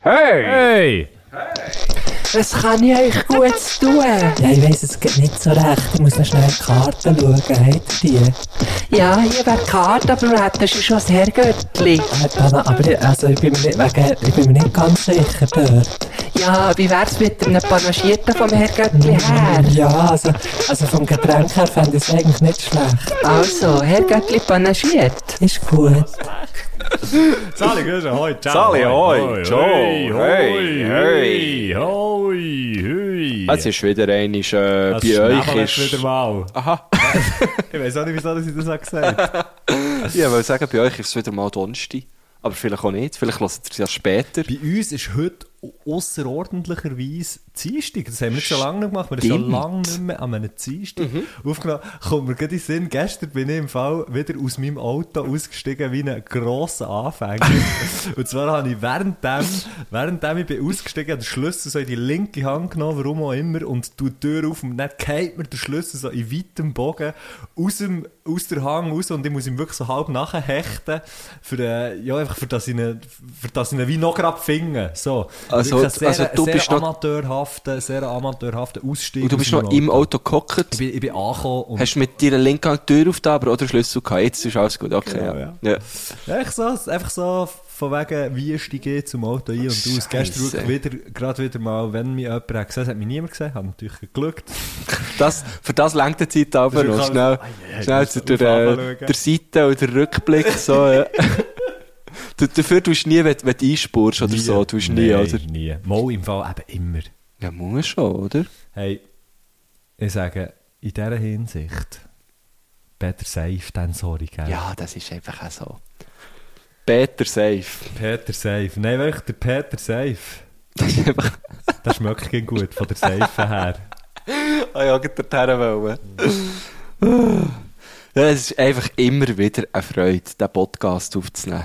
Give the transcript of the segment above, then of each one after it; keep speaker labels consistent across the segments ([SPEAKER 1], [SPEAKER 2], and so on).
[SPEAKER 1] Hey!
[SPEAKER 2] Hey!
[SPEAKER 3] Es kann ja euch gut zu tun.
[SPEAKER 4] Ja, ich weiss es geht nicht so recht. Ich muss noch schnell in die Karten schauen. Habt ihr die?
[SPEAKER 3] Ja, hier wäre die Karte, aber du hättest schon das Herrgöttli.
[SPEAKER 4] Äh, Dana, aber ich, also, ich, bin mir nicht, wegen, ich bin mir nicht ganz sicher dort.
[SPEAKER 3] Ja, wie wär's mit einem Panagierten vom Herrgöttli her?
[SPEAKER 4] Ja, also, also vom Getränk her fände ich es eigentlich nicht schlecht.
[SPEAKER 3] Also, Herrgöttli panagiert.
[SPEAKER 4] Ist gut.
[SPEAKER 2] Sali, grüß ahoi, ciao.
[SPEAKER 1] Sali, ahoi, ciao,
[SPEAKER 2] hoi, hoi,
[SPEAKER 1] hey,
[SPEAKER 2] hoi, hoi, hoi.
[SPEAKER 1] Es ist wieder einmal, äh,
[SPEAKER 2] Das
[SPEAKER 1] bei euch
[SPEAKER 2] Schnabel
[SPEAKER 1] ist...
[SPEAKER 2] jetzt wieder mal.
[SPEAKER 1] Aha,
[SPEAKER 2] Ich weiß auch nicht, wieso dass ich das auch gesagt habe.
[SPEAKER 1] ich wollte sagen, bei euch ist es wieder mal Donnerstag. Aber vielleicht auch nicht, vielleicht hört ihr es ja später.
[SPEAKER 2] Bei uns ist heute außerordentlicherweise Dienstag. Das haben wir schon lange nicht gemacht. Wir haben schon
[SPEAKER 1] Stimmt.
[SPEAKER 2] lange nicht mehr an einem Dienstag
[SPEAKER 1] Mhm.
[SPEAKER 2] aufgenommen. Kommt mir gerade in den Sinn, gestern bin ich im Fall wieder aus meinem Auto ausgestiegen wie ein grosser Anfänger. Und zwar habe ich währenddem, währenddem ich bin ausgestiegen, habe den Schlüssel so in die linke Hand genommen, warum auch immer, und tue die Tür auf und dann geht mir der Schlüssel so in weitem Bogen aus, dem, aus der Hang raus und ich muss ihm wirklich so halb nachhechten, für, äh, ja, einfach für das ich ihn, für das ich ihn wie noch gerade finde. So.
[SPEAKER 1] Also,
[SPEAKER 2] Wirklich ein
[SPEAKER 1] also du
[SPEAKER 2] sehr
[SPEAKER 1] bist noch-
[SPEAKER 2] amateurhaften, sehr amateurhaften Ausstieg.
[SPEAKER 1] Und du
[SPEAKER 2] aus
[SPEAKER 1] bist
[SPEAKER 2] meinem
[SPEAKER 1] noch im Auto gehockt.
[SPEAKER 2] Ich bin, ich bin angekommen und
[SPEAKER 1] Hast du mit deiner linken Hand die Tür aufgetan, aber oder Schlüssel gehabt? Jetzt ist alles gut, okay.
[SPEAKER 2] Genau,
[SPEAKER 1] ja. Ja.
[SPEAKER 2] Einfach so, einfach so von wegen, wie steige ich zum Auto ein und aus.
[SPEAKER 1] Scheisse.
[SPEAKER 2] Gestern wirklich wieder, gerade wieder mal, wenn mich jemand hat gesehen, das hat mich niemand gesehen, habe natürlich geglückt.
[SPEAKER 1] Das, für das lenkt die Zeit aber
[SPEAKER 2] Das ist wirklich
[SPEAKER 1] noch. Schnell,
[SPEAKER 2] alles- Ei, ei, ei,
[SPEAKER 1] schnell
[SPEAKER 2] muss
[SPEAKER 1] zu
[SPEAKER 2] auf
[SPEAKER 1] der, äh,
[SPEAKER 2] runterschauen.
[SPEAKER 1] der Seite und der Rückblick. So, ja. du, dafür tust du nie, wenn, wenn du einspurst oder so. Du tust nie,
[SPEAKER 2] Nein,
[SPEAKER 1] oder?
[SPEAKER 2] nie. Mal im Fall eben immer.
[SPEAKER 1] Ja, muss schon, oder?
[SPEAKER 2] Hey, ich sage, in dieser Hinsicht, better safe than sorry, gell?
[SPEAKER 1] Ja, das ist einfach auch so. Better safe.
[SPEAKER 2] Peter safe. Nein, wirklich, der Peter safe.
[SPEAKER 1] Das ist einfach...
[SPEAKER 2] Das schmeckt ihm gut, von der Seife her.
[SPEAKER 1] Ah ja, gerade dorthin wollen. Ja, Es ist einfach immer wieder eine Freude, diesen Podcast aufzunehmen.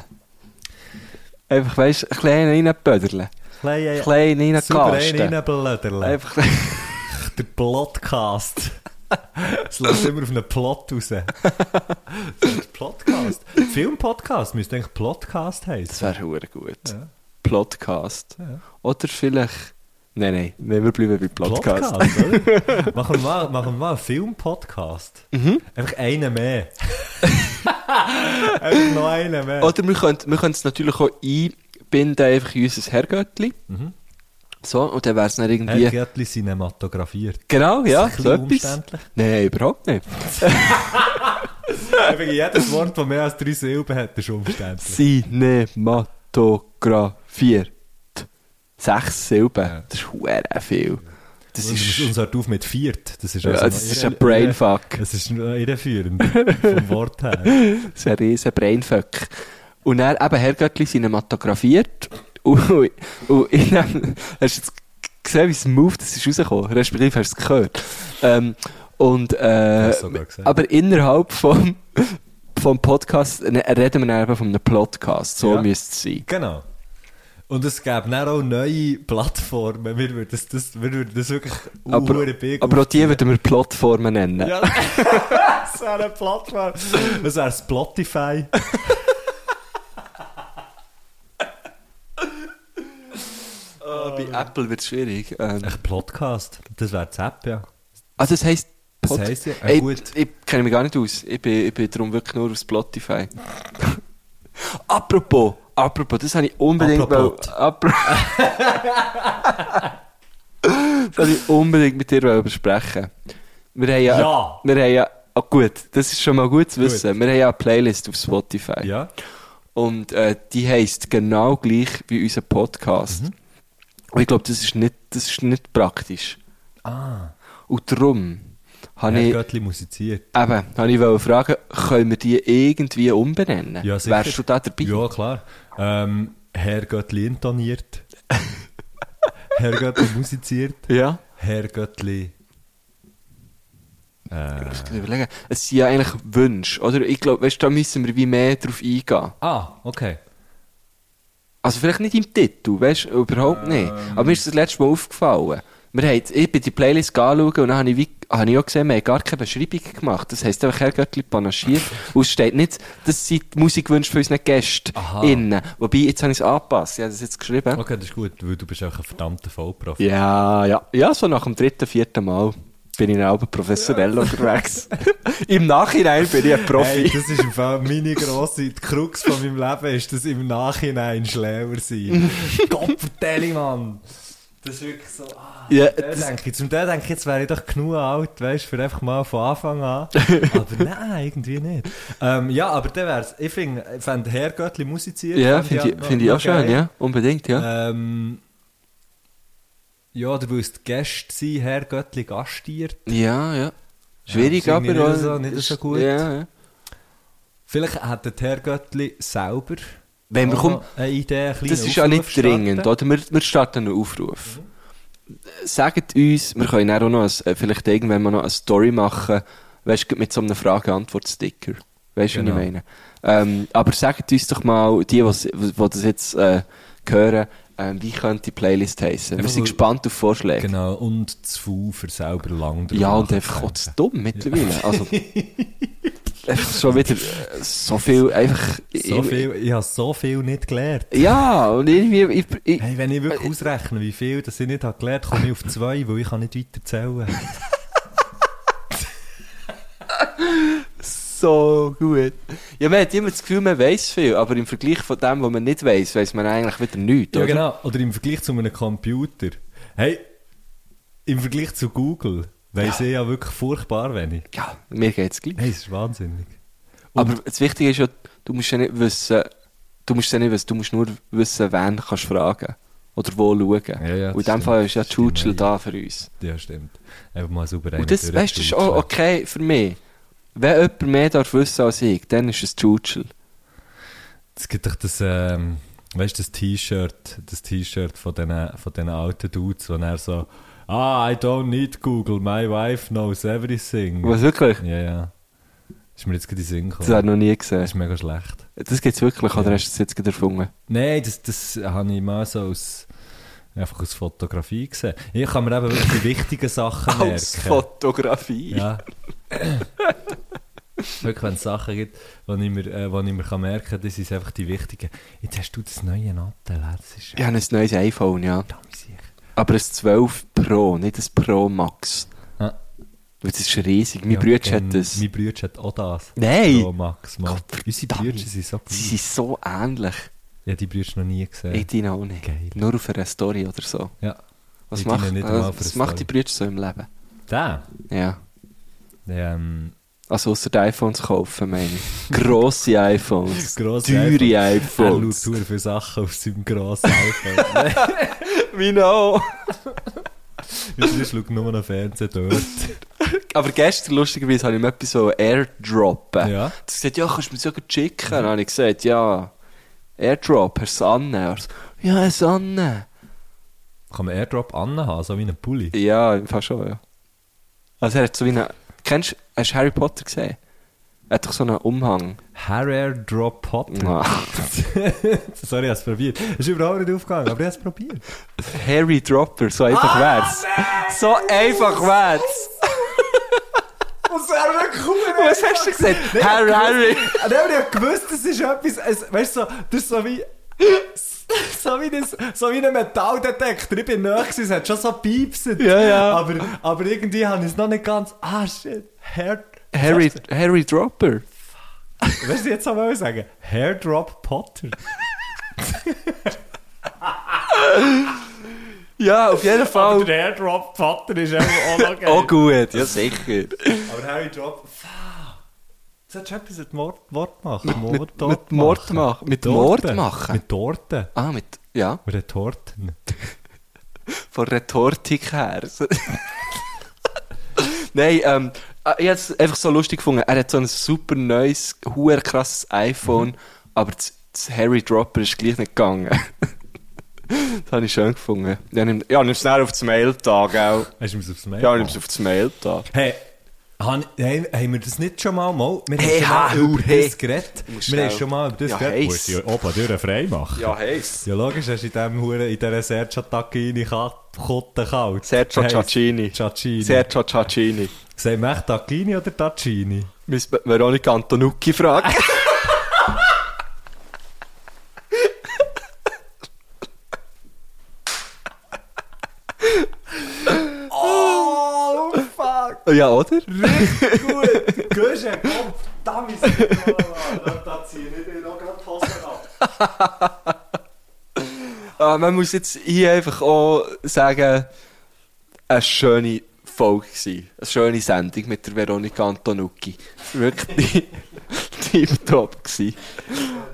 [SPEAKER 1] Einfach, weißt du, ein bisschen reinböderle. Ein
[SPEAKER 2] Klein,
[SPEAKER 1] bisschen
[SPEAKER 2] super ein
[SPEAKER 1] reinkasten.
[SPEAKER 2] reinblöderle.
[SPEAKER 1] Einfach...
[SPEAKER 2] Der Plotcast. Es läuft immer auf einen Plot raus. Das ist Plotcast. Filmpodcast müsste eigentlich Plotcast
[SPEAKER 1] Das
[SPEAKER 2] heißen.
[SPEAKER 1] wäre hure gut.
[SPEAKER 2] Ja.
[SPEAKER 1] Plotcast.
[SPEAKER 2] Ja.
[SPEAKER 1] Oder vielleicht. Nein, nein, nein, wir bleiben bei Plotcast.
[SPEAKER 2] oder? machen, wir mal, machen wir mal einen Filmpodcast.
[SPEAKER 1] Mhm.
[SPEAKER 2] Einfach einen mehr. Einfach noch einen mehr.
[SPEAKER 1] Oder wir können, wir können es natürlich auch einbinden, einfach in unser Herrgöttli. So, und dann wäre es dann irgendwie.
[SPEAKER 2] Er Gärtli cinematografiert.
[SPEAKER 1] Genau, ja,
[SPEAKER 2] Ist ein
[SPEAKER 1] so
[SPEAKER 2] bisschen
[SPEAKER 1] etwas.
[SPEAKER 2] umständlich.
[SPEAKER 1] Nein, überhaupt nicht.
[SPEAKER 2] Einfach jedes Wort, das mehr als drei Silben hat, ist umständlich.
[SPEAKER 1] Cinematografiert. Sechs Silben.
[SPEAKER 2] Ja.
[SPEAKER 1] Das ist hure viel. Das
[SPEAKER 2] Und,
[SPEAKER 1] ist.
[SPEAKER 2] und hört auf mit viert. Das ist,
[SPEAKER 1] Ja,
[SPEAKER 2] also noch
[SPEAKER 1] das ist
[SPEAKER 2] irre-
[SPEAKER 1] ein Brainfuck.
[SPEAKER 2] Das ist noch irreführend vom Wort her.
[SPEAKER 1] so ein riesen Brainfuck. Und er eben Herrgöttli cinematografiert. Und, und in dem, hast du jetzt gesehen, wie smooth das ist rausgekommen? Respektive hast du es gehört. Ähm, und, äh,
[SPEAKER 2] Hast du sogar gesehen.
[SPEAKER 1] aber innerhalb vom, vom Podcast, ne, reden wir dann eben von einem Podcast. So
[SPEAKER 2] Ja.
[SPEAKER 1] müsste es sein.
[SPEAKER 2] Genau. Und es gäbe dann auch neue Plattformen. Wir würden das, das, wir würden das wirklich
[SPEAKER 1] Aber,
[SPEAKER 2] verdammt big
[SPEAKER 1] aber auch die
[SPEAKER 2] aufziehen.
[SPEAKER 1] würden wir Plattformen nennen.
[SPEAKER 2] Ja, das wäre eine Plattform. Das wäre Spotify.
[SPEAKER 1] Bei Apple wird es schwierig. Ähm,
[SPEAKER 2] Echt Podcast. Das wäre das App, ja.
[SPEAKER 1] also, das heisst,
[SPEAKER 2] Das
[SPEAKER 1] Pod-
[SPEAKER 2] heisst ja, ja,
[SPEAKER 1] Ey,
[SPEAKER 2] gut.
[SPEAKER 1] Ich kenne mich gar nicht aus. Ich bin, ich bin darum wirklich nur auf Spotify. apropos, apropos, das habe ich unbedingt.
[SPEAKER 2] Apropos.
[SPEAKER 1] wollen- Apro das wollte ich unbedingt mit dir wollen besprechen. Wir haben ja.
[SPEAKER 2] Ja.
[SPEAKER 1] Wir haben ja ah, gut, das ist schon mal gut zu wissen. Wir haben ja eine Playlist auf Spotify.
[SPEAKER 2] Ja.
[SPEAKER 1] Und äh, die heisst genau gleich wie unser Podcast.
[SPEAKER 2] Mhm.
[SPEAKER 1] Und ich glaube, das, ist nicht- das ist nicht praktisch.
[SPEAKER 2] Ah.
[SPEAKER 1] Und darum habe
[SPEAKER 2] Herr
[SPEAKER 1] ich.
[SPEAKER 2] Göttli musiziert.
[SPEAKER 1] Eben, habe ich wollte fragen, können wir die irgendwie umbenennen?
[SPEAKER 2] Ja, sicher.
[SPEAKER 1] Wärst du da dabei?
[SPEAKER 2] Ja, klar. Ähm, Herr Göttli intoniert. Herr Göttli musiziert.
[SPEAKER 1] ja.
[SPEAKER 2] Herr Göttli. Äh.
[SPEAKER 1] Ich kann überlegen. Es sind ja eigentlich Wünsche, oder? Ich glaube, weißt, da müssen wir wie mehr drauf eingehen.
[SPEAKER 2] Ah, okay. Ähm.
[SPEAKER 1] Also vielleicht nicht im Titel, weißt du, überhaupt nicht. Aber mir ist das letzte Mal aufgefallen. Wir haben, ich bin die Playlist angeschaut und dann habe ich, wie, habe ich auch gesehen, wir haben gar keine Beschreibung gemacht. Das heisst einfach Herrgöttli panaschiert. Und es steht nicht, das sind die Musikwünsche von unseren Gästen.
[SPEAKER 2] Aha.
[SPEAKER 1] Innen. Wobei, jetzt habe ich es angepasst. Ich habe das jetzt geschrieben.
[SPEAKER 2] Okay, das ist gut, weil du bist auch ein verdammter Vollprofi.
[SPEAKER 1] Ja, ja. Ja, so nach dem dritten, vierten Mal bin ich dann auch professionell unterwegs. Im Nachhinein bin ich ein Profi.
[SPEAKER 2] Hey, das ist im Fall meine grosse die Krux von meinem Leben, ist das im Nachhinein schlauer sein. Kopfverteilung, Mann! Das ist wirklich so... Ah,
[SPEAKER 1] Ja,
[SPEAKER 2] das
[SPEAKER 1] das-
[SPEAKER 2] denke ich, zum Teil denke ich, jetzt wäre ich doch genug alt, weißt du, für einfach mal von Anfang an. aber nein, irgendwie nicht. Ähm, ja, aber dann wär's, ich finde, ich fände Herrgöttli musiziert.
[SPEAKER 1] ja,
[SPEAKER 2] fänd
[SPEAKER 1] finde ich,
[SPEAKER 2] noch-
[SPEAKER 1] find ich
[SPEAKER 2] noch
[SPEAKER 1] auch schön,
[SPEAKER 2] geil.
[SPEAKER 1] ja. Unbedingt, ja.
[SPEAKER 2] Ähm, ja, du willst Gäste sein, Herrgöttli gastiert.
[SPEAKER 1] Ja, ja. Schwierig,
[SPEAKER 2] Ja, das ist
[SPEAKER 1] aber
[SPEAKER 2] irgendwie
[SPEAKER 1] auch-
[SPEAKER 2] nicht so- nicht so gut.
[SPEAKER 1] Ja, ja.
[SPEAKER 2] Vielleicht hat der Herrgöttli selber
[SPEAKER 1] Wenn wir
[SPEAKER 2] auch
[SPEAKER 1] kommen,
[SPEAKER 2] noch eine Idee, einen kleinen
[SPEAKER 1] das ist ja
[SPEAKER 2] Aufruf
[SPEAKER 1] nicht
[SPEAKER 2] starten.
[SPEAKER 1] dus dringend, oder? Wir, wir starten einen Aufruf. Sagt uns, wir können dann auch noch, ein, äh, vielleicht irgendwann mal noch eine Story machen, weißt du, mit so einem Frage-Antwort-Sticker. Weißt du,
[SPEAKER 2] Genau.
[SPEAKER 1] was ich meine? Ähm, aber sagt uns doch mal, die, die das jetzt äh, hören, ähm, wie könnte die Playlist heißen? Wir
[SPEAKER 2] Einfach
[SPEAKER 1] sind
[SPEAKER 2] weil-
[SPEAKER 1] gespannt auf Vorschläge.
[SPEAKER 2] Genau, und zu faul für selber lang drüber
[SPEAKER 1] Ja, und einfach
[SPEAKER 2] nachzudenken.
[SPEAKER 1] auch zu dumm mittlerweile. Also, einfach schon wieder äh, so viel, einfach.
[SPEAKER 2] So viel, ich habe so viel nicht gelernt.
[SPEAKER 1] Ja, und irgendwie. Ich, ich,
[SPEAKER 2] Hey, wenn ich
[SPEAKER 1] Äh,
[SPEAKER 2] wirklich ausrechne, wie viel das ich nicht habe gelernt komme ich auf zwei, weil ich kann nicht weiter zählen.
[SPEAKER 1] so gut. Ja, man hat immer das Gefühl, man weiss viel, aber im Vergleich von dem, was man nicht weiss, weiss man eigentlich wieder nichts.
[SPEAKER 2] Ja,
[SPEAKER 1] oder?
[SPEAKER 2] genau. Oder im Vergleich zu einem Computer. Hey, im Vergleich zu Google weiss ich ja wirklich furchtbar wenig.
[SPEAKER 1] Ja, mir geht's gleich.
[SPEAKER 2] Hey, es ist wahnsinnig.
[SPEAKER 1] Aber das Wichtige ist ja, du musst ja nicht wissen, du musst ja nicht wissen, du musst nur wissen, wen kannst du fragen. Oder wo schauen.
[SPEAKER 2] Ja, ja,
[SPEAKER 1] und
[SPEAKER 2] das
[SPEAKER 1] in dem
[SPEAKER 2] stimmt.
[SPEAKER 1] Fall ist ja
[SPEAKER 2] Das stimmt,
[SPEAKER 1] Churchill
[SPEAKER 2] ja.
[SPEAKER 1] da für uns.
[SPEAKER 2] Ja, stimmt. Einfach mal super
[SPEAKER 1] Und das, weißt du, das ist auch okay für mich. Wenn jemand mehr darf wissen als ich, dann ist es Churchill.
[SPEAKER 2] Es gibt doch das, ähm, weißt du, das T-Shirt, das T-Shirt von diesen von den alten Dudes, wo er so, ah, I don't need Google, my wife knows everything.
[SPEAKER 1] Was wirklich?
[SPEAKER 2] Ja, ja. Ist mir jetzt gerade in den Sinn
[SPEAKER 1] Das habe
[SPEAKER 2] gekommen.
[SPEAKER 1] ich noch
[SPEAKER 2] Das
[SPEAKER 1] nie gesehen.
[SPEAKER 2] ist mega schlecht.
[SPEAKER 1] Das gibt es wirklich, oder
[SPEAKER 2] Ja.
[SPEAKER 1] hast du es jetzt gerade erfunden?
[SPEAKER 2] Nein, das, das habe ich mal so aus, einfach aus Fotografie gesehen. Ich kann mir eben wirklich die wichtigen Sachen merken.
[SPEAKER 1] Fotografie.
[SPEAKER 2] Ja. Wirklich, wenn es Sachen gibt, die ich mir, äh, wo ich mir kann merken kann, das sind einfach die wichtigen. Jetzt hast du das neue Nattel, das ist
[SPEAKER 1] Ich habe ein neues iPhone, ja.
[SPEAKER 2] verdammt sicher.
[SPEAKER 1] Aber ein 12 Pro, nicht ein Pro Max.
[SPEAKER 2] Ah.
[SPEAKER 1] Weil das ist riesig. Mein Bruder hat das.
[SPEAKER 2] ähm, Mein Bruder hat auch das.
[SPEAKER 1] Nein!
[SPEAKER 2] Pro Max, Mann.
[SPEAKER 1] Gott,
[SPEAKER 2] Unsere
[SPEAKER 1] verdammt.
[SPEAKER 2] Brüder sind so
[SPEAKER 1] Sie
[SPEAKER 2] blöd.
[SPEAKER 1] sind so ähnlich.
[SPEAKER 2] Ich habe die Brüder noch nie gesehen.
[SPEAKER 1] Ich die nou auch nicht.
[SPEAKER 2] Geil.
[SPEAKER 1] Nur auf einer Story oder so.
[SPEAKER 2] Ja. nou
[SPEAKER 1] Was
[SPEAKER 2] Ich
[SPEAKER 1] macht,
[SPEAKER 2] deine nicht
[SPEAKER 1] äh,
[SPEAKER 2] mal auf
[SPEAKER 1] was
[SPEAKER 2] einer
[SPEAKER 1] macht die
[SPEAKER 2] Story.
[SPEAKER 1] Brüder so im Leben?
[SPEAKER 2] Der?
[SPEAKER 1] Ja.
[SPEAKER 2] Der, ähm,
[SPEAKER 1] Also außer die iPhones kaufen, meine ich. Grosse iPhones.
[SPEAKER 2] Grosse
[SPEAKER 1] teure
[SPEAKER 2] er
[SPEAKER 1] iPhones.
[SPEAKER 2] schaut sehr viele Sachen auf seinem grossen iPhone.
[SPEAKER 1] Wie nou? auch.
[SPEAKER 2] Ich schaut nur noch Fernsehen dort.
[SPEAKER 1] Aber gestern, lustigerweise, habe ich mir etwas so airdroppen.
[SPEAKER 2] Ja.
[SPEAKER 1] Sie gesagt, ja, kannst du mir das ja gleich schicken? Dann habe ich gesagt, ja, airdrop, Herr Sanne. Er so, Ja, Herr Sanne.
[SPEAKER 2] Kann man Airdrop anhaben, so wie einen Pulli?
[SPEAKER 1] Ja, im Fall schon, ja. Also er hat so wie einen... Kennst du, hast du Harry Potter gesehen? Er hat doch so einen Umhang.
[SPEAKER 2] Hair Airdrop Potter.
[SPEAKER 1] Ah.
[SPEAKER 2] Sorry, ich habe es probiert. Ist überhaupt nicht aufgegangen, aber ich habe es probiert.
[SPEAKER 1] Harry Dropper, so einfach wär's. Ah, So einfach wär's.
[SPEAKER 2] Was wäre wirklich cool?
[SPEAKER 1] Was hast du gesagt? Harry, Harry.
[SPEAKER 2] Ah, Nein, aber ich hab gewusst, das ist etwas, es, weißt du, so, das ist so wie, so wie, das, so wie ein Metalldetektor. Ich bin nahe gewesen, es hat schon so piepst.
[SPEAKER 1] Ja, ja.
[SPEAKER 2] Aber, aber irgendwie habe ich es noch nicht ganz, ah shit, Hair,
[SPEAKER 1] Harry, Harry Dropper.
[SPEAKER 2] was ich jetzt einmal sagen? Hairdrop Potter.
[SPEAKER 1] Ja, auf jeden
[SPEAKER 2] Aber
[SPEAKER 1] Fall.
[SPEAKER 2] der Hairdrop Potter ist auch noch geil.
[SPEAKER 1] Oh gut, ja sicher.
[SPEAKER 2] Aber Harry Drop, das hat schon etwas mit Mord, Wort machen.
[SPEAKER 1] mit- mit Mord machen. Mit Mord machen?
[SPEAKER 2] Mit Torten.
[SPEAKER 1] Ah, mit, ja,
[SPEAKER 2] Oder Torten.
[SPEAKER 1] von Rhetortik her. So- Nein, ähm, ah, ich habe es einfach so lustig gefunden. Er hat so ein super neues, huer krasses iPhone, aber das, das Harry Dropper ist gleich nicht gegangen. das habe ich schön gefunden. Ja, nimm es näher auf das Mail-Tag auch.
[SPEAKER 2] Hast du mir aufs Mail?
[SPEAKER 1] Ja, nimm es auf das Mail-Tag.
[SPEAKER 2] Hey, Han, hey, haben wir das nicht schon mal? mal wir
[SPEAKER 1] Hey,
[SPEAKER 2] haben
[SPEAKER 1] ha,
[SPEAKER 2] schon mal über
[SPEAKER 1] hur, hey.
[SPEAKER 2] das geredet.
[SPEAKER 1] Muss
[SPEAKER 2] Wir haben
[SPEAKER 1] schnell.
[SPEAKER 2] schon mal über das
[SPEAKER 1] Ja,
[SPEAKER 2] geredet.
[SPEAKER 1] heiss.
[SPEAKER 2] Muss ich Opa Dürren frei machen. Ja.
[SPEAKER 1] heiß.
[SPEAKER 2] logisch, hast du in, dem, Hure- in dieser Sergio-Attacke rein Ka- Kutte kalt.
[SPEAKER 1] Sergio
[SPEAKER 2] Heisst-
[SPEAKER 1] Ciacchini.
[SPEAKER 2] Ciacchini.
[SPEAKER 1] Sergio Ciacchini.
[SPEAKER 2] Sagen wir echt Tacchini oder Tacchini?
[SPEAKER 1] Müssen wir Veronika Antonucci fragen?
[SPEAKER 2] Oh, fuck!
[SPEAKER 1] ja, oder?
[SPEAKER 2] Gut, Gösche, komm, da müssen wir Da ziehe ich dir noch gerade die Hose ab.
[SPEAKER 1] Ah, man muss jetzt hier einfach auch sagen, eine schöne Folge gewesen. Eine schöne Sendung mit der Veronika Antonucci. Wirklich tiptop gewesen.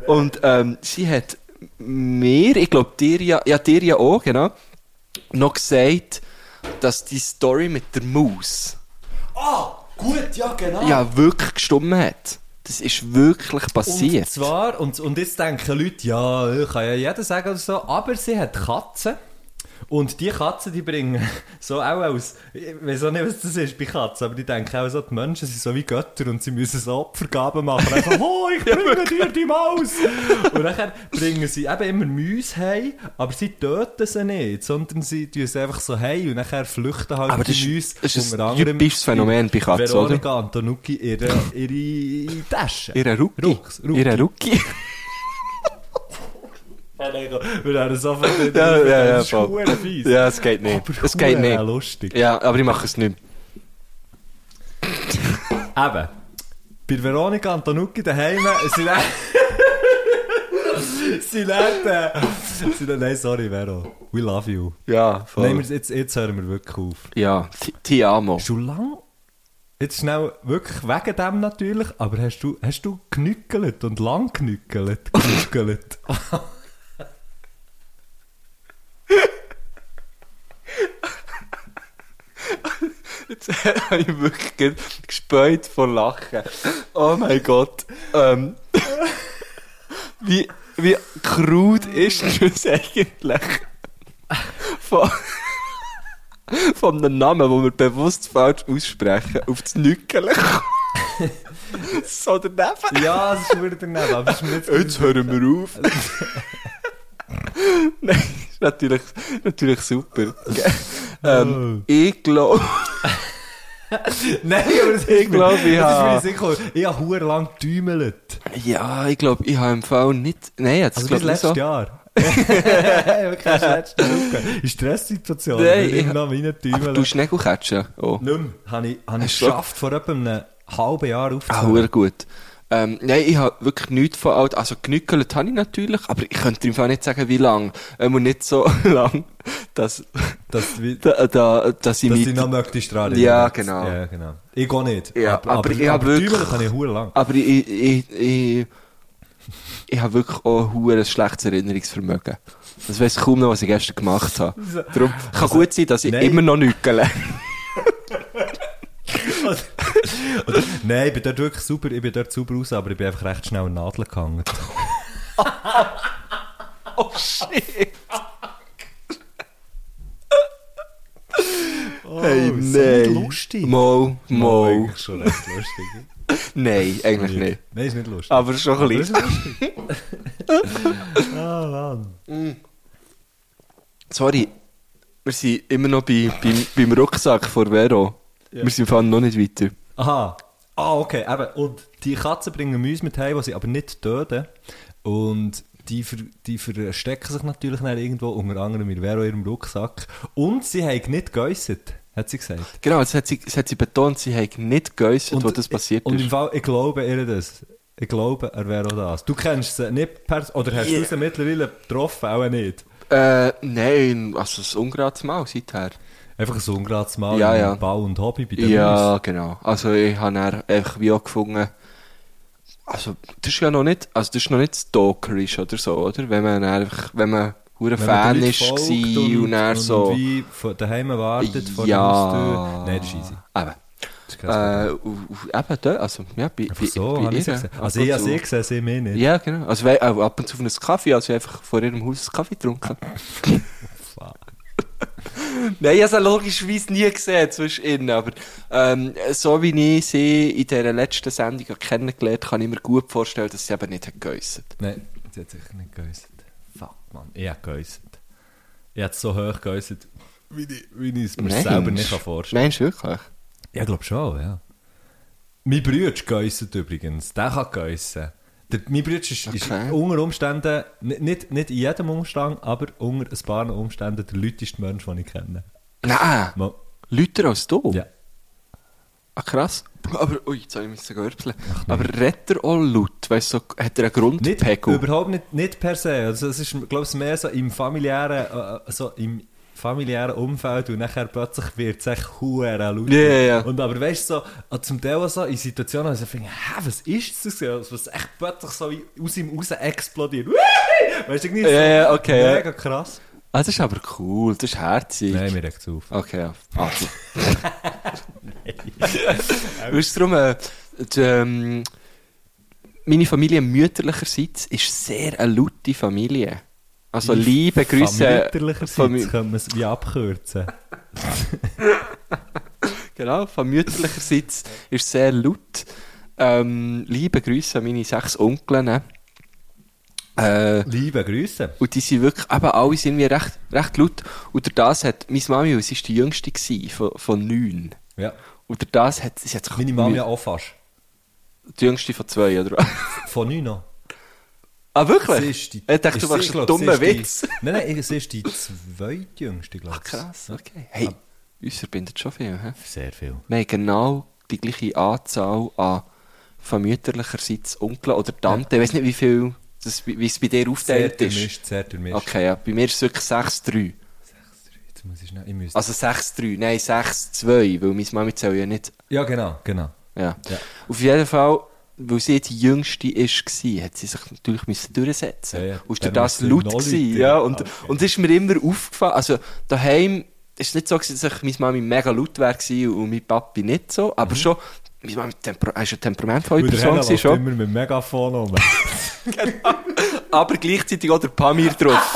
[SPEAKER 1] Und ähm, sie hat mir, ich glaube dir ja, ja dir ja auch, genau, noch gesagt, dass die Story mit der Maus
[SPEAKER 2] Ah, gut, ja, genau.
[SPEAKER 1] ja wirklich gestummen hat. Das ist wirklich passiert.
[SPEAKER 2] Und zwar, und, und jetzt denken Leute, ja, äh, kann ja jeder sagen oder so, aber sie hat Katzen. Und die Katzen, die bringen so auch aus, ich weiß auch nicht, was das ist bei Katzen, aber die denken auch so, die Menschen sind so wie Götter und sie müssen so Opfergaben machen. Einfach, oh, ich bringe dir die Maus! Und dann bringen sie eben immer Mäuse heim, aber sie töten sie nicht, sondern sie tun sie einfach so heim und dann flüchten halt
[SPEAKER 1] Aber das
[SPEAKER 2] die
[SPEAKER 1] ist-
[SPEAKER 2] Mäuse.
[SPEAKER 1] das ist
[SPEAKER 2] unter
[SPEAKER 1] ein
[SPEAKER 2] anderem
[SPEAKER 1] typisches Phänomen bei Katzen, oder?
[SPEAKER 2] Veronika Antonucci ihre, ihre Tasche.
[SPEAKER 1] Ihre Rucki.
[SPEAKER 2] Rucks, Rucki.
[SPEAKER 1] Ihre Rucki.
[SPEAKER 2] Wir haben sofort den
[SPEAKER 1] Ja, ja, ja,
[SPEAKER 2] das ist
[SPEAKER 1] voll.
[SPEAKER 2] verdammt fies.
[SPEAKER 1] Ja, es geht nicht.
[SPEAKER 2] Aber
[SPEAKER 1] es geht
[SPEAKER 2] verdammt
[SPEAKER 1] nicht.
[SPEAKER 2] Oh, lustig.
[SPEAKER 1] Ja, aber ich mache es nicht.
[SPEAKER 2] Eben. Bei Veronika Antonucci daheim, sie lernt... sie lernt... äh, Sie lernt... Nein, sorry, Vero. We love you.
[SPEAKER 1] Ja,
[SPEAKER 2] Nein, wir- jetzt, jetzt hören wir wirklich auf.
[SPEAKER 1] Ja, ti, ti amo.
[SPEAKER 2] Schon lang... Jetzt schnell, nou wirklich wegen dem natürlich, aber hast du, hast du genückelt und lang genückelt? Genückelt.
[SPEAKER 1] Jetzt habe ich wirklich ge- gespäut vor Lachen. Oh mein Gott. Ähm, wie, wie krud ist das eigentlich? Von, von einem Namen, den wir bewusst falsch aussprechen, auf das Nückeln kommen. So daneben.
[SPEAKER 2] ja, es ist wieder daneben, aber es ist mir jetzt...
[SPEAKER 1] Jetzt hören wir auf. Nein, ist natürlich, natürlich super. ähm, ich glaube.
[SPEAKER 2] Nein, aber das ist
[SPEAKER 1] Ich
[SPEAKER 2] mir-
[SPEAKER 1] glaub, ich
[SPEAKER 2] das
[SPEAKER 1] hab-
[SPEAKER 2] ist mir sicher. Ich habe hure lang getümmelt.
[SPEAKER 1] Ja, ich glaube, ich habe im Fall nicht. Nein, jetzt
[SPEAKER 2] Also
[SPEAKER 1] glaube
[SPEAKER 2] bis
[SPEAKER 1] ich nicht so.
[SPEAKER 2] letztes Jahr. Wirklich das letzte Woche. In Stresssituationen
[SPEAKER 1] Nein,
[SPEAKER 2] bin ich
[SPEAKER 1] ich-
[SPEAKER 2] immer noch
[SPEAKER 1] Aber du
[SPEAKER 2] reintümeln.
[SPEAKER 1] Schneegelkätschen. Oh,
[SPEAKER 2] Nicht mehr. Habe ich, hab ich
[SPEAKER 1] Hast du-
[SPEAKER 2] geschafft, vor etwa einem halben Jahr
[SPEAKER 1] ah,
[SPEAKER 2] aufzuhören.
[SPEAKER 1] hure gut. Ähm, nein, ich habe wirklich nichts von alt. Also genückelt habe ich natürlich, aber ich könnte dir im Fall nicht sagen, wie lang. Ähm, und nicht so lang, dass,
[SPEAKER 2] dass du wie-
[SPEAKER 1] da, da, dass ich
[SPEAKER 2] dass
[SPEAKER 1] mich.
[SPEAKER 2] du noch möchtest dran
[SPEAKER 1] Ja,
[SPEAKER 2] erinnern.
[SPEAKER 1] genau.
[SPEAKER 2] Ja, genau. Ich gehe nicht.
[SPEAKER 1] Ja,
[SPEAKER 2] aber,
[SPEAKER 1] aber
[SPEAKER 2] aber,
[SPEAKER 1] ich hab
[SPEAKER 2] aber
[SPEAKER 1] wirklich-
[SPEAKER 2] tümeln kann ich hure lang.
[SPEAKER 1] Aber ich. ich, ich, ich ich habe wirklich auch hure ein schlechtes Erinnerungsvermögen. Das weiss ich kaum noch, was ich gestern gemacht habe. Darum kann gut sein, dass ich
[SPEAKER 2] nein.
[SPEAKER 1] immer noch nüggele.
[SPEAKER 2] Oder- Nein, ich bin dort wirklich super, ich bin dort super raus, aber ich bin einfach recht schnell in Nadeln gehangen.
[SPEAKER 1] Oh shit! hey,
[SPEAKER 2] so
[SPEAKER 1] nein.
[SPEAKER 2] Oh, nicht lustig. Oh,
[SPEAKER 1] Mal, mal.
[SPEAKER 2] Eigentlich schon recht lustig.
[SPEAKER 1] Nein, eigentlich nicht.
[SPEAKER 2] Nein, ist nicht lustig.
[SPEAKER 1] Aber schon ein
[SPEAKER 2] Das ist
[SPEAKER 1] bisschen.
[SPEAKER 2] lustig. Ah, Mann.
[SPEAKER 1] Sorry, wir sind immer noch bei, beim, beim Rucksack von Vero. Wir sind im Fall noch nicht weiter.
[SPEAKER 2] Aha. Ah, okay, eben. Und die Katzen bringen Mäuse mit heim, die sie aber nicht töten. Und die, ver die verstecken sich natürlich dann irgendwo, unter anderem in Vero ihrem Rucksack. Und sie haben nicht geäussert, hat sie gesagt.
[SPEAKER 1] Genau, das hat sie, das hat sie betont, sie hat nicht geäussert, wo das passiert
[SPEAKER 2] und im
[SPEAKER 1] ist.
[SPEAKER 2] Fall, ich glaube ihr das. Ich glaube, er wäre auch das. Du kennst sie nicht pers oder hast du
[SPEAKER 1] Yeah.
[SPEAKER 2] sie mittlerweile getroffen, auch nicht.
[SPEAKER 1] Äh, nein, also ein ungerades Mal seither.
[SPEAKER 2] Einfach ein ungerades Mal
[SPEAKER 1] Ja,
[SPEAKER 2] im
[SPEAKER 1] ja.
[SPEAKER 2] Bau und Hobby bei den
[SPEAKER 1] Ja, genau. Also ich habe dann einfach wie auch gefunden, also das ist ja noch nicht, also das ist noch nicht stalkerisch oder so, oder? Wenn man dann einfach, wenn man hure
[SPEAKER 2] Wenn man
[SPEAKER 1] Fan
[SPEAKER 2] den Leuten
[SPEAKER 1] ist
[SPEAKER 2] folgt
[SPEAKER 1] gsi und, dann so,
[SPEAKER 2] Und wie von daheim wartet vor der
[SPEAKER 1] ja,
[SPEAKER 2] Haustür. Nein, das ist easy.
[SPEAKER 1] Eben.
[SPEAKER 2] Das ist kein Problem.
[SPEAKER 1] Äh, u- u- eben da, also ja, bei,
[SPEAKER 2] Einfach
[SPEAKER 1] bei,
[SPEAKER 2] so
[SPEAKER 1] bei
[SPEAKER 2] habe ich sie
[SPEAKER 1] ihr,
[SPEAKER 2] gesehen.
[SPEAKER 1] ab
[SPEAKER 2] Also
[SPEAKER 1] und
[SPEAKER 2] ich habe
[SPEAKER 1] zu.
[SPEAKER 2] sie gesehen, sie mich nicht.
[SPEAKER 1] Ja, genau. Also we- auch ab und zu auf einen Kaffee, also einfach vor ihrem Haus einen Kaffee getrunken.
[SPEAKER 2] Fuck.
[SPEAKER 1] Nein, ich habe sie logischerweise nie gesehen zwischen ihnen, aber ähm, so wie ich sie in dieser letzten Sendung kennengelernt habe, kann ich mir gut vorstellen, dass sie eben nicht hat geäussert.
[SPEAKER 2] Nein, sie hat sich nicht geäussert. Fuck, Mann. Ich habe geäussert. Ich habe es so hoch geäussert, wie ich, wie ich es mir
[SPEAKER 1] Meinst
[SPEAKER 2] selber
[SPEAKER 1] du?
[SPEAKER 2] nicht kann vorstellen
[SPEAKER 1] Nein, wirklich.
[SPEAKER 2] Ja, glaube schon, ja. Mein Bruder geäussert übrigens. Der kann geäussern. Der, mein Bruder ist, ist
[SPEAKER 1] Okay.
[SPEAKER 2] unter Umständen, ni- nicht, nicht in jedem Umstand, aber unter ein paar Umständen der lüteste Mensch, den ich kenne.
[SPEAKER 1] Nein,
[SPEAKER 2] Mal,
[SPEAKER 1] Leute als du.
[SPEAKER 2] ja.
[SPEAKER 1] Ah, krass. Aber, ui, jetzt habe ich mich gegörbselt. Aber redet er auch laut? Weißt du, so, hat er einen
[SPEAKER 2] Nicht,
[SPEAKER 1] Grundpegel?
[SPEAKER 2] überhaupt nicht, nicht per se. Also es ist, glaube ich, mehr so im familiären, äh, so im familiären Umfeld und nachher plötzlich wird es echt huere laut.
[SPEAKER 1] Ja, ja, ja.
[SPEAKER 2] Und aber weißt du, so, äh, zum Teil auch so in Situationen, wo ich so finde, hä, was ist das? gewesen? Was echt plötzlich so wie aus ihm raus explodiert. Weißt du, nicht
[SPEAKER 1] Ja, ja, okay, ja.
[SPEAKER 2] mega krass.
[SPEAKER 1] Ah, das ist aber cool, das ist herzig.
[SPEAKER 2] Nein, mir regt es auf.
[SPEAKER 1] Okay, ja. Also. Weißt du, darum, äh, die, ähm, meine Familie mütterlicherseits ist sehr eine laute Familie. Also liebe Grüße.
[SPEAKER 2] Mütterlicherseits
[SPEAKER 1] von mi-
[SPEAKER 2] können wir es wie abkürzen.
[SPEAKER 1] Genau, von mütterlicherseits ist sehr laut. Ähm, liebe Grüße an meine sechs Onkel. ne? Äh,
[SPEAKER 2] Liebe Grüße.
[SPEAKER 1] und die sind wirklich, eben alle sind wir recht, recht laut. Und durch das hat meine Mami, weil sie war die jüngste gewesen, von, von neun.
[SPEAKER 2] Ja.
[SPEAKER 1] Und durch das hat sie hat sich
[SPEAKER 2] Meine Mama ja auch fast.
[SPEAKER 1] Die jüngste von zwei, oder?
[SPEAKER 2] Von Nino.
[SPEAKER 1] Ah, wirklich?
[SPEAKER 2] Sie ist die,
[SPEAKER 1] ich dachte,
[SPEAKER 2] ist
[SPEAKER 1] du
[SPEAKER 2] sie,
[SPEAKER 1] machst einen
[SPEAKER 2] glaub, sie
[SPEAKER 1] dummen
[SPEAKER 2] ist die-
[SPEAKER 1] Witz.
[SPEAKER 2] Nein, nein, sie ist die zweitjüngste, glaube
[SPEAKER 1] Ach, krass, okay. Hey,
[SPEAKER 2] Ah.
[SPEAKER 1] uns verbindet schon viel. He?
[SPEAKER 2] Sehr viel.
[SPEAKER 1] Wir haben genau die gleiche Anzahl an von mütterlicherseits Onkel oder Tante. Ich weiß nicht, wie viel, das, wie wie es bei dir
[SPEAKER 2] Sehr
[SPEAKER 1] aufgeteilt ist.
[SPEAKER 2] durchmischt, sehr durchmischt.
[SPEAKER 1] Okay, ja. Bei mir ist es wirklich 6-3.
[SPEAKER 2] Jetzt muss ich schnell, ich müsste...
[SPEAKER 1] Also 6-3, nein, 6-2, weil meine Mami zählt ja nicht.
[SPEAKER 2] Ja, genau, genau.
[SPEAKER 1] Ja.
[SPEAKER 2] Ja.
[SPEAKER 1] Auf jeden Fall, weil sie die jüngste war, hat sie sich natürlich müssen durchsetzen
[SPEAKER 2] Ja, ja.
[SPEAKER 1] Und ist
[SPEAKER 2] Dann
[SPEAKER 1] durch das
[SPEAKER 2] müssen noch
[SPEAKER 1] laut
[SPEAKER 2] Leute- Ah,
[SPEAKER 1] gewesen, ja. Und,
[SPEAKER 2] Okay.
[SPEAKER 1] und es ist mir immer aufgefallen, also daheim ist es nicht so, gewesen, dass ich meine Mami mega laut war und mein Papi nicht so, aber schon, meine Mami Temper ist eine temperamentvolle
[SPEAKER 2] Weil der
[SPEAKER 1] Person
[SPEAKER 2] Henna
[SPEAKER 1] gewesen,
[SPEAKER 2] Mhm. läuft
[SPEAKER 1] schon,
[SPEAKER 2] immer mit Megafon um.
[SPEAKER 1] aber gleichzeitig auch der Pamir drauf.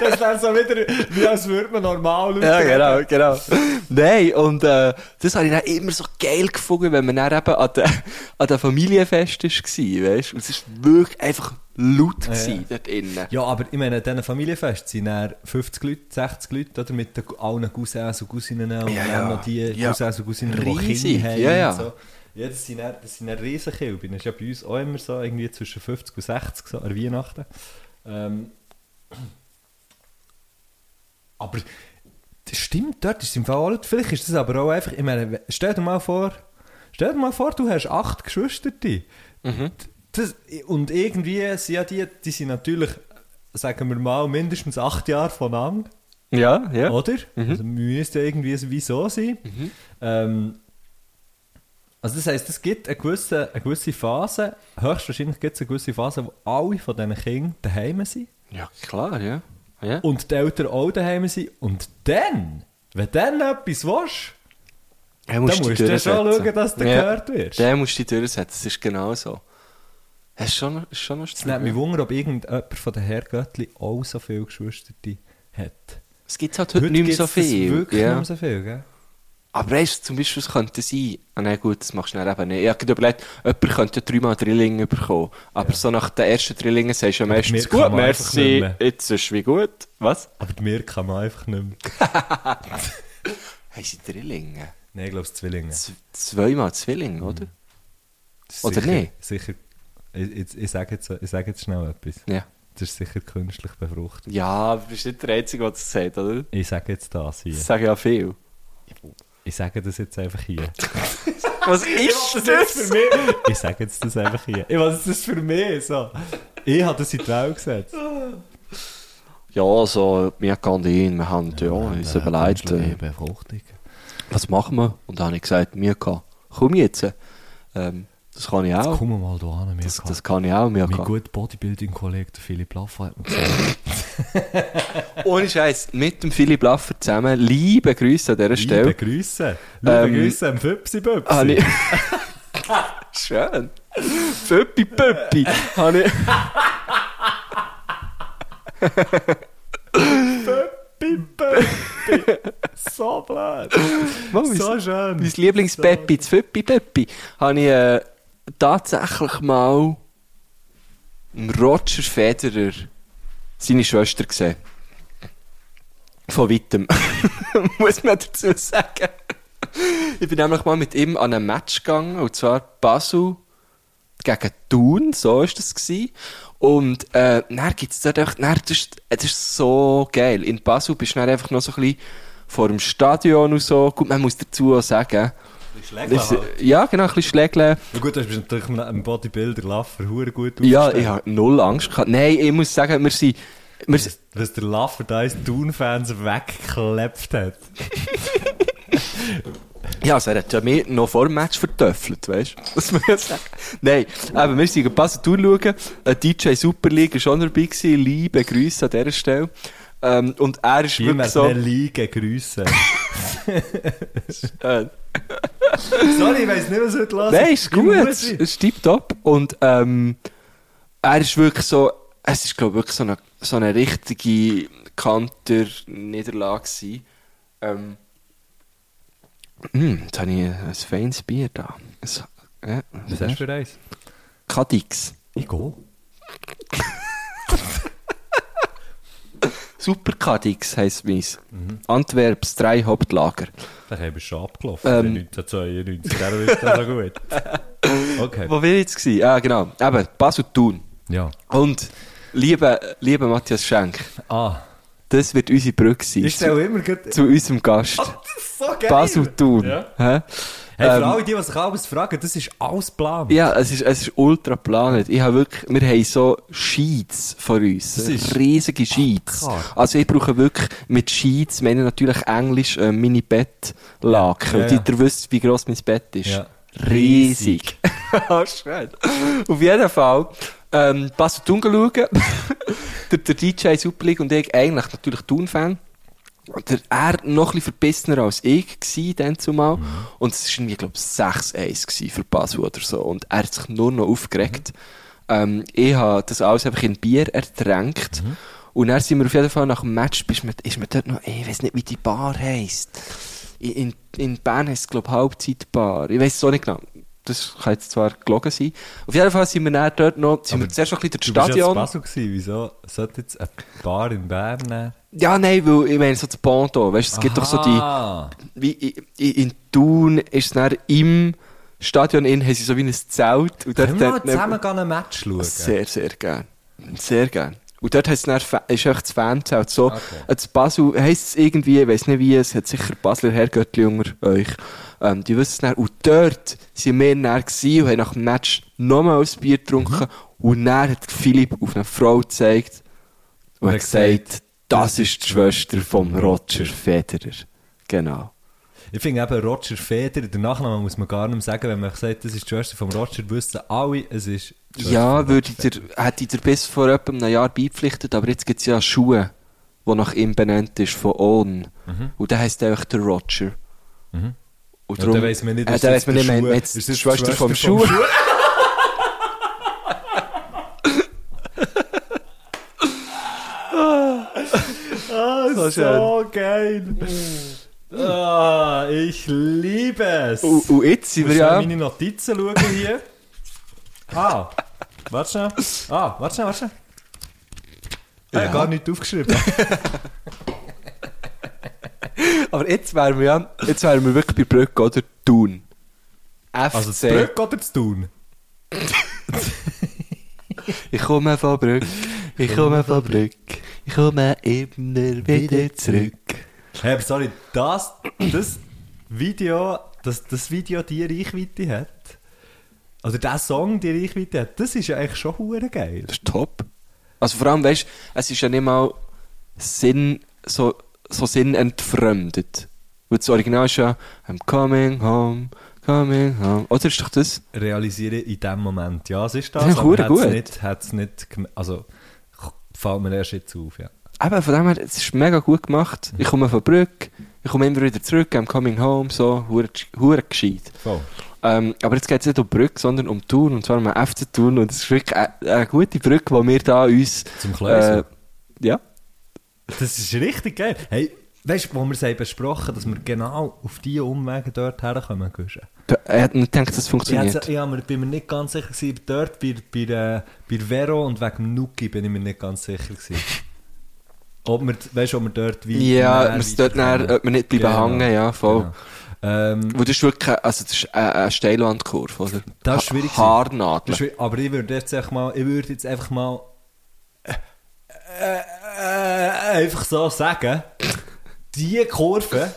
[SPEAKER 2] das wäre so wieder, wie als würde man normal laut
[SPEAKER 1] ja,
[SPEAKER 2] reden.
[SPEAKER 1] genau, genau. Nein, und äh, das habe ich dann immer so geil gefunden, wenn man dann eben an der, an der Familienfest war, weißt du, und es ist wirklich einfach laut gewesen, dort innen.
[SPEAKER 2] Ja, aber ich meine, an diesen Familienfest sind dann 50 Leute, 60 Leute, oder? Mit den, allen Cousins und Cousinen und
[SPEAKER 1] Ja,
[SPEAKER 2] dann
[SPEAKER 1] ja.
[SPEAKER 2] noch die
[SPEAKER 1] Ja.
[SPEAKER 2] Cousins und Cousinen, die
[SPEAKER 1] Riesig.
[SPEAKER 2] Kinder haben
[SPEAKER 1] Ja, ja.
[SPEAKER 2] und so. Ja, das sind dann, das sind dann riesen Kilben. Das ist ja bei uns auch immer so, irgendwie zwischen 50 und 60 so, an Weihnachten. Ähm, aber das stimmt, dort ist es im Fall auch nicht. Vielleicht ist das aber auch einfach, ich meine, stell dir mal vor, stell dir mal vor, du hast acht Geschwister.
[SPEAKER 1] Mhm.
[SPEAKER 2] Das, und irgendwie sind ja die, die sind natürlich, sagen wir mal, mindestens acht Jahre voneinander,
[SPEAKER 1] Ja, ja. Mhm.
[SPEAKER 2] oder? Also müsste irgendwie wieso sein. Ähm, also das heisst, es gibt eine gewisse, eine gewisse Phase, höchstwahrscheinlich gibt es eine gewisse Phase, wo alle von diesen Kindern daheim sind.
[SPEAKER 1] Ja, klar, ja. ja.
[SPEAKER 2] und die Eltern auch daheim sind. Und dann, wenn dann etwas willst,
[SPEAKER 1] Er
[SPEAKER 2] dann musst du schon schauen, dass du gehört wirst.
[SPEAKER 1] Der musst du dich durchsetzen, das ist genau so. Das ist schon, ist schon noch
[SPEAKER 2] Es nimmt mich
[SPEAKER 1] ja.
[SPEAKER 2] Wunder, ob irgendjemand von den Herrgöttli auch so viele Geschwister hat.
[SPEAKER 1] Es gibt halt heute, nicht mehr
[SPEAKER 2] gibt's
[SPEAKER 1] so
[SPEAKER 2] das
[SPEAKER 1] viel.
[SPEAKER 2] wirklich nicht
[SPEAKER 1] Ja.
[SPEAKER 2] mehr so viel, gell?
[SPEAKER 1] Aber weißt du, zum Beispiel, es könnte sein, ah, nein, gut, das machst du dann eben nicht. Ich habe gerade überlegt, jemand könnte ja dreimal Drillinge bekommen. Aber so nach den ersten Drillingen sagst du ja meistens,
[SPEAKER 2] mir kann
[SPEAKER 1] gut,
[SPEAKER 2] man einfach nicht
[SPEAKER 1] merci,
[SPEAKER 2] mehr.
[SPEAKER 1] jetzt ist wie gut. Was?
[SPEAKER 2] Aber die mir kann man einfach nicht mehr.
[SPEAKER 1] Haben sie Drillinge?
[SPEAKER 2] Nein, ich glaube, es Zwillinge.
[SPEAKER 1] Z zweimal
[SPEAKER 2] Mhm.
[SPEAKER 1] Zwilling, oder? Oder
[SPEAKER 2] sicher,
[SPEAKER 1] nicht?
[SPEAKER 2] Sicher. Ich, ich, ich, sage jetzt, ich sage jetzt schnell etwas.
[SPEAKER 1] Ja.
[SPEAKER 2] Das ist sicher künstlich befruchtet.
[SPEAKER 1] Ja, du bist nicht der Einzige, der das sagt, oder?
[SPEAKER 2] Ich sage jetzt das hier.
[SPEAKER 1] Das sagen ja viel.
[SPEAKER 2] Ich sage das jetzt einfach hier.
[SPEAKER 1] Was ist das?
[SPEAKER 2] Ich sage jetzt das einfach hier. Ich, was ist das für mich? So. Ich habe das in die Welt gesetzt.
[SPEAKER 1] Ja, so, wir gehen dahin, wir haben ja, uns überlegt, äh,
[SPEAKER 2] Befruchtung.
[SPEAKER 1] was machen wir? Und dann habe ich gesagt, mir kann, komm jetzt. Ähm, das kann ich auch.
[SPEAKER 2] Komm mal da an, mir
[SPEAKER 1] Das, das kann ich auch, mir
[SPEAKER 2] Mein
[SPEAKER 1] kann.
[SPEAKER 2] guter Bodybuilding-Kollege, der Philipp Laffa, hat mir gesagt,
[SPEAKER 1] Ohne Scheiß, mit dem Philipp Laffer zusammen, liebe Grüße an dieser
[SPEAKER 2] liebe
[SPEAKER 1] Stelle.
[SPEAKER 2] Grüße. Liebe
[SPEAKER 1] Ähm, Ah,
[SPEAKER 2] Grüße am Füpsi-Böpsi.
[SPEAKER 1] Habe ich... Schön. Pöppi, Pöppi.
[SPEAKER 2] Äh,
[SPEAKER 1] Habe ich...
[SPEAKER 2] Bim, bim, bim. blöd.
[SPEAKER 1] Mal, Oh, mein-
[SPEAKER 2] so schön.
[SPEAKER 1] Mein Lieblingspeppi, das Füppi Peppi, habe ich äh, tatsächlich mal dem Roger Federer seine Schwester gesehen. Von weitem. Muss man dazu sagen. Ich bin nämlich mal mit ihm an ein Match gegangen, und zwar Basel gegen Thun, so war das. Gewesen. Und äh, dann gibt es da doch, dann, das, ist, das ist so geil. In Basel bist du dann einfach noch so ein bisschen vor dem Stadion und so. Gut, man muss dazu auch sagen, das,
[SPEAKER 2] Schlägler halt.
[SPEAKER 1] ja genau, ein bisschen Schlägle.
[SPEAKER 2] Ja gut, du bist natürlich mit einem Bodybuilder Laffer verdammt gut
[SPEAKER 1] Ja, ich
[SPEAKER 2] aufgestellt.
[SPEAKER 1] habe null Angst gehabt. Nein, ich muss sagen, wir sind... Wir, sind-
[SPEAKER 2] Was der Laffer da als Thun-Fans weggeklebt hat.
[SPEAKER 1] Ja, also er hat ja mir noch vor dem Match vertöffelt, weißt du? Das muss ich sagen. Nein, aber wir sind gepasst durchschauen. Ein DJ Äh, Super League war schon dabei. Gewesen. Liebe Grüße an dieser Stelle. Ähm, und er ist
[SPEAKER 2] Hier
[SPEAKER 1] wirklich
[SPEAKER 2] werden wir
[SPEAKER 1] so...
[SPEAKER 2] liegen grüssen.
[SPEAKER 1] Äh,
[SPEAKER 2] Sorry, ich weiss nicht, was heute los
[SPEAKER 1] Nein, ist gut. Es
[SPEAKER 2] Ich Also, muss-
[SPEAKER 1] ist tipptopp. Und ähm, er ist wirklich so, es ist glaube ich wirklich so eine, so eine richtige Kanter-Niederlage gewesen. Ähm, mm, jetzt habe ich ein feines Bier da. Es- ja,
[SPEAKER 2] Was hast du für eins?
[SPEAKER 1] Kadix.
[SPEAKER 2] Ich gehe.
[SPEAKER 1] Super Kadix heisst meins. Antwerps drei Hauptlager.
[SPEAKER 2] Dann haben wir schon abgelaufen.
[SPEAKER 1] Ähm.
[SPEAKER 2] 1992, der ist das so gut. Okay.
[SPEAKER 1] Wo war ich jetzt? Gewesen? Ah, genau. Eben, Basel Thun.
[SPEAKER 2] Ja.
[SPEAKER 1] Und, lieber, lieber Matthias Schenk,
[SPEAKER 2] Ah.
[SPEAKER 1] das wird unsere Brücke sein.
[SPEAKER 2] Ich
[SPEAKER 1] Zu,
[SPEAKER 2] stelle immer gut...
[SPEAKER 1] zu unserem Gast.
[SPEAKER 2] das ist so geil!
[SPEAKER 1] Basel Thun. Ähm,
[SPEAKER 2] Ja.
[SPEAKER 1] Ja.
[SPEAKER 2] Hey, für
[SPEAKER 1] Ähm,
[SPEAKER 2] alle die, die sich alles fragen, das ist alles Plan.
[SPEAKER 1] ja, es ist, es ist ultra planet. Ich habe wirklich, wir haben so Sheets vor uns.
[SPEAKER 2] Das ist Oh
[SPEAKER 1] riesige Sheets.
[SPEAKER 2] abgefahren.
[SPEAKER 1] Also ich brauche wirklich mit Sheets, meine ich natürlich Englisch, äh, meine Bettlaken.
[SPEAKER 2] Ja,
[SPEAKER 1] Und
[SPEAKER 2] ja.
[SPEAKER 1] ihr wisst, wie gross mein Bett ist.
[SPEAKER 2] Ja. Oh,
[SPEAKER 1] Riesig. Ah, schön. Auf jeden Fall, ähm, passt auf die Tun schauen. der, der DJ Super League und ich eigentlich natürlich Thun-Fan. Und der, er noch ein bisschen verbissener als ich gsi dann zumal.
[SPEAKER 2] Mhm.
[SPEAKER 1] Und es war irgendwie, glaube ich, 6-1 gsi für Basel oder so. Und er hat sich nur noch aufgeregt.
[SPEAKER 2] Mhm.
[SPEAKER 1] Ähm, ich habe das alles einfach in Bier ertränkt.
[SPEAKER 2] Mhm.
[SPEAKER 1] Und dann sind wir auf jeden Fall nach dem Match, bist mit, ist mir dort noch, ich weiß nicht, wie die Bar heisst. In, in, in Bern heisst es, glaube ich, Halbzeitbar. Ich weiß es auch nicht genau. Das kann jetzt zwar gelogen sein. Auf jeden Fall sind wir dann dort noch, sind wir zuerst noch ein bisschen durch
[SPEAKER 2] Du
[SPEAKER 1] das
[SPEAKER 2] warst ja in Basel,
[SPEAKER 1] Stadion.
[SPEAKER 2] gewesen. wieso sollte jetzt eine Bar in Bern nehmen?
[SPEAKER 1] Ja, nein, weil ich meine, so das Ponto, weißt du, es gibt doch so die,
[SPEAKER 2] Aha.
[SPEAKER 1] wie i- i- in Thun ist es dann im Stadion in, haben sie so wie ein Zelt. Und
[SPEAKER 2] Können
[SPEAKER 1] dort,
[SPEAKER 2] wir mal
[SPEAKER 1] dort,
[SPEAKER 2] zusammen gehen ein Match schauen?
[SPEAKER 1] sehr, sehr gern. Sehr gern. Und dort heisst es dann, Fa- ist echt das Fanzelt so.
[SPEAKER 2] Okay.
[SPEAKER 1] Das Basel heisst es irgendwie, ich weiss nicht wie, es hat sicher Basler Herrgöttli unter euch. Ähm, die wissen es dann. Und dort sind wir dann gewesen und haben nach dem Match nochmal ein Bier getrunken.
[SPEAKER 2] Mhm.
[SPEAKER 1] Und dann hat Philipp auf eine Frau gezeigt und,
[SPEAKER 2] Und hat
[SPEAKER 1] hat
[SPEAKER 2] gesagt,
[SPEAKER 1] gesagt, das ist die Schwester von Roger Federer. Genau.
[SPEAKER 2] Ich finde eben Roger Federer, den Nachnamen muss man gar nicht mehr sagen, wenn man sagt, das ist die Schwester von Roger, wissen alle, es ist die Schwester
[SPEAKER 1] Ja,
[SPEAKER 2] von
[SPEAKER 1] würde ich
[SPEAKER 2] Roger
[SPEAKER 1] dir, hätte ich dir bis vor etwa einem Jahr beipflichtet, aber jetzt gibt es ja Schuhe, die nach ihm benannt ist, von On. Und der heisst einfach der Roger. Und
[SPEAKER 2] Mhm. Ja, dann weiss man nicht,
[SPEAKER 1] äh,
[SPEAKER 2] ist
[SPEAKER 1] dann
[SPEAKER 2] das
[SPEAKER 1] weiss man
[SPEAKER 2] der
[SPEAKER 1] nicht, man
[SPEAKER 2] Schuh-
[SPEAKER 1] hat jetzt
[SPEAKER 2] ist
[SPEAKER 1] die
[SPEAKER 2] das die
[SPEAKER 1] Schwester
[SPEAKER 2] Schwester
[SPEAKER 1] vom
[SPEAKER 2] vom
[SPEAKER 1] Schuh.
[SPEAKER 2] Ah, so,
[SPEAKER 1] so
[SPEAKER 2] geil! Ah, ich liebe es!
[SPEAKER 1] Und, und jetzt sind
[SPEAKER 2] Muss
[SPEAKER 1] wir
[SPEAKER 2] ich
[SPEAKER 1] ja...
[SPEAKER 2] ja. meine Notizen schauen hier? ah, warte schnell. Ah, warte schnell, warte schnell. Ich habe gar nichts aufgeschrieben.
[SPEAKER 1] Aber jetzt wären wir ja... Jetzt wären wir wirklich bei Brücke oder Thun. FC.
[SPEAKER 2] Also zu Brück oder zu Thun?
[SPEAKER 1] Ich komme von Brücke, ich komme von Brücke, ich komme immer wieder zurück.
[SPEAKER 2] Hey, aber sorry, das, das Video, dass das Video die Reichweite hat, oder der Song die Reichweite hat, das ist ja eigentlich schon hure geil.
[SPEAKER 1] Das ist top. Also vor allem, weißt es ist ja nicht mal Sinn, so, so Sinn entfremdet. Weil das Original ist ja I'm coming home, coming home. Oder ist doch das?
[SPEAKER 2] Realisiere ich in dem Moment. Ja, es ist das,
[SPEAKER 1] Das ist hure
[SPEAKER 2] aber hat's
[SPEAKER 1] gut.
[SPEAKER 2] nicht, hat's nicht, gem- also, fällt mir erst jetzt auf, ja.
[SPEAKER 1] Eben, von dem her, es ist mega gut gemacht. Ich komme von Brück, ich komme immer wieder zurück, I'm coming home, so, hure hure gescheit.
[SPEAKER 2] Voll.
[SPEAKER 1] Ähm, aber jetzt geht es nicht um Brück, sondern um Thun, und zwar um den FC Thun, und es ist wirklich eine, eine gute Brücke, die wir da uns... äh,
[SPEAKER 2] Zum Kleusel.
[SPEAKER 1] ja.
[SPEAKER 2] Das ist richtig geil. Hey, Weißt du, wo wir es haben besprochen dass wir genau auf diese Umwege dort herkommen können?
[SPEAKER 1] Da- Er äh, hat nicht gedacht, das
[SPEAKER 2] Ich,
[SPEAKER 1] funktioniert.
[SPEAKER 2] hat's- ich hab mir- bin mir nicht ganz sicher, gewesen, dort bei, bei, äh, bei Vero und wegen dem Nuki bin ich mir nicht ganz sicher. Gewesen. Ob wir, weißt, ob wir dort wie.
[SPEAKER 1] Ja,
[SPEAKER 2] näher
[SPEAKER 1] wir sollten
[SPEAKER 2] weiterkommen.
[SPEAKER 1] näher- ob wir äh, nicht bleiben
[SPEAKER 2] Genau.
[SPEAKER 1] hängen, ja, voll.
[SPEAKER 2] Genau. Ähm,
[SPEAKER 1] Wo das ist wirklich, keine- also das ist eine, eine Steilwandkurve, oder?
[SPEAKER 2] Das ist schwierig gewesen.
[SPEAKER 1] Haarnadel.
[SPEAKER 2] das ist- aber ich würde jetzt einfach mal, ich würde jetzt einfach mal äh, äh, äh, einfach so sagen, die Kurve,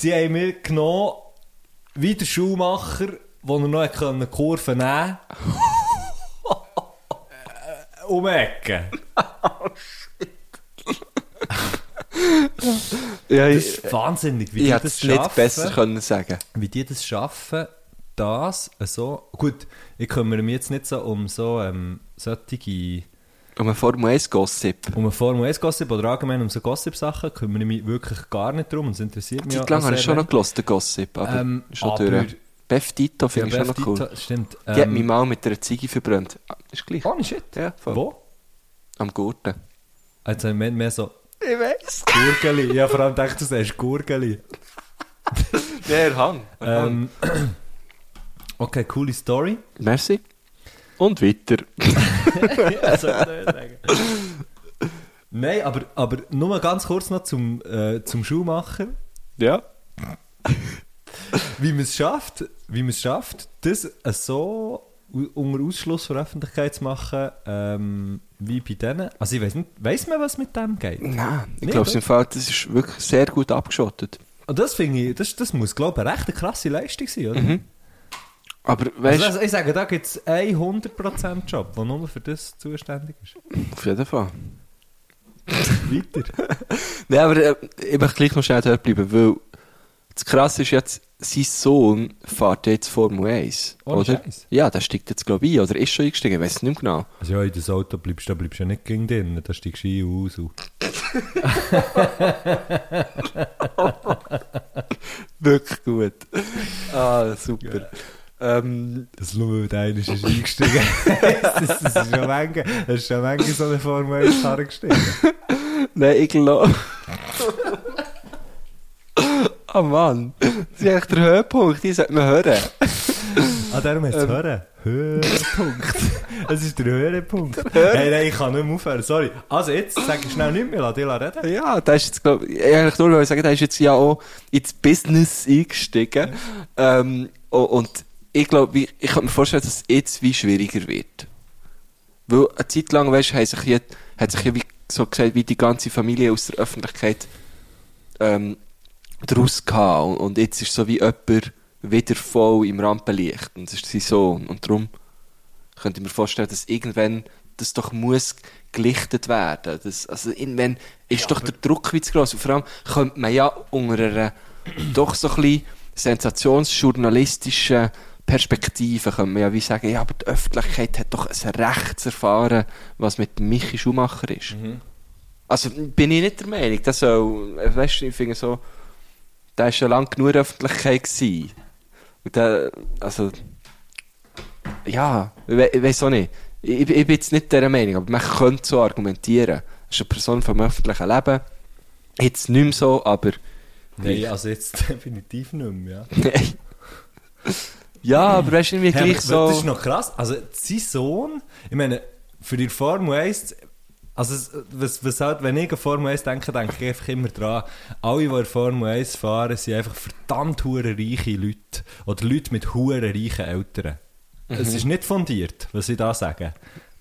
[SPEAKER 2] die haben wir genommen, wie der Schuhmacher, wo er noch eine Kurve nehmen konnte, um Ecken.
[SPEAKER 1] Ja,
[SPEAKER 2] Das
[SPEAKER 1] ich,
[SPEAKER 2] ist wahnsinnig, wie
[SPEAKER 1] ich
[SPEAKER 2] die
[SPEAKER 1] hätte
[SPEAKER 2] das
[SPEAKER 1] es
[SPEAKER 2] schaffen.
[SPEAKER 1] nicht besser können sagen.
[SPEAKER 2] wie die das schaffen, das so... Gut, ich kümmere mich jetzt nicht so um so ähm, solche...
[SPEAKER 1] Um ein Formel 1 Gossip.
[SPEAKER 2] Um ein Formel 1 Gossip oder allgemein um so Gossip-Sachen kümmere ich mich wirklich gar nicht drum und es interessiert mich
[SPEAKER 1] Zeit lang
[SPEAKER 2] auch
[SPEAKER 1] habe ich
[SPEAKER 2] sehr
[SPEAKER 1] schon noch
[SPEAKER 2] wenig.
[SPEAKER 1] gelost, den Gossip, aber
[SPEAKER 2] also Ähm,
[SPEAKER 1] schon
[SPEAKER 2] aber-
[SPEAKER 1] durch. Bef Dito finde ich
[SPEAKER 2] Ja,
[SPEAKER 1] schon noch
[SPEAKER 2] Beth
[SPEAKER 1] cool.
[SPEAKER 2] Dito- Stimmt.
[SPEAKER 1] Die hat
[SPEAKER 2] ähm,
[SPEAKER 1] mich mal mit einer Ziege verbrannt. Ah, Ist gleich.
[SPEAKER 2] Ohne Shit.
[SPEAKER 1] Ja, voll.
[SPEAKER 2] Wo?
[SPEAKER 1] Am Gurten.
[SPEAKER 2] Also im Moment mehr so
[SPEAKER 1] Ich weiß.
[SPEAKER 2] Gurgeli. ja, vor allem denkst du, sagst Gurgeli.
[SPEAKER 1] Der Hang.
[SPEAKER 2] Ähm, okay, coole Story.
[SPEAKER 1] Merci. Und weiter.
[SPEAKER 2] Nein, aber, aber nur ganz kurz noch zum, äh, zum Schuhmacher.
[SPEAKER 1] Ja.
[SPEAKER 2] wie man es schafft, wie man es schafft, das äh, so u- unter Ausschluss von Öffentlichkeit zu machen, ähm, wie bei denen. Also ich weiß nicht, weiß man, was mit dem geht?
[SPEAKER 1] Nein, ich
[SPEAKER 2] Nee,
[SPEAKER 1] glaube,
[SPEAKER 2] doch.
[SPEAKER 1] im Fall, das ist wirklich sehr gut abgeschottet.
[SPEAKER 2] Und das finde ich, das, das muss, glaube ich, eine recht krasse Leistung sein, oder?
[SPEAKER 1] Aber weißt
[SPEAKER 2] Also,
[SPEAKER 1] du,
[SPEAKER 2] das- ich sage, da gibt es 100% Job, der nur für das zuständig ist.
[SPEAKER 1] auf jeden Fall.
[SPEAKER 2] Weiter.
[SPEAKER 1] Nein, aber äh, ich möchte gleich noch schnell dort bleiben, weil das Krasse ist jetzt, sein Sohn fährt jetzt Formel 1.
[SPEAKER 2] Ohne
[SPEAKER 1] oder?
[SPEAKER 2] Scheiß.
[SPEAKER 1] Ja, der steigt jetzt, glaube ich, ein, oder ist schon eingestiegen, ich weiß es nicht mehr genau.
[SPEAKER 2] Also ja, in das Auto bleibst du, da bleibst du ja nicht gegen drin, da steigst du ein und aus. und-
[SPEAKER 1] Wirklich gut. Ah, super. Ähm,
[SPEAKER 2] Das nur weil der eine ist ist eingestiegen. das, das ist schon manchmal, das ist schon manchmal so eine Formel 1-Karre gestiegen.
[SPEAKER 1] nein, ich glaube. Ah Mann, das ist echt der Höhepunkt, die sollte man hören.
[SPEAKER 2] Ah, darum hat es hören. Höhepunkt. Es ist der Höhepunkt. Hey, nein, ich kann nicht mehr aufhören, sorry. Also jetzt sag ich schnell nicht mehr, lass dich reden.
[SPEAKER 1] Ja, da ist jetzt, glaube ich, eigentlich nur, weil ich sagen, da ist jetzt ja auch ins Business eingestiegen. Ähm, o- und ich glaube, ich, ich kann mir vorstellen, dass es jetzt wie schwieriger wird. Weil eine Zeit lang, weißt du, hat sich ja, hat sich ja wie, so gesagt, wie die ganze Familie aus der Öffentlichkeit ähm, draus gehabt. Und, und jetzt ist so wie jemand wieder voll im Rampenlicht. Und das ist sein Sohn. Und darum könnte ich mir vorstellen, dass irgendwann das doch muss gelichtet werden. Das, also irgendwann ist doch der Druck wieder zu gross. Und vor allem könnte man ja unter einer doch so ein bisschen sensationsjournalistischen Perspektive könnte man ja wie sagen, ja, aber die Öffentlichkeit hat doch ein Recht zu erfahren, was mit Michi Schumacher ist. Also bin ich nicht der Meinung, das soll, weißt du, ich finde so, da ist schon lange genug in der Öffentlichkeit gewesen. Und da, also, ja, ich we- ich weiß auch nicht. Ich, ich bin jetzt nicht dieser Meinung, aber man könnte so argumentieren. Das ist eine Person vom öffentlichen Leben. Jetzt nicht mehr so, aber.
[SPEAKER 2] Nein, also jetzt definitiv nicht mehr, ja.
[SPEAKER 1] ja, aber weißt du, irgendwie
[SPEAKER 2] Hey,
[SPEAKER 1] gleich
[SPEAKER 2] aber Das ist
[SPEAKER 1] so.
[SPEAKER 2] noch krass. Also sein Sohn, ich meine, für die Formel 1, also es- was, was halt, wenn ich an Formel 1 denke, denke ich einfach immer dran, alle, die in Formel 1 fahren, sind einfach verdammt hure reiche Leute. Oder Leute mit hure reichen Eltern.
[SPEAKER 1] Mhm.
[SPEAKER 2] Es ist nicht fundiert, was ich da sage.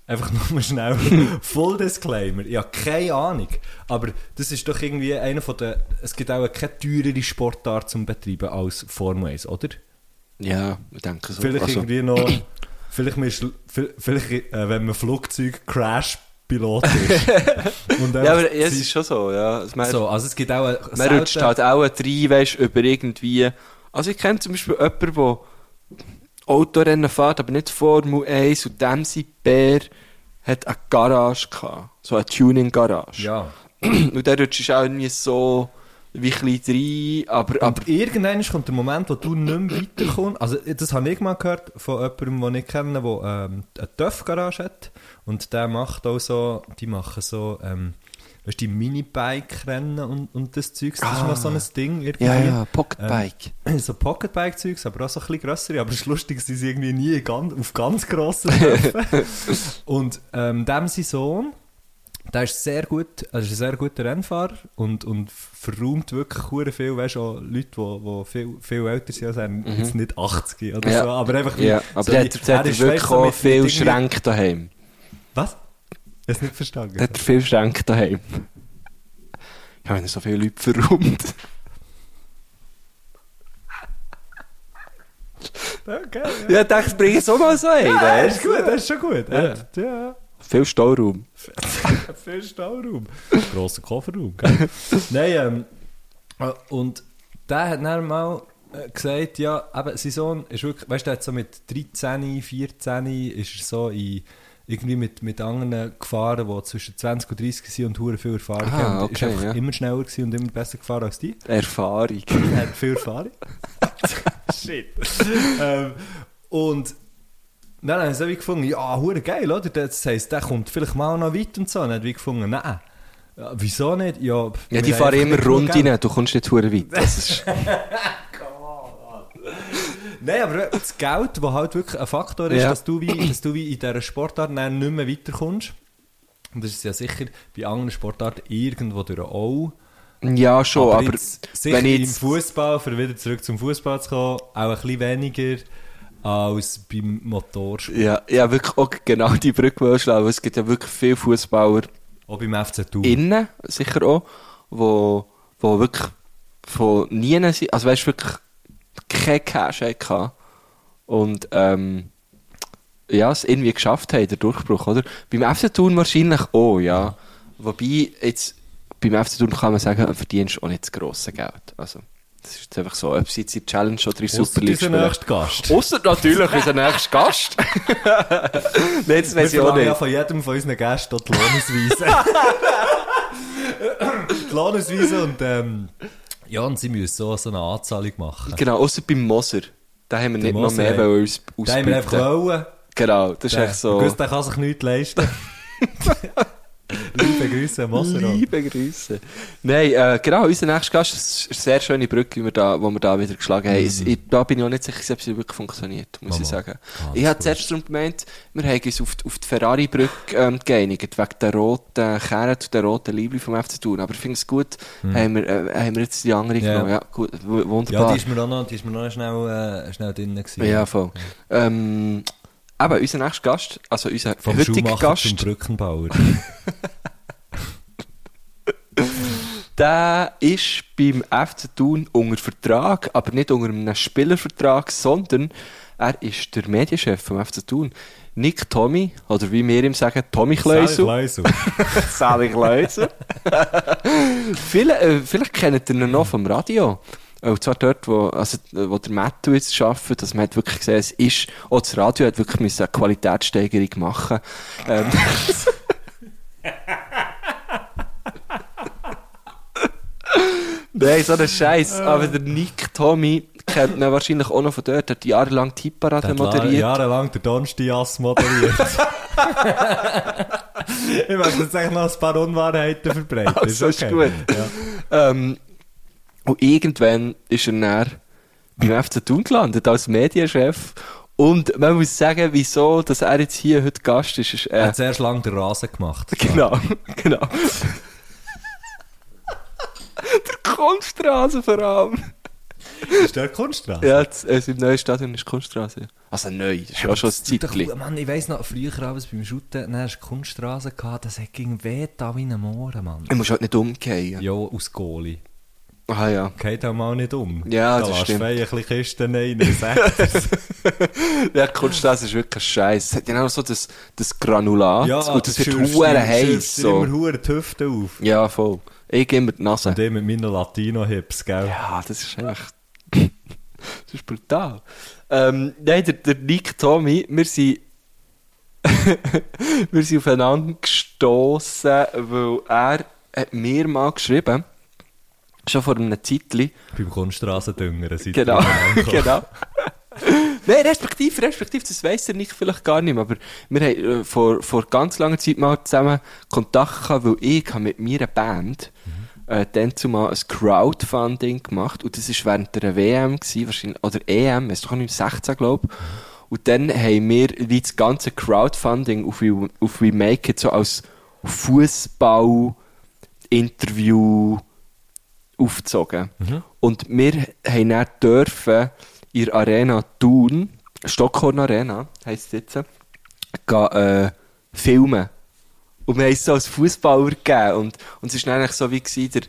[SPEAKER 2] Einfach nur mal schnell, full disclaimer, ich habe keine Ahnung, aber das ist doch irgendwie einer von den, es gibt auch keine teurere Sportart zum Betreiben als Formel 1, oder?
[SPEAKER 1] Ja, ich denke so.
[SPEAKER 2] Vielleicht
[SPEAKER 1] Also,
[SPEAKER 2] irgendwie noch. Vielleicht, man ist, vi- vielleicht äh, wenn man Flugzeug-Crash-Pilot ist. und
[SPEAKER 1] ja,
[SPEAKER 2] einfach
[SPEAKER 1] aber ja, es
[SPEAKER 2] sie-
[SPEAKER 1] ist schon so, ja. Also, man
[SPEAKER 2] so, also es gibt auch.
[SPEAKER 1] man rutscht halt auch rein, weißt du, über irgendwie. Also ich kenne zum Beispiel jemanden, der Autorennen fährt, aber nicht Formel 1 und dem sein Bär hat eine Garage gehabt. So eine Tuning-Garage.
[SPEAKER 2] Ja.
[SPEAKER 1] Und dann rutschst du auch irgendwie so wie ein bisschen rein, aber, aber
[SPEAKER 2] Aber irgendwann kommt der Moment, wo du nicht mehr weiterkommst. Also, das habe ich mal gehört von jemandem, den ich kenne, der ähm, eine TÜV-Garage hat. Und der macht auch so, die machen so ähm, weißt, du, die Minibike-Rennen und, und das Zeug. Das ist
[SPEAKER 1] Ah.
[SPEAKER 2] noch so ein Ding irgendwie.
[SPEAKER 1] Ja, ja, Pocketbike.
[SPEAKER 2] So Pocketbike-Zeugs, aber auch so ein bisschen grössere. Aber es ist lustig, sie sind irgendwie nie ganz, auf ganz grossen Töpfen. und ähm, dem sein Sohn, der ist sehr gut, also ist ein sehr guter Rennfahrer und, und verräumt wirklich hure viel, weißt du, auch Leute, die wo viel, viel älter sind als er, jetzt nicht 80 oder
[SPEAKER 1] Mhm. Ja.
[SPEAKER 2] so, aber einfach wie-
[SPEAKER 1] Ja, aber
[SPEAKER 2] so
[SPEAKER 1] der
[SPEAKER 2] wie-
[SPEAKER 1] hat, der hat
[SPEAKER 2] er ist,
[SPEAKER 1] wirklich
[SPEAKER 2] weißt du,
[SPEAKER 1] auch
[SPEAKER 2] mit- mit
[SPEAKER 1] viel
[SPEAKER 2] irgendwie-
[SPEAKER 1] Schränke daheim.
[SPEAKER 2] Was? Ich hab's nicht verstanden.
[SPEAKER 1] Der hat er viel Schränke daheim. Ja, wenn er so viele Leute verräumt.
[SPEAKER 2] Okay, ja.
[SPEAKER 1] Ja, ich dachte, bring es auch mal so ein.
[SPEAKER 2] Er
[SPEAKER 1] weißt
[SPEAKER 2] ist gut, er ist schon gut. Er
[SPEAKER 1] Ja.
[SPEAKER 2] hat- ja.
[SPEAKER 1] du? Viel Stauraum.
[SPEAKER 2] Hat viel Stauraum. Grosser Kofferraum, gell? Nein, ähm, äh, und der hat dann mal äh, gesagt, ja, eben, sein Sohn ist wirklich, weißt du, der hat so mit 13, 14 ist er so in, irgendwie mit, mit anderen gefahren, die zwischen 20 und 30 sind und hure viel Erfahrung
[SPEAKER 1] Ah,
[SPEAKER 2] haben.
[SPEAKER 1] okay,
[SPEAKER 2] ist einfach
[SPEAKER 1] ja.
[SPEAKER 2] immer schneller gewesen und immer besser gefahren als die.
[SPEAKER 1] Erfahrung.
[SPEAKER 2] Er hat viel Erfahrung. Shit. ähm, und dann haben sie wie gefunden, ja, hure geil, oder? Das heisst, der kommt vielleicht mal noch weit und so. Und dann hat wie gefunden, nein. Ja, wieso nicht? Ja, pff,
[SPEAKER 1] Ja,
[SPEAKER 2] wir
[SPEAKER 1] die
[SPEAKER 2] haben
[SPEAKER 1] fahren
[SPEAKER 2] einfach
[SPEAKER 1] immer
[SPEAKER 2] nicht genug
[SPEAKER 1] rund
[SPEAKER 2] Geld.
[SPEAKER 1] rein, du kommst nicht hure weit. Das ist,
[SPEAKER 2] Nein, aber das Geld, was halt wirklich ein Faktor ist,
[SPEAKER 1] Ja.
[SPEAKER 2] dass, du wie, dass du wie in dieser Sportart dann nicht mehr weiterkommst. Und das ist ja sicher bei anderen Sportarten irgendwo durch auch.
[SPEAKER 1] ja, schon, aber,
[SPEAKER 2] jetzt sicher
[SPEAKER 1] wenn ich
[SPEAKER 2] im
[SPEAKER 1] jetzt...
[SPEAKER 2] Fußball, für wieder zurück zum Fußball zu kommen, auch ein bisschen weniger als beim Motorsport.
[SPEAKER 1] Ja, ja, wirklich auch genau die Brücke wollte schlagen, weil es gibt ja wirklich viele Fußballer
[SPEAKER 2] Auch beim FC Thun.
[SPEAKER 1] innen, sicher auch, wo, wo wirklich von nie sind, also weißt du, wirklich kein Cash hatten und ähm, ja, es irgendwie geschafft haben, der Durchbruch, oder? Beim FC Thun wahrscheinlich auch, ja. Wobei, jetzt, beim FC Thun kann man sagen, du verdienst auch nicht das grosse Geld, also das ist jetzt einfach so, ob sie jetzt in der Challenge oder in der Super League
[SPEAKER 2] unser
[SPEAKER 1] spielen.
[SPEAKER 2] nächster Gast.
[SPEAKER 1] Ausser natürlich unser nächster Gast. Nein, das weiß ich auch
[SPEAKER 2] verlangen ja
[SPEAKER 1] nicht.
[SPEAKER 2] von jedem von unseren Gästen auch die Lohnesweise. die Lohnesweise und ähm, ja, und sie müssen so, so eine Anzahlung machen.
[SPEAKER 1] Genau, außer beim Moser. Da haben wir nicht noch
[SPEAKER 2] Moser,
[SPEAKER 1] mehr
[SPEAKER 2] ey.
[SPEAKER 1] wollen aus,
[SPEAKER 2] Den haben wir einfach
[SPEAKER 1] ausbieten.
[SPEAKER 2] wollen.
[SPEAKER 1] Genau, das ist
[SPEAKER 2] Der,
[SPEAKER 1] echt so.
[SPEAKER 2] Guss, der kann sich nichts leisten. Liebe Grüße, Mossero.
[SPEAKER 1] Liebe Grüße. Nein, äh, genau, unser nächster Gast ist eine sehr schöne Brücke, die wir da, die wir da wieder geschlagen haben. Es- Ich, da bin ich auch nicht sicher, ob es wirklich funktioniert, muss
[SPEAKER 2] Mm. Mama. Ah,
[SPEAKER 1] ich sagen.
[SPEAKER 2] Ganz
[SPEAKER 1] ich habe
[SPEAKER 2] gut.
[SPEAKER 1] zuerst darum gemeint, wir haben uns auf, die- auf die Ferrari-Brücke ähm, geeinigt, wegen der roten Kerne zu der roten Liebling vom FC Thun. Aber ich finde es gut, haben, wir, äh, haben wir jetzt die andere
[SPEAKER 2] Mm. Ja.
[SPEAKER 1] genommen. Ja, gut, w-
[SPEAKER 2] Ja,
[SPEAKER 1] wunderbar.
[SPEAKER 2] die ist mir auch noch, die ist mir auch noch schnell, äh, schnell drin gewesen.
[SPEAKER 1] Ja, voll. Ähm, aber unser nächster Gast, also unser
[SPEAKER 2] Vom
[SPEAKER 1] heutiger
[SPEAKER 2] Schuhmacher
[SPEAKER 1] Gast,
[SPEAKER 2] zum Brückenbauer.
[SPEAKER 1] der ist beim FC Thun unter Vertrag, aber nicht unter einem Spielervertrag, sondern er ist der Medienchef vom FC Thun. Nick Tommy, oder wie wir ihm sagen, Tommy Kleusel.
[SPEAKER 2] Kleusel.
[SPEAKER 1] Selig Kleusel. Viele, äh, vielleicht kennt ihr ihn noch vom Radio. Äh, Und zwar dort, wo, also, äh, wo der Matthew jetzt arbeitet, dass man hat wirklich gesehen, es ist, auch das Radio hat wirklich müssen eine Qualitätssteigerung machen. Ähm, Nein, so ein Scheiß. Aber der Nick Tommy kennt ihn wahrscheinlich auch noch von dort. Er hat jahrelang die Hitparade
[SPEAKER 2] Der hat la-
[SPEAKER 1] moderiert.
[SPEAKER 2] jahrelang der Donstias moderiert. ich möchte jetzt eigentlich noch ein paar Unwahrheiten verbreiten.
[SPEAKER 1] Also, ist gut. Ähm, und irgendwann ist er dann beim FC Thun gelandet, als Medienchef. Und man muss sagen, wieso, dass er jetzt hier heute Gast ist, ist
[SPEAKER 2] Er
[SPEAKER 1] äh,
[SPEAKER 2] hat zuerst lange den Rasen gemacht.
[SPEAKER 1] genau, genau. der Kunststraße vor allem.
[SPEAKER 2] Ist der Kunststraße?
[SPEAKER 1] Ja, das, äh, im neuen Stadion ist Kunststraße. Also neu, das ist ja auch schon ein Zeitchen.
[SPEAKER 2] Mann, ich weiss noch, früher abends beim Schutten, dann hast du Kunststraße gehabt, das hat gegen weh da wie ein Mohren, Mann.
[SPEAKER 1] Ich muss halt nicht umgehen.
[SPEAKER 2] Ja, aus Goalie.
[SPEAKER 1] Ah ja.
[SPEAKER 2] Geht auch mal nicht um.
[SPEAKER 1] Ja,
[SPEAKER 2] da
[SPEAKER 1] das
[SPEAKER 2] lässt
[SPEAKER 1] stimmt.
[SPEAKER 2] du ein bisschen Kisten rein, sagt er.
[SPEAKER 1] Ja, die Kunststraße ist wirklich ein Scheiß. Es hat ja auch so das, das Granulat und das wird
[SPEAKER 2] schürfst
[SPEAKER 1] huere
[SPEAKER 2] dir-
[SPEAKER 1] heiß.
[SPEAKER 2] schürfst dir
[SPEAKER 1] So.
[SPEAKER 2] immer hure die Hüfte auf.
[SPEAKER 1] Ja, voll. Ich gehe mir die Nase.
[SPEAKER 2] Und ich mit meinen Latino-Hips, gell?
[SPEAKER 1] Ja, das ist echt. das ist brutal. Ähm, nein, der, der Nick Tommy, wir sind. wir sind aufeinander gestoßen, weil er hat mir mal geschrieben, schon vor einem Zeitchen,
[SPEAKER 2] Beim Kunststraßendünger. seit
[SPEAKER 1] Genau,
[SPEAKER 2] wir heimkommen.
[SPEAKER 1] genau. Nein, respektiv, respektiv, das weiss er nicht, vielleicht gar nicht, mehr, aber wir haben äh, vor, vor ganz langer Zeit mal zusammen Kontakt gehabt, weil ich habe mit meiner Band äh, dann zumal ein Crowdfunding gemacht und das war während der WM, gewesen, wahrscheinlich, oder EM, weiss doch nicht, 16 glaube ich. Und dann haben wir wie das ganze Crowdfunding auf We, auf We Make It so als Fußball-Interview aufgezogen. Und wir haben dann dürfen in der Arena Thun, Stockholm Arena heisst es jetzt, gehen, äh, filmen. Und wir haben es so als Fußballer gegeben. Und, und es war eigentlich so wie gewesen, der,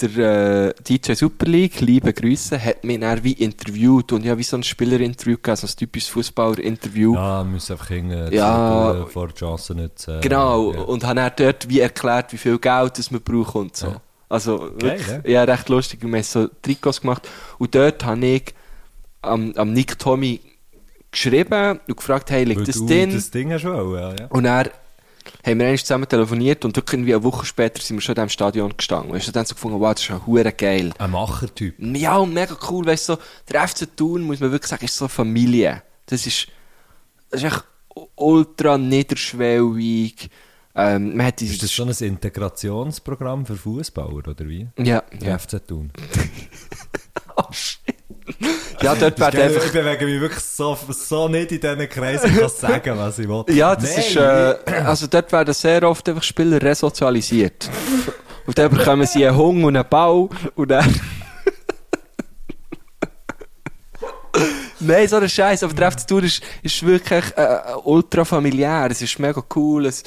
[SPEAKER 1] der, der äh, DJ Super League, liebe Grüße, hat mich dann wie interviewt. Und ja, wie so ein Spielerinterview gegeben, so ein typisches Fußballer-Interview.
[SPEAKER 2] Ja, wir müssen einfach Kinder
[SPEAKER 1] Ja.
[SPEAKER 2] vor die Chance nutzen.
[SPEAKER 1] Genau,
[SPEAKER 2] Äh, Ja.
[SPEAKER 1] und haben dann dort wie erklärt, wie viel Geld das man braucht und so.
[SPEAKER 2] Ja.
[SPEAKER 1] Also
[SPEAKER 2] Geil,
[SPEAKER 1] wirklich, ja, recht lustig. Wir haben so Trikots gemacht. Und dort habe ich am, am Nick Tommy geschrieben und gefragt, hey,
[SPEAKER 2] Weil
[SPEAKER 1] liegt das
[SPEAKER 2] du
[SPEAKER 1] drin?
[SPEAKER 2] das Ding hast wollen, ja, ja.
[SPEAKER 1] Und er haben wir eigentlich zusammen telefoniert und wirklich irgendwie eine Woche später sind wir schon in diesem Stadion gestanden. Weißt du, dann haben sie gefunden, wow, das ist ja hure geil.
[SPEAKER 2] Ein Machertyp.
[SPEAKER 1] Ja, und mega cool, weißt du, so, der FC Thun, muss man wirklich sagen, ist so eine Familie. Das ist, das ist echt u- ultra niederschwellig. Ähm, man hat diese,
[SPEAKER 2] Ist das schon ein Integrationsprogramm für Fußballer oder wie?
[SPEAKER 1] ja,
[SPEAKER 2] Ja.
[SPEAKER 1] ja.
[SPEAKER 2] FC Thun.
[SPEAKER 1] ja,
[SPEAKER 2] Das
[SPEAKER 1] dort
[SPEAKER 2] ist
[SPEAKER 1] wird
[SPEAKER 2] geil,
[SPEAKER 1] einfach,
[SPEAKER 2] Ich bewege mich wirklich so, so nicht in diesen Kreisen, ich kann sagen, was ich will.
[SPEAKER 1] ja, das
[SPEAKER 2] Nein,
[SPEAKER 1] ist, äh, also dort werden sehr oft einfach Spieler resozialisiert. und dann bekommen sie einen Hunger und einen Bau und dann, Nein, so ein Scheiß. Aber der FC Tour ist, ist wirklich äh, ultra familiär. Es ist mega cool. Es,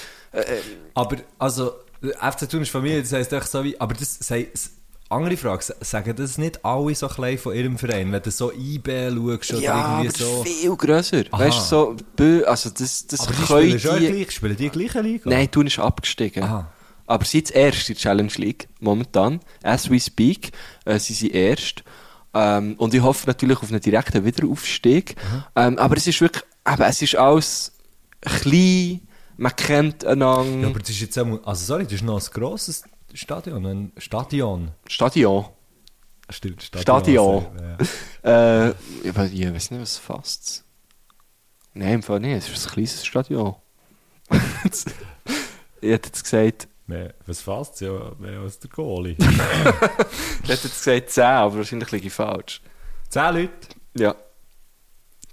[SPEAKER 2] Aber, also, FC Thun ist Familie, das heisst echt so wie, aber das sei, s- andere Frage, s- sagen das nicht alle so klein von ihrem Verein, wenn du so IB schaust oder
[SPEAKER 1] Ja, aber
[SPEAKER 2] irgendwie
[SPEAKER 1] das
[SPEAKER 2] so.
[SPEAKER 1] ist viel grösser.
[SPEAKER 2] Aha.
[SPEAKER 1] Weißt du, so, bö- also das, das
[SPEAKER 2] Aber die spielen
[SPEAKER 1] können
[SPEAKER 2] schon
[SPEAKER 1] die-
[SPEAKER 2] gleich, spielen die gleiche Liga?
[SPEAKER 1] Nein, Thun ist abgestiegen.
[SPEAKER 2] Aha.
[SPEAKER 1] Aber sie sind erst in der Challenge League, momentan. As we speak, äh, sie sind erst. Ähm, und ich hoffe natürlich auf einen direkten Wiederaufstieg. Ähm, aber es ist wirklich, aber es ist alles klein, man kennt einander.
[SPEAKER 2] Ja, aber das ist jetzt einmal, also sorry, das ist noch ein grosses Stadion, ein Stadion.
[SPEAKER 1] Stadion.
[SPEAKER 2] Stimmt,
[SPEAKER 1] Stadion.
[SPEAKER 2] Ja.
[SPEAKER 1] Äh, ich weiß ich weiß nicht, was fasst. Nein, im Fall nicht. Es ist ein kleines Stadion. ich hätte jetzt gesagt,
[SPEAKER 2] Nee, was fasst ja mehr als der Goalie?
[SPEAKER 1] ich hätte jetzt gesagt 10, aber wahrscheinlich liege ich falsch.
[SPEAKER 2] Zehn Leute.
[SPEAKER 1] Ja.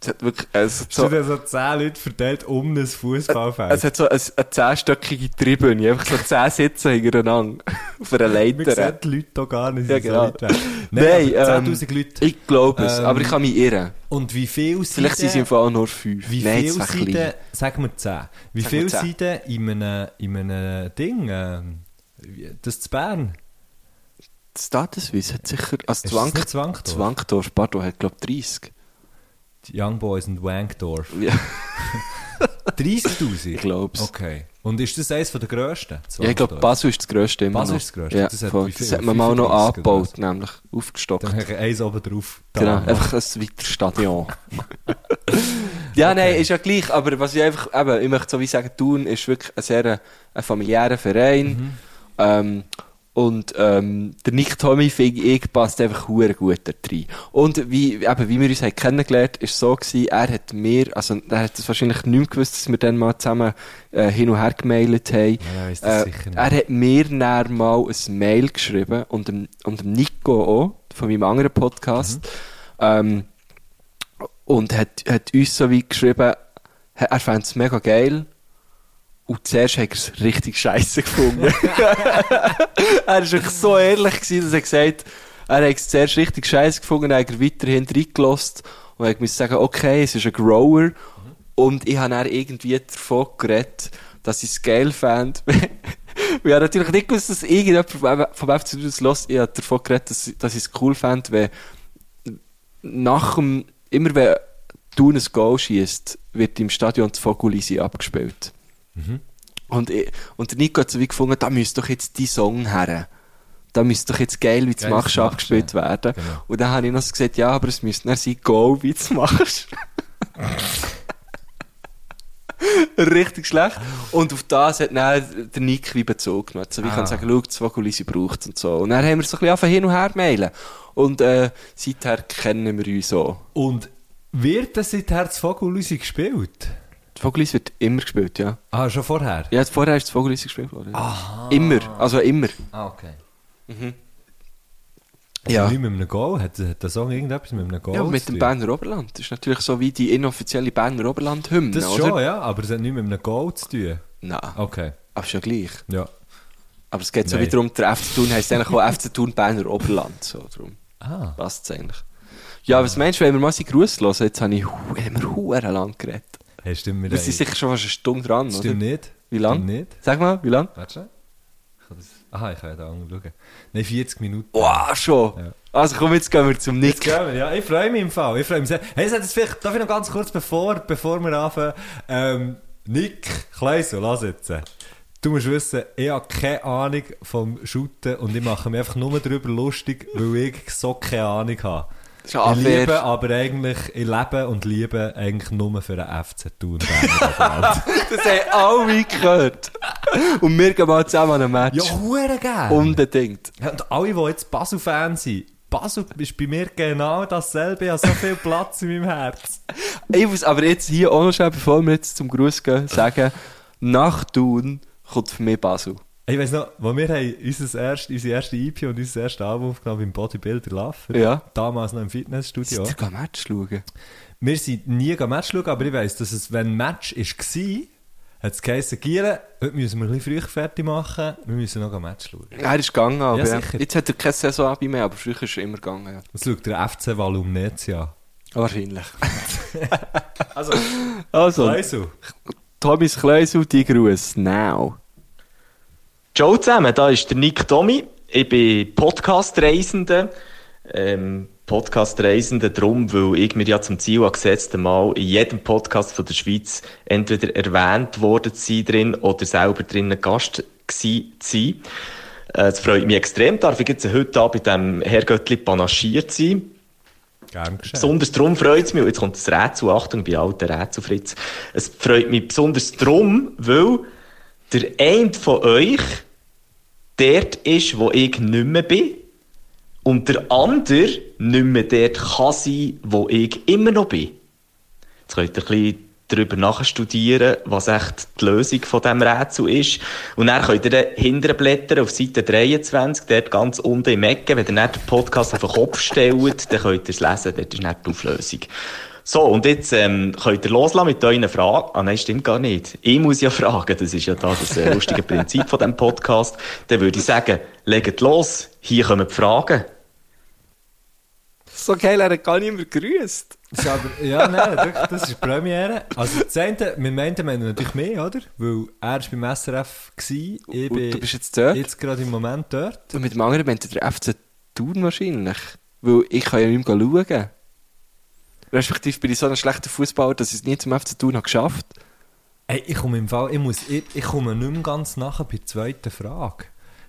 [SPEAKER 1] Es hat wirklich, äh, es hat
[SPEAKER 2] So.
[SPEAKER 1] so,
[SPEAKER 2] Sind also zehn Leute verteilt um ein Fußballfeld.
[SPEAKER 1] es hat so eine, eine 10-stöckige Tribüne, einfach so 10 Sitze hintereinander. Auf einer
[SPEAKER 2] Man
[SPEAKER 1] Leiter.
[SPEAKER 2] sieht die Leute doch gar nicht,
[SPEAKER 1] Ja,
[SPEAKER 2] sie sind
[SPEAKER 1] genau.
[SPEAKER 2] so weit weg.
[SPEAKER 1] Nein,
[SPEAKER 2] aber
[SPEAKER 1] ähm,
[SPEAKER 2] 10'000 Leute.
[SPEAKER 1] Ich glaube es,
[SPEAKER 2] Ähm,
[SPEAKER 1] aber ich kann mich irren.
[SPEAKER 2] Und wie viel
[SPEAKER 1] Vielleicht sind sie im Fall nur 5.
[SPEAKER 2] Wie
[SPEAKER 1] Nein,
[SPEAKER 2] viel
[SPEAKER 1] das wäre klein.
[SPEAKER 2] Seiten, sagen wir 10, wie
[SPEAKER 1] Sag
[SPEAKER 2] viel
[SPEAKER 1] mir 10.
[SPEAKER 2] Seiten in einem, in einem Ding, ähm, wie- das zu Bern?
[SPEAKER 1] Das Datensuisse hat sicher, also
[SPEAKER 2] Ist
[SPEAKER 1] Zwang,
[SPEAKER 2] das nicht Zwangdorf?
[SPEAKER 1] Zwangdorf, pardon, hat glaube ich 30.
[SPEAKER 2] Die Young Boys und Wankdorf.
[SPEAKER 1] Ja.
[SPEAKER 2] 30'000?
[SPEAKER 1] Ich glaub's.
[SPEAKER 2] Okay. Und ist das eines der grössten?
[SPEAKER 1] Ja, ich glaube,
[SPEAKER 2] Zwangdorf?
[SPEAKER 1] Basel ist das Grösste immer
[SPEAKER 2] Basel
[SPEAKER 1] noch.
[SPEAKER 2] ist das Grösste.
[SPEAKER 1] Ja,
[SPEAKER 2] Das hat
[SPEAKER 1] das, hat
[SPEAKER 2] wie viel?
[SPEAKER 1] das hat man mal noch
[SPEAKER 2] 35 oder
[SPEAKER 1] angebaut, nämlich aufgestockt.
[SPEAKER 2] Dann habe ich eins oben drauf. Da.
[SPEAKER 1] Genau, einfach ein weiteres Stadion. ja, nein, ist ja gleich, aber was ich einfach, eben, ich möchte so wie sagen, Thun ist wirklich ein sehr äh, ein familiärer Verein.
[SPEAKER 2] Mhm.
[SPEAKER 1] Ähm, und ähm, der Nick Tommy, finde ich, passt einfach hure gut da rein. Und wie, eben, wie wir uns haben kennengelernt haben, war so, gewesen, er hat mir, also er hat es wahrscheinlich nicht mehr gewusst, dass wir dann mal zusammen äh, hin und her gemailt haben.
[SPEAKER 2] Ja, er weiss das
[SPEAKER 1] Äh,
[SPEAKER 2] sicher nicht.
[SPEAKER 1] er hat mir dann mal ein Mail geschrieben und dem, und dem Nico auch, von meinem anderen
[SPEAKER 2] Mhm.
[SPEAKER 1] Podcast. Ähm, und hat, hat uns so wie geschrieben, he- er fand es mega geil. Und zuerst hat er es richtig scheiße gefunden. er war wirklich so ehrlich, gewesen, dass er gesagt er hat es zuerst richtig scheiße gefunden, dann hat er weiterhin reingelassen und hat müssen sagen, okay, es ist ein Grower. Und ich habe dann irgendwie davon geredet, dass ich es geil fand. Wir haben natürlich nicht gewusst, dass irgendjemand vom- vom FC das hört. Ich habe davon geredet, dass, dass ich es cool fand, wenn nach dem, immer wenn Thun ein Goal schießt, wird im Stadion das Vogelisi abgespielt. Mhm. Und, ich, und der Nico hat so wie gefunden, da müsste doch jetzt die Song her. Da müsste doch jetzt geil, wie du es
[SPEAKER 2] Geil, wie
[SPEAKER 1] machst,
[SPEAKER 2] du's machst,
[SPEAKER 1] abgespielt werden.
[SPEAKER 2] Genau.
[SPEAKER 1] Und dann habe ich noch so gesagt, ja, aber es müsste dann sein Goal, wie du es machst. Richtig schlecht. Und auf das hat dann der Nick wie Bezug genommen. So, wie
[SPEAKER 2] Ah.
[SPEAKER 1] kann ich sagen, schau, das Vogelisi braucht und so. Und dann haben wir so ein bisschen angefangen hin und her mailen. Und äh, seither kennen wir uns auch.
[SPEAKER 2] Und Wird das seither das Vogelhäuschen gespielt?
[SPEAKER 1] Das Vogelis wird immer gespielt, ja.
[SPEAKER 2] Ah, schon vorher?
[SPEAKER 1] Ja, vorher ist das Vogelis gespielt worden. Immer, also immer.
[SPEAKER 2] Ah, okay.
[SPEAKER 1] Ja.
[SPEAKER 2] Nicht mit einem Goal? Hat, hat der Song irgendetwas mit einem Goal
[SPEAKER 1] Ja, mit
[SPEAKER 2] zu
[SPEAKER 1] dem
[SPEAKER 2] tun?
[SPEAKER 1] Berner Oberland. Das ist natürlich so wie die inoffizielle Berner Oberland-Hymne,
[SPEAKER 2] Das
[SPEAKER 1] oder?
[SPEAKER 2] schon, ja, aber es hat nichts mit einem Goal zu tun.
[SPEAKER 1] Nein,
[SPEAKER 2] Okay,
[SPEAKER 1] aber ist ja gleich.
[SPEAKER 2] ja.
[SPEAKER 1] Aber es geht so
[SPEAKER 2] Nein.
[SPEAKER 1] wiederum, der FC Thun heisst eigentlich auch FC Thun Berner Oberland. So, darum
[SPEAKER 2] Ah.
[SPEAKER 1] passt es eigentlich. Ja, was meinst du, wenn wir mal seinen Gruß hören? Jetzt habe ich, hu- haben wir huere lang geredet.
[SPEAKER 2] Hey, stimmt mir
[SPEAKER 1] Wir sind
[SPEAKER 2] ein.
[SPEAKER 1] sicher schon fast eine Stunde dran, oder?
[SPEAKER 2] Stimmt nicht.
[SPEAKER 1] Wie lang?
[SPEAKER 2] Stimmt nicht.
[SPEAKER 1] Sag mal, wie lang?
[SPEAKER 2] Warte schon. Ich kann das- Aha, ich kann ja da anschauen. Nein, 40 Minuten.
[SPEAKER 1] Wow, schon.
[SPEAKER 2] Ja.
[SPEAKER 1] Also komm, jetzt gehen wir zum
[SPEAKER 2] Jetzt
[SPEAKER 1] Nick.
[SPEAKER 2] gehen wir, ja. Ich freue mich im Fall. Ich freue mich sehr. Hey, jetzt vielleicht, darf ich noch ganz kurz, bevor, bevor wir anfangen, ähm, Nick Kleisel, lass jetzt. Du musst wissen, ich habe keine Ahnung vom Shooten und ich mache mich einfach nur darüber lustig, weil ich so keine Ahnung habe.
[SPEAKER 1] Das ist ja
[SPEAKER 2] ich
[SPEAKER 1] unfair.
[SPEAKER 2] liebe aber eigentlich, ich lebe und liebe eigentlich nur für den FC Thun Berner
[SPEAKER 1] Das haben alle gehört. Und wir gehen mal zusammen an ein Match.
[SPEAKER 2] Ja, hure geil!
[SPEAKER 1] Unbedingt.
[SPEAKER 2] Ja, und alle, die jetzt Basel-Fan sind, Basel ist bei mir genau dasselbe. Ich habe so viel Platz in meinem Herz.
[SPEAKER 1] Ich muss aber jetzt hier auch noch schnell, bevor wir jetzt zum Gruß gehen, sagen, nach Thun kommt für mich Basel.
[SPEAKER 2] Ich weiss noch, wo wir haben unser erst, unsere erste EP und unser erstes Album aufgenommen beim Bodybuilder Laffer,
[SPEAKER 1] Ja.
[SPEAKER 2] damals noch im
[SPEAKER 1] Sind
[SPEAKER 2] Fitnessstudio,
[SPEAKER 1] ihr ein Match schauen?
[SPEAKER 2] wir sind nie ein Match schauen, aber ich weiss, dass es, wenn ein Match war, hat es geheißen, Gieren, heute müssen wir ein bisschen früh fertig machen, wir müssen noch ein Match schauen.
[SPEAKER 1] Er ist gegangen, aber ja,
[SPEAKER 2] sicher.
[SPEAKER 1] jetzt hat er keine Saison bei mir, aber früher ist er immer gegangen. Ja.
[SPEAKER 2] Das schaut der FC Valumnezia an.
[SPEAKER 1] Wahrscheinlich.
[SPEAKER 2] Also,
[SPEAKER 1] Also,
[SPEAKER 2] Kleisel.
[SPEAKER 1] Thomas Kleusel, die Gruß. Now.
[SPEAKER 5] Ciao zusammen, da ist der Nick Tommy. Ich bin Podcast-Reisende. Ähm, Podcast-Reisende darum, weil ich mir ja zum Ziel habe gesetzt mal in jedem Podcast von der Schweiz entweder erwähnt worden zu sein drin oder selber drin ein Gast gsi zu sein. Äh, Es freut mich extrem, darf ich jetzt heute Abend bei dem Herrgöttli panaschiert sein.
[SPEAKER 2] Gern geschehen.
[SPEAKER 5] Besonders drum freut es mich, und jetzt kommt das Rätsel, Achtung, bei alten Rätsel, Fritz. Es freut mich besonders drum, weil der eine von euch dort ist, wo ich nicht mehr bin, und der andere nicht mehr dort kann sein, wo ich immer noch bin. Jetzt könnt ihr ein bisschen darüber nachstudieren, was echt die Lösung von diesem Rätsel ist. Und dann könnt ihr dann hinten blättern auf Seite 23, dort ganz unten im Ecken. Wenn ihr dann den Podcast auf den Kopf stellt, dann könnt ihr es lesen, dort ist nicht die Auflösung. So, und jetzt ähm, könnt ihr loslassen mit euren Fragen. Ah nein, stimmt gar nicht. Ich muss ja fragen, das ist ja da das äh, lustige Prinzip von diesem Podcast. Dann würde ich sagen, legt los, hier kommen die Fragen.
[SPEAKER 1] So geil, er hat gar nicht mehr gegrüßt.
[SPEAKER 2] Das ist aber, ja, nein, wirklich, das ist die Premiere. Also, das eine, wir meinten, wir haben natürlich mehr, oder? Weil er war beim SRF, gewesen, ich
[SPEAKER 1] Und
[SPEAKER 2] bin
[SPEAKER 1] du bist jetzt dort?
[SPEAKER 2] jetzt gerade im Moment dort.
[SPEAKER 1] Und mit dem anderen meint der FC Thun wahrscheinlich. Weil ich kann ja nicht mehr schauen. Respektive bin ich so ein schlechter Fußballer, dass ich es nie zum FC Thun habe geschafft
[SPEAKER 2] Hey, ich komme im Fall, ich muss, ich, ich komme nicht mehr ganz nachher bei der zweiten Frage.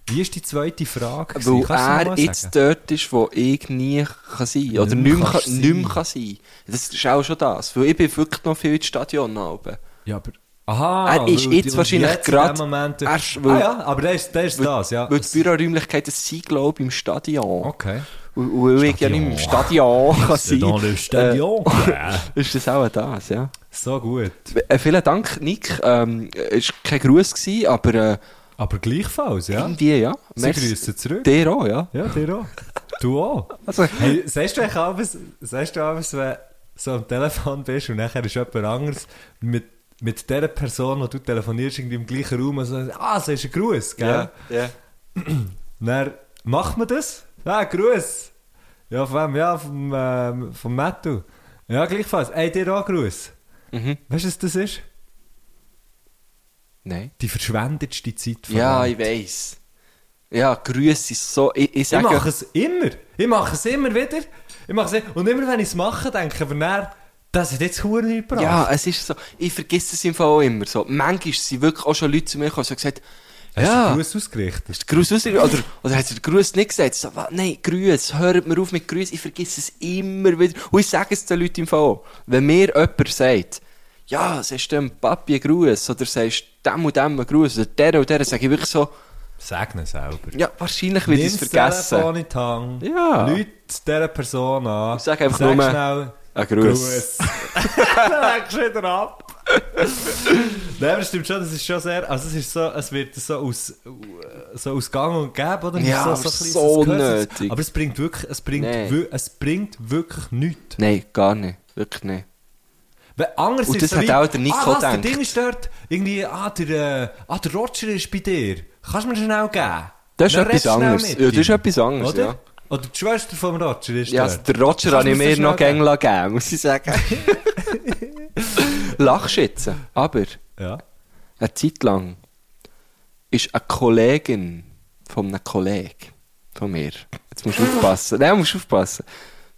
[SPEAKER 2] Wie ist die zweite Frage? gewesen?
[SPEAKER 1] Weil
[SPEAKER 2] Kannst du sie
[SPEAKER 1] er
[SPEAKER 2] nochmal
[SPEAKER 1] jetzt
[SPEAKER 2] sagen?
[SPEAKER 1] dort ist, wo ich nie kann sein Oder
[SPEAKER 2] Nicht mehr
[SPEAKER 1] nicht mehr,
[SPEAKER 2] kannst
[SPEAKER 1] kann, nicht mehr
[SPEAKER 2] sein.
[SPEAKER 1] kann sein Das ist auch schon das. Weil ich bin wirklich noch viel ins Stadion oben.
[SPEAKER 2] Ja, aber. Aha,
[SPEAKER 1] Er ist
[SPEAKER 2] weil-
[SPEAKER 1] jetzt
[SPEAKER 2] und
[SPEAKER 1] wahrscheinlich
[SPEAKER 2] in
[SPEAKER 1] gerade
[SPEAKER 2] dem Moment.
[SPEAKER 1] erst, weil-
[SPEAKER 2] ah, ja, aber der ist, der ist das, ja.
[SPEAKER 1] Weil die Büroräumlichkeiten sind, glaube ich, im Stadion.
[SPEAKER 2] Okay.
[SPEAKER 1] Und, und weil ich ja nicht
[SPEAKER 2] Stadion.
[SPEAKER 1] mehr im Stadion kann sein
[SPEAKER 2] le Stadion.
[SPEAKER 1] äh, ist das auch das, ja.
[SPEAKER 2] so gut.
[SPEAKER 1] Äh, vielen Dank, Nick. Ähm, es war kein Gruß, gewesen, aber äh,
[SPEAKER 2] Aber gleichfalls, ja.
[SPEAKER 1] irgendwie, ja.
[SPEAKER 2] Sie
[SPEAKER 1] Merci.
[SPEAKER 2] grüßen zurück.
[SPEAKER 1] Dir auch, ja.
[SPEAKER 2] Ja, dir auch. Du auch.
[SPEAKER 1] Also,
[SPEAKER 2] Hey, sagst du eigentlich abends, sagst du abends, wenn du so am Telefon bist und nachher ist jemand anderes mit, mit der Person, die du telefonierst, irgendwie im gleichen Raum und so, ah, so ist ein Gruß, gell?
[SPEAKER 1] ja, ja.
[SPEAKER 2] Dann macht man das? Ja, Gruß. Ja, von wem? Ja, vom, ähm, vom Mattu. Ja, gleichfalls. Ey, dir auch Gruß.
[SPEAKER 1] Mhm.
[SPEAKER 2] Weißt du, was das ist?
[SPEAKER 1] Nein.
[SPEAKER 2] Die verschwendetste Zeit von
[SPEAKER 1] Ja, ich weiss. Ja, Grüße ist so. Ich, ich
[SPEAKER 2] Ich
[SPEAKER 1] sage.
[SPEAKER 2] mache es immer. Ich mache es immer wieder. Ich mache es, e- und immer wenn ich es mache, denke ich mir dann, das hat jetzt Huren nicht gebracht.
[SPEAKER 1] ja, es ist so. Ich vergesse es im Fall auch immer so. Manchmal sind wirklich auch schon Leute zu mir gekommen und haben gesagt,
[SPEAKER 2] Hast du
[SPEAKER 1] ja,
[SPEAKER 2] den Gruß ausgerichtet?
[SPEAKER 1] hast du den Gruß ausgerichtet? Oder, oder hast du den Gruß nicht gesagt? So, wa- nein, Grüß, hört mir auf mit Grüß. Ich vergesse es dus immer wieder. Und ich sage es den Leuten im Fall auch. Wenn mir jemand sagt, ja, sagst du dem Papi einen Gruß oder sagst du dem und dem einen Gruß oder der und der, sage ich wirklich so,
[SPEAKER 2] Sag ihn selber.
[SPEAKER 1] ja, wahrscheinlich wird ich es
[SPEAKER 2] Nimm das
[SPEAKER 1] vergessen.
[SPEAKER 2] Telefon in die Hand.
[SPEAKER 1] Ja.
[SPEAKER 2] Leute dieser Person an.
[SPEAKER 1] Sag einfach nur-
[SPEAKER 2] schnell,
[SPEAKER 1] Ein Gruß.
[SPEAKER 2] Legst du wieder ab. Nein, aber es stimmt schon, das ist schon sehr, also es ist so, es wird so aus, so aus Gang und Gäbe, oder?
[SPEAKER 1] Ja,
[SPEAKER 2] so,
[SPEAKER 1] aber
[SPEAKER 2] ein bisschen-
[SPEAKER 1] so
[SPEAKER 2] es gehört-
[SPEAKER 1] unnötig.
[SPEAKER 2] Aber es bringt wirklich, es bringt,
[SPEAKER 1] Nein.
[SPEAKER 2] wir- es bringt wirklich nichts.
[SPEAKER 1] Nein, gar nicht. Wirklich nicht.
[SPEAKER 2] Weil anders
[SPEAKER 1] Und
[SPEAKER 2] ist es so
[SPEAKER 1] das hat
[SPEAKER 2] wie,
[SPEAKER 1] auch der Nico
[SPEAKER 2] ah, was, der
[SPEAKER 1] gedacht.
[SPEAKER 2] Ding ist dort, irgendwie, ah, der, äh, ah, der Roger ist bei dir. Kannst du mir schnell geben?
[SPEAKER 1] Das ist
[SPEAKER 2] Dann
[SPEAKER 1] etwas
[SPEAKER 2] redest du schnell
[SPEAKER 1] anderes.
[SPEAKER 2] mit
[SPEAKER 1] Ja, das ist
[SPEAKER 2] ihm.
[SPEAKER 1] etwas anderes,
[SPEAKER 2] Oder?
[SPEAKER 1] ja.
[SPEAKER 2] Oder die Schwester vom Roger ist
[SPEAKER 1] Ja,
[SPEAKER 2] dort.
[SPEAKER 1] also der Roger
[SPEAKER 2] Kannst
[SPEAKER 1] habe
[SPEAKER 2] du
[SPEAKER 1] ich
[SPEAKER 2] mir das
[SPEAKER 1] mir noch
[SPEAKER 2] schnell
[SPEAKER 1] gängig gegeben, muss ich sagen. Lachst jetzt. Aber
[SPEAKER 2] Ja.
[SPEAKER 1] eine Zeit lang ist eine Kollegin von einem Kollegen von mir, jetzt musst du aufpassen, nein, musst du aufpassen,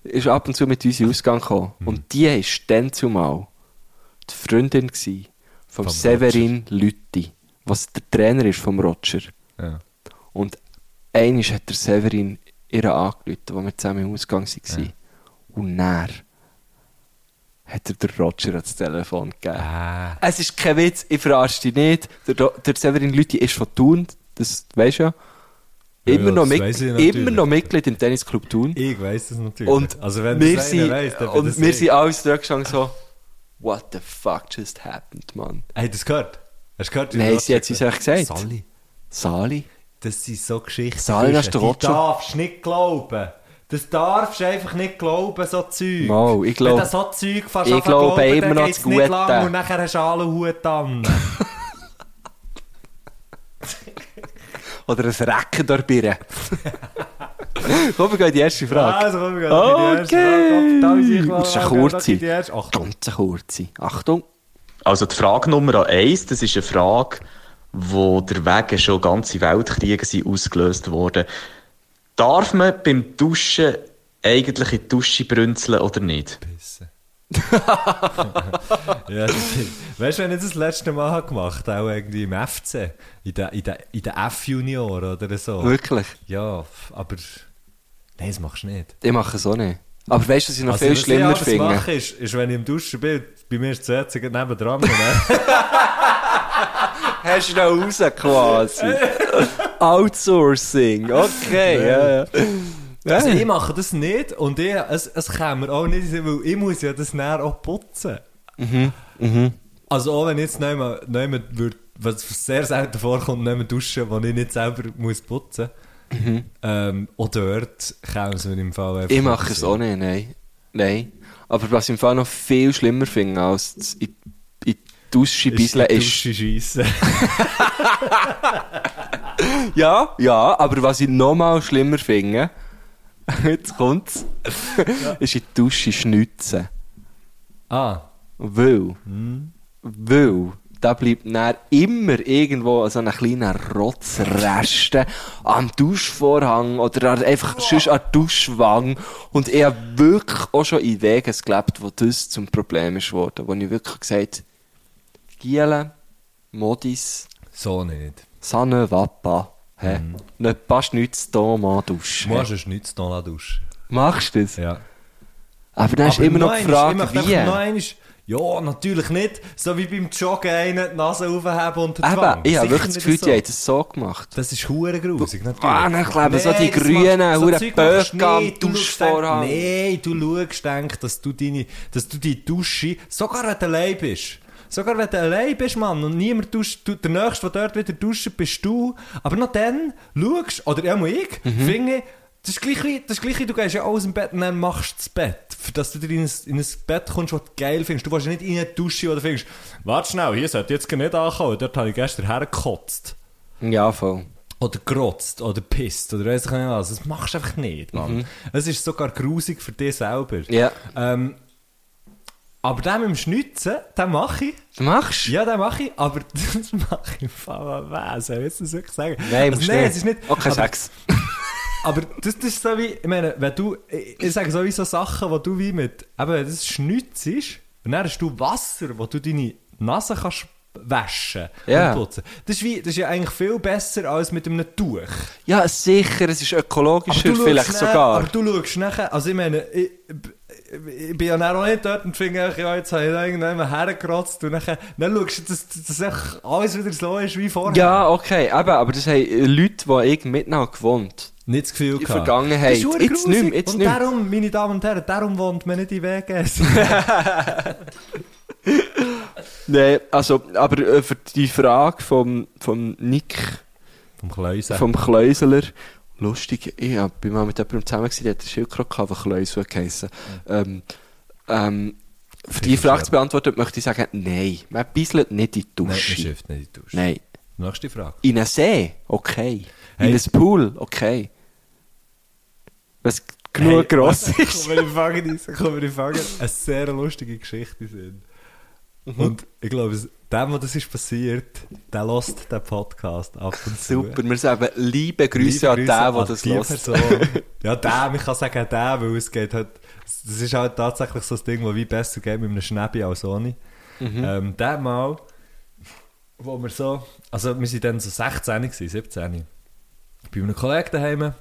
[SPEAKER 1] ist ab und zu mit uns in den Ausgang gekommen.
[SPEAKER 2] Mhm.
[SPEAKER 1] Und die ist dann zumal die Freundin gsi vom,
[SPEAKER 2] Vom
[SPEAKER 1] Severin Lütti, was der Trainer ist vom Roger.
[SPEAKER 2] Ja.
[SPEAKER 1] Und einisch hat der Severin ihre angelüht, wo wir zusammen im Ausgang waren. Und näher hat er den Roger ans Telefon gegeben.
[SPEAKER 2] Ah.
[SPEAKER 1] Es ist kein Witz, ich verarsche dich nicht. Der, Do- der Severin Lüthi ist von Thun, das weisst du ja.
[SPEAKER 2] Ja,
[SPEAKER 1] Immer,
[SPEAKER 2] ja,
[SPEAKER 1] noch,
[SPEAKER 2] das
[SPEAKER 1] mit,
[SPEAKER 2] weiss ich natürlich.
[SPEAKER 1] immer noch Mitglied im Tennisclub Thun.
[SPEAKER 2] Ich weiss das natürlich.
[SPEAKER 1] Und
[SPEAKER 2] also wenn
[SPEAKER 1] wir,
[SPEAKER 2] das
[SPEAKER 1] sind,
[SPEAKER 2] einer weiss, dann bin
[SPEAKER 1] und
[SPEAKER 2] das
[SPEAKER 1] wir
[SPEAKER 2] ich.
[SPEAKER 1] sind alle zurückgestanden so, what the fuck just happened, Mann.
[SPEAKER 2] Hast du das gehört? Hast du gehört? wie
[SPEAKER 1] Nein,
[SPEAKER 2] Roger
[SPEAKER 1] sie hat es uns echt gesagt.
[SPEAKER 2] Sally,
[SPEAKER 1] Sali?
[SPEAKER 2] das sind so Geschichten.
[SPEAKER 1] Sally, das ist der
[SPEAKER 2] die
[SPEAKER 1] Roger.
[SPEAKER 2] darfst du nicht glauben. Das darfst du einfach nicht glauben, so Zeug.
[SPEAKER 1] Mal, ich glaub-
[SPEAKER 2] Wenn du so Zeug fast
[SPEAKER 1] ich
[SPEAKER 2] anfängst
[SPEAKER 1] glaube
[SPEAKER 2] glauben,
[SPEAKER 1] immer
[SPEAKER 2] dann
[SPEAKER 1] noch
[SPEAKER 2] geht's
[SPEAKER 1] das
[SPEAKER 2] nicht
[SPEAKER 1] Gute.
[SPEAKER 2] lang und nachher hast du alle Hut an.
[SPEAKER 1] Oder ein Recken der Birre. Komm, wir gehen in die erste Frage.
[SPEAKER 2] also komm, wir gehen in die erste
[SPEAKER 1] Okay.
[SPEAKER 2] Frage. Abteil, sicher,
[SPEAKER 1] Das ist
[SPEAKER 2] wir
[SPEAKER 1] eine
[SPEAKER 2] gehen in die
[SPEAKER 1] kurze.
[SPEAKER 2] erste- Ach, komm.
[SPEAKER 1] Ganz eine kurze. Achtung.
[SPEAKER 5] Also die Frage Nummer eins, das ist eine Frage, wo der Wegen schon ganze Weltkriege sind ausgelöst worden. Darf man beim Duschen eigentlich in die Dusche brünzeln oder nicht?
[SPEAKER 2] Ja, weißt du, wenn ich das letzte Mal habe gemacht habe, auch irgendwie im FC, in der, in der, in der F-Junior oder so.
[SPEAKER 1] Wirklich.
[SPEAKER 2] Ja, f- aber. Nein, das machst du nicht.
[SPEAKER 1] Ich mache es auch nicht. Aber weißt du, was ich noch viel
[SPEAKER 2] was Also, ich eh
[SPEAKER 1] schlimmer
[SPEAKER 2] alles
[SPEAKER 1] finde?
[SPEAKER 2] mache, ist, ist, wenn ich im Duschen bin, bei mir ist das Herz neben dran. ne?
[SPEAKER 1] Hast du noch raus quasi. Outsourcing, okay. Ja, ja.
[SPEAKER 2] also,
[SPEAKER 1] Ja.
[SPEAKER 2] ich mache das nicht und ich, es, es kann mir auch nicht sein, weil ich muss ja das näher auch putzen.
[SPEAKER 1] Mhm,
[SPEAKER 2] Also auch wenn ich jetzt niemand, niemand würde, was sehr selten vorkommt, niemand duschen, wo ich nicht selber muss putzen ähm, auch dort käme es mir im Fall einfach
[SPEAKER 1] Mhm. Ich mache es auch nicht, nein. Nein. Aber was ich im Fall noch viel schlimmer finde, als das in, in die Dusche
[SPEAKER 2] Ist
[SPEAKER 1] bisseln
[SPEAKER 2] die
[SPEAKER 1] ist...
[SPEAKER 2] Dusche scheissen.
[SPEAKER 1] Ja, ja, aber was ich noch mal schlimmer finde, jetzt kommt's, ist in die Dusche schnitzen.
[SPEAKER 2] ah,
[SPEAKER 1] Weil,
[SPEAKER 2] Hm?
[SPEAKER 1] weil, da bleibt dann immer irgendwo so ein kleiner Rotzreste am Duschvorhang oder an,
[SPEAKER 2] Oh.
[SPEAKER 1] einfach sonst an der Duschwang. Und ich habe wirklich auch schon in Wegen gelebt, wo das zum Problem ist geworden. Wo ich wirklich gesagt Giele, Modis,
[SPEAKER 2] so nicht.
[SPEAKER 1] Sanne, Wappa. Hä? Nicht passt nichts da mal duschen.
[SPEAKER 2] Du Hm. machst einen Schnitz noch an der Dusche.
[SPEAKER 1] Machst du das?
[SPEAKER 2] Ja.
[SPEAKER 1] Aber dann ist
[SPEAKER 2] Aber
[SPEAKER 1] immer noch
[SPEAKER 2] noch
[SPEAKER 1] die
[SPEAKER 2] einmal,
[SPEAKER 1] Frage,
[SPEAKER 2] ich möchte
[SPEAKER 1] wie.
[SPEAKER 2] einfach noch einmal- ja, natürlich nicht. So wie beim Joggen einen die Nase aufheben und den
[SPEAKER 1] Eben,
[SPEAKER 2] Zwang.
[SPEAKER 1] ich habe
[SPEAKER 2] Sicher
[SPEAKER 1] wirklich das
[SPEAKER 2] nicht
[SPEAKER 1] Gefühl,
[SPEAKER 2] so.
[SPEAKER 1] die haben das so gemacht.
[SPEAKER 2] Das ist hure grusig, natürlich.
[SPEAKER 1] Ah, dann kleben so die
[SPEAKER 2] das
[SPEAKER 1] grünen,
[SPEAKER 2] machst-
[SPEAKER 1] hure
[SPEAKER 2] Zeug machst du
[SPEAKER 1] Böcke am
[SPEAKER 2] nicht. Du schaust
[SPEAKER 1] Duschvorhang.
[SPEAKER 2] denk- Nein, du schaust, denk, dass du deine, dass du die Dusche, sogar wenn du allein bist. Sogar wenn du allein bist, Mann, und niemand duscht, du, der Nächste, der dort wieder duscht, bist du. Aber noch dann schaust, oder ja, mal ich,
[SPEAKER 1] Mhm.
[SPEAKER 2] finde ich, das ist gleich wie, das ist gleich wie, du gehst ja aus dem Bett und dann machst du das Bett. Für dass du dir in ein, in ein Bett kommst, was du geil findest. Du warst ja nicht in eine Dusche, wo du findest, warte schnell, hier sollte ich jetzt nicht ankommen, dort habe ich gestern hergekotzt.
[SPEAKER 1] Ja, voll.
[SPEAKER 2] Oder gerotzt, oder pisst, oder weiss ich nicht was. Das machst du einfach nicht, Mann. Es ist sogar grusig für dich selber.
[SPEAKER 1] Mhm. Ja.
[SPEAKER 2] Ähm, aber den mit dem Schnitzen, den mache ich.
[SPEAKER 1] Du machst?
[SPEAKER 2] Ja, den mache ich, aber das mache ich im Fall was. Soll ich jetzt das wirklich sagen?
[SPEAKER 1] Nein,
[SPEAKER 2] Also,
[SPEAKER 1] musst
[SPEAKER 2] nein
[SPEAKER 1] nicht.
[SPEAKER 2] es ist nicht.
[SPEAKER 1] Okay,
[SPEAKER 2] aber,
[SPEAKER 1] sag's.
[SPEAKER 2] aber das, das ist so wie, ich meine, wenn du, ich, ich sage so wie so Sachen, wo du wie mit, eben, wenn das Schnitz ist, und dann hast du Wasser, wo du deine Nase kannst waschen
[SPEAKER 1] Ja.
[SPEAKER 2] und putzen. Das ist, wie, das ist ja eigentlich viel besser als mit einem Tuch.
[SPEAKER 1] Ja, sicher, es ist ökologischer,
[SPEAKER 2] schaust
[SPEAKER 1] vielleicht
[SPEAKER 2] nachher-
[SPEAKER 1] sogar.
[SPEAKER 2] Aber du schaust nachher, also ich meine, ich, ich, ich bin ja dann auch nicht dort und finde, ich, ja, jetzt habe ich da irgendjemand hergerotzt und nachher, dann schaust du, dass, dass echt alles wieder so ist wie vorher.
[SPEAKER 1] Ja, okay, eben, aber das haben Leute, die irgendwie miteinander gewohnt
[SPEAKER 2] nicht das Gefühl
[SPEAKER 1] Die
[SPEAKER 2] gehabt.
[SPEAKER 1] Vergangenheit.
[SPEAKER 2] Das ist verdammt
[SPEAKER 1] Jetzt nicht mehr,
[SPEAKER 2] grusig.
[SPEAKER 1] jetzt
[SPEAKER 2] Und
[SPEAKER 1] nicht mehr.
[SPEAKER 2] darum, meine Damen und Herren, darum wohnt man nicht in WGS.
[SPEAKER 1] Nein, also, aber äh, für die Frage vom, vom Nick,
[SPEAKER 2] Vom Kleusen.
[SPEAKER 1] vom Kläuseler, lustig, ich hab- bin mal mit jemandem zusammen gewesen, der hat einen Schildkröte gehabt, der Kläusel geheissen. Ähm, ähm, für die Frage zu beantworten, möchte ich sagen, nein, man bisselt nicht in die
[SPEAKER 2] Nein, man
[SPEAKER 1] Dusche.
[SPEAKER 2] schifft nicht in die Dusche.
[SPEAKER 1] Nein.
[SPEAKER 2] Nächste Frage.
[SPEAKER 1] In einen See, okay.
[SPEAKER 2] Hey.
[SPEAKER 1] In einen Pool, okay. Was genug gross ist.
[SPEAKER 2] also, Komm, wir fangen uns, komm, wir fangen eine sehr lustige Geschichte sind. Und ich glaube, es- dem, wo das ist passiert, der lost den Podcast ab und zu.
[SPEAKER 1] Super, wir sagen liebe Grüße an den, der das
[SPEAKER 2] die
[SPEAKER 1] hört.
[SPEAKER 2] Person. ja, dem, ich kann sagen, der, weil es geht halt, das ist halt tatsächlich so ein Ding, wo wie besser geht mit einem Schnäbi als ohne.
[SPEAKER 1] Mhm.
[SPEAKER 2] Ähm, der Mal, wo wir so, also wir sind dann so 16, gewesen, 17. Bei einem Kollegen daheim, ähm,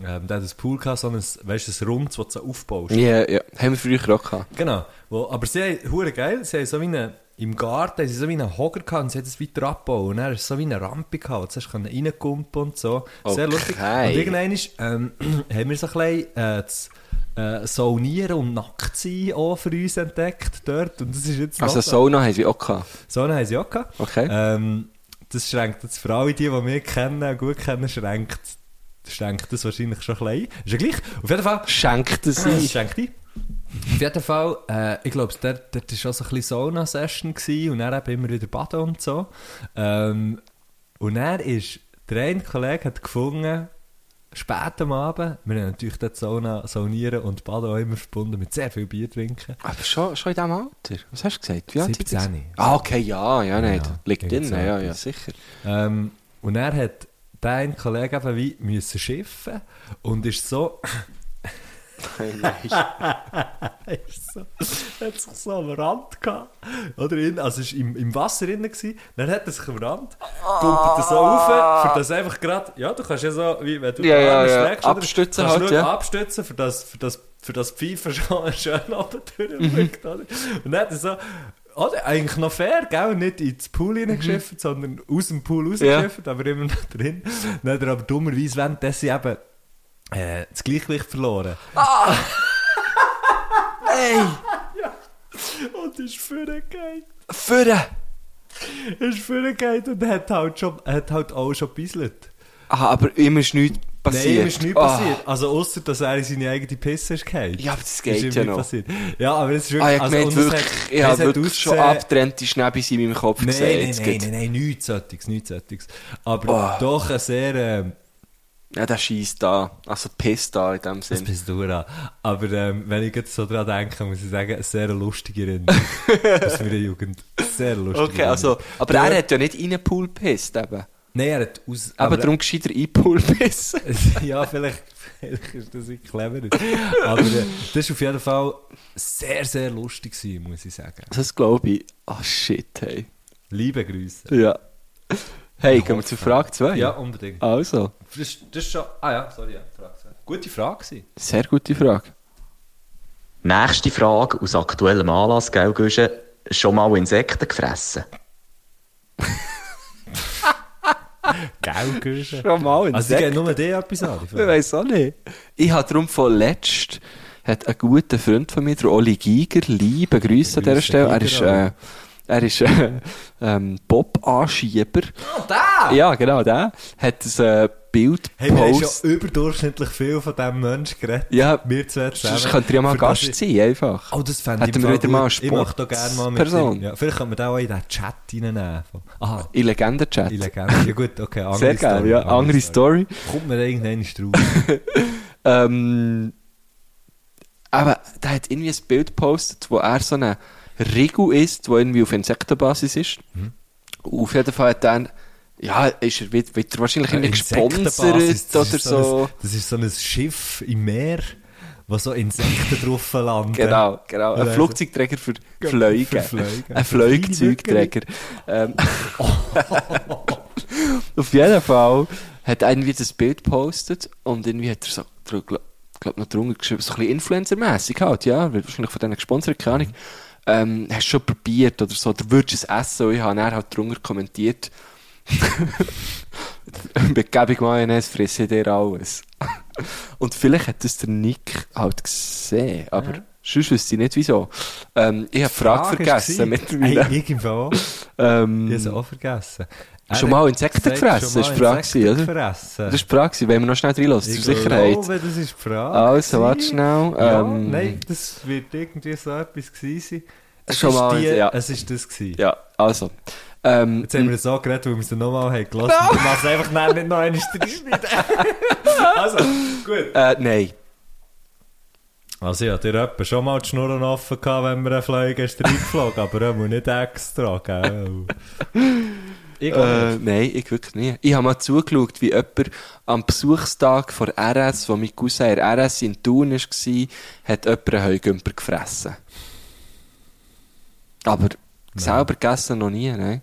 [SPEAKER 2] der hat ein Pool gehabt, so ein, weißt du, ein Rund, das du so aufbaust.
[SPEAKER 1] Ja, ja, haben wir früher auch gehabt.
[SPEAKER 2] Genau. Wo, aber sie haben, hure geil, sie haben so wie eine, im Garten haben sie so wie einen Hocker gehabt und sie haben das weiter abgebaut. Und dann ist so wie eine Rampe gehabt, und zuerst können reingumpen und so. Sehr
[SPEAKER 1] Okay.
[SPEAKER 2] lustig. Und irgendwann ist, ähm, haben wir so ein bisschen, äh, das, äh, Saunieren und Nacktsein auch für uns entdeckt dort. Und das ist jetzt
[SPEAKER 1] Also
[SPEAKER 2] noch-
[SPEAKER 1] Sauna haben wir auch gehabt.
[SPEAKER 2] Sauna haben sie auch gehabt.
[SPEAKER 1] Okay.
[SPEAKER 2] Ähm, das schränkt jetzt für alle die, die wir kennen, gut kennen, schränkt, schränkt das wahrscheinlich schon ein bisschen ein. Ist ja gleich. Auf jeden Fall
[SPEAKER 1] Schenkt es ein.
[SPEAKER 2] Schenk dir. Auf jeden Fall, äh, ich glaube, dort, dort war auch so ein bisschen Sauna-Session gewesen und dann eben immer wieder baden und so. Ähm, und er ist, der eine Kollege hat gefunden, spät am Abend, wir haben natürlich dort Sauna, Saunieren und Baden auch immer verbunden mit sehr viel Bier trinken.
[SPEAKER 1] Aber schon, schon in diesem Alter? Was hast du gesagt? Wie alt bist du?
[SPEAKER 2] 17.
[SPEAKER 1] Ah, okay, ja, ja, nein, das liegt
[SPEAKER 2] irgend
[SPEAKER 1] drin,
[SPEAKER 2] so
[SPEAKER 1] ja, ja,
[SPEAKER 2] etwas.
[SPEAKER 1] sicher.
[SPEAKER 2] Ähm, und er hat dein Kollege eben wie müssen schiffen und ist so, er ist so, er hat sich so am Rand gehabt. Oder in, also ist im, im Wasser drin gewesen, dann hat er sich am Rand, pumpt er so rauf, für das einfach gerade, ja, du kannst ja so, wie wenn du
[SPEAKER 1] Ja,
[SPEAKER 2] den
[SPEAKER 1] ja,
[SPEAKER 2] Arm
[SPEAKER 1] ja,
[SPEAKER 2] streckst, oder?
[SPEAKER 1] abstützen
[SPEAKER 2] kannst
[SPEAKER 1] halt,
[SPEAKER 2] nur
[SPEAKER 1] ja.
[SPEAKER 2] abstützen, für das, für das, für das Pfeifen schon schön oben durchblickt, oder? Und dann hat er so, oder, eigentlich noch fair, gell, nicht ins Pool reingeschifft, sondern aus dem Pool rausgeschifft, aber immer noch drin. Dann hat er aber dummerweise währenddessen eben, äh, das Gleichgewicht verloren. Und ist vorgegangen.
[SPEAKER 1] Führen!
[SPEAKER 2] ist vorgegangen und hat halt, schon, hat halt auch schon gebisselt.
[SPEAKER 1] Ah, aber ihm ist nichts
[SPEAKER 2] Nein,
[SPEAKER 1] passiert.
[SPEAKER 2] ihm ist nichts
[SPEAKER 1] Ah.
[SPEAKER 2] passiert. Also, außer, dass er in seine eigene Pisse ist gefallen.
[SPEAKER 1] Ja, aber das
[SPEAKER 2] Ist
[SPEAKER 1] geht
[SPEAKER 2] ihm
[SPEAKER 1] ja
[SPEAKER 2] nicht
[SPEAKER 1] noch.
[SPEAKER 2] Passiert. Ja, aber es ist wirklich...
[SPEAKER 1] Ah, ich
[SPEAKER 2] also,
[SPEAKER 1] habe
[SPEAKER 2] und
[SPEAKER 1] gemeint,
[SPEAKER 2] es
[SPEAKER 1] wirklich,
[SPEAKER 2] hat-
[SPEAKER 1] ich
[SPEAKER 2] es
[SPEAKER 1] habe
[SPEAKER 2] hat
[SPEAKER 1] wirklich schon
[SPEAKER 2] ausgesehen-
[SPEAKER 1] abgetrennte Schnäbis in meinem Kopf
[SPEAKER 2] Nein,
[SPEAKER 1] gesehen.
[SPEAKER 2] nein,
[SPEAKER 1] Jetzt
[SPEAKER 2] nein,
[SPEAKER 1] geht's.
[SPEAKER 2] nein, nein, nichts solches, nichts solches. Aber
[SPEAKER 1] Oh.
[SPEAKER 2] doch ein sehr... ähm,
[SPEAKER 1] Ja, der schießt da. Also pisst da in dem
[SPEAKER 2] das
[SPEAKER 1] Sinn.
[SPEAKER 2] bist du dran. Aber ähm, wenn ich jetzt so dran denke, muss ich sagen, eine sehr lustige Erinnerung aus meiner Jugend. Sehr lustige
[SPEAKER 1] Okay, also,
[SPEAKER 2] Erinnerung.
[SPEAKER 1] aber
[SPEAKER 2] Dort-
[SPEAKER 1] er hat ja nicht in einen Pool gepisst eben.
[SPEAKER 2] Nein, er hat aus...
[SPEAKER 1] Aber darum gescheiter in den Pool pissen.
[SPEAKER 2] ja, vielleicht, vielleicht ist das ein cleverer. Aber äh, das war auf jeden Fall sehr, sehr lustig, gewesen, muss ich sagen.
[SPEAKER 1] Das glaube ich. Ah, shit, hey.
[SPEAKER 2] Liebe Grüße.
[SPEAKER 1] Ja. Hey, gehen wir zu Frage 2.
[SPEAKER 2] Ja, unbedingt.
[SPEAKER 1] Also,
[SPEAKER 2] Das, das ist schon. Ah ja, sorry, ja, Frage. zwei. Gute Frage. gewesen.
[SPEAKER 1] sehr gute Frage.
[SPEAKER 5] Nächste Frage aus aktuellem Anlass, gell, Guschen? Schon mal Insekten gefressen?
[SPEAKER 2] Gell, Gürsche?
[SPEAKER 1] Schon mal
[SPEAKER 2] Also, ich gebe nur dir etwas an. die
[SPEAKER 1] Ich
[SPEAKER 2] Frage.
[SPEAKER 1] weiß auch nicht. Ich habe darum vorletzt, hat ein guter Freund von mir, der Oli Giger, liebe Grüße an dieser
[SPEAKER 2] Grüße,
[SPEAKER 1] Stelle. Er ist,
[SPEAKER 2] Giger,
[SPEAKER 1] äh, er ist äh, ähm, Bob-Anschieber.
[SPEAKER 2] Da!
[SPEAKER 1] Ja, genau, der hat ein äh, Bild
[SPEAKER 2] Hey, wir haben schon
[SPEAKER 1] gepostet.
[SPEAKER 2] überdurchschnittlich viel von diesem Menschen geredet.
[SPEAKER 1] Ja,
[SPEAKER 2] wir zwei zusammen.
[SPEAKER 1] Sonst könnte ja mal
[SPEAKER 2] Für das
[SPEAKER 1] Gast
[SPEAKER 2] ich-
[SPEAKER 1] sein, einfach.
[SPEAKER 2] Oh, das fände ich
[SPEAKER 1] Hätten
[SPEAKER 2] im
[SPEAKER 1] wir
[SPEAKER 2] Fall
[SPEAKER 1] wieder mal
[SPEAKER 2] gut.
[SPEAKER 1] eine
[SPEAKER 2] Ich mache da gerne mal mit
[SPEAKER 1] Sportperson.
[SPEAKER 2] dir- Ja, vielleicht könnte man da auch in den Chat reinnehmen. Aha,
[SPEAKER 1] In Legenden-Chat.
[SPEAKER 2] in Legende. Ja gut, okay, andere
[SPEAKER 1] Sehr geil,
[SPEAKER 2] Story,
[SPEAKER 1] ja. Andere Story.
[SPEAKER 2] Kommt mir irgendein drauf.
[SPEAKER 1] Ähm, aber der hat irgendwie ein Bild gepostet, wo er so eine Rigu ist, wo irgendwie auf Insektenbasis ist.
[SPEAKER 2] Mhm.
[SPEAKER 1] Und auf jeden Fall hat dann, ja, ist er wieder, wieder wahrscheinlich irgendwie gesponsert oder so.
[SPEAKER 2] Ein, das ist so ein Schiff im Meer, wo so Insekten drauf landen.
[SPEAKER 1] Genau, genau. Ein
[SPEAKER 2] Also-
[SPEAKER 1] Flugzeugträger für
[SPEAKER 2] Für
[SPEAKER 1] Flüge.
[SPEAKER 2] Flüge.
[SPEAKER 1] Ein Flugzeugträger. Ähm, auf jeden Fall hat irgendwie das Bild gepostet und irgendwie hat er so, ich glaube, noch drunter geschrieben, so ein bisschen Influencer-mässig halt, ja, wird wahrscheinlich von denen gesponsert, keine Ahnung. Ähm, hast du schon probiert oder so, oder würdest du es essen? Und ich habe dann halt drunter kommentiert, Mit Gebung Mayonnaise fresse ich dir alles. Und vielleicht hat das der Nick halt gesehen, aber sonst wüsste ich nicht wieso. Ähm, ich habe die Frage vergessen mittlerweile.
[SPEAKER 2] Hey, ich im Fall auch. Ich habe
[SPEAKER 1] ähm,
[SPEAKER 2] sie auch vergessen. Er
[SPEAKER 1] Schon mal
[SPEAKER 2] hat
[SPEAKER 1] Insekten
[SPEAKER 2] gesagt,
[SPEAKER 1] gefressen,
[SPEAKER 2] schon
[SPEAKER 1] ist
[SPEAKER 2] mal
[SPEAKER 1] die Frage
[SPEAKER 2] Insekten
[SPEAKER 1] gewesen, oder?
[SPEAKER 2] gefressen.
[SPEAKER 1] das ist die Frage, wenn wir noch schnell reinlassen, zur Sicherheit.
[SPEAKER 2] Ich glaube, das ist die Frage.
[SPEAKER 1] Also, warte
[SPEAKER 2] gewesen.
[SPEAKER 1] schnell.
[SPEAKER 2] Ja,
[SPEAKER 1] ähm,
[SPEAKER 2] nein, das wird irgendwie so etwas gewesen sein. Es
[SPEAKER 1] Schon
[SPEAKER 2] ist
[SPEAKER 1] mal,
[SPEAKER 2] die, dus
[SPEAKER 1] ja.
[SPEAKER 2] Es ist das gewesen.
[SPEAKER 1] Ja, also. Ähm,
[SPEAKER 2] Jetzt haben wir es so geredet, weil wir es dann nochmal haben gelassen. No.
[SPEAKER 1] Nou.
[SPEAKER 2] Wir machen es einfach nein, nicht noch einmal reinschneiden. also, gut.
[SPEAKER 1] äh, nein.
[SPEAKER 2] Also ja, dir etwa schon mal die Schnurren offen gehabt, wenn wir einen Flieger reingeflogen, aber er muss nicht extra, gell? Ich
[SPEAKER 1] Äh, nein, ich wirklich nicht. Ich habe mal zugeschaut, wie jemand am Besuchstag von RS, wo mein Cousin in RS in Thun war, hat jemand einen Heugümper gefressen. Aber selber gegessen noch nie, ne?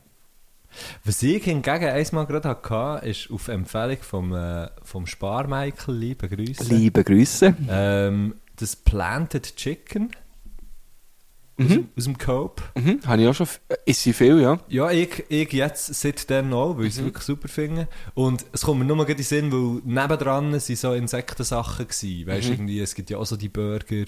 [SPEAKER 2] Was ich hingegen einmal gerade hatte, ist auf Empfehlung vom, äh, vom Spar-Michael, liebe Grüße.
[SPEAKER 1] Liebe Grüße.
[SPEAKER 2] Ähm, das Planted Chicken aus, dem, aus dem Cope.
[SPEAKER 1] Mhm, habe ich auch schon... f- äh, Ist sie viel, ja?
[SPEAKER 2] Ja, ich, ich jetzt seitdem auch, weil ich es
[SPEAKER 1] Mhm.
[SPEAKER 2] wirklich super finde. Und es kommt mir nur gerade in den Sinn, weil nebendran waren so Insektensachen. Gewesen.
[SPEAKER 1] Mhm.
[SPEAKER 2] Weißt du, irgendwie, es gibt ja auch so die Burger,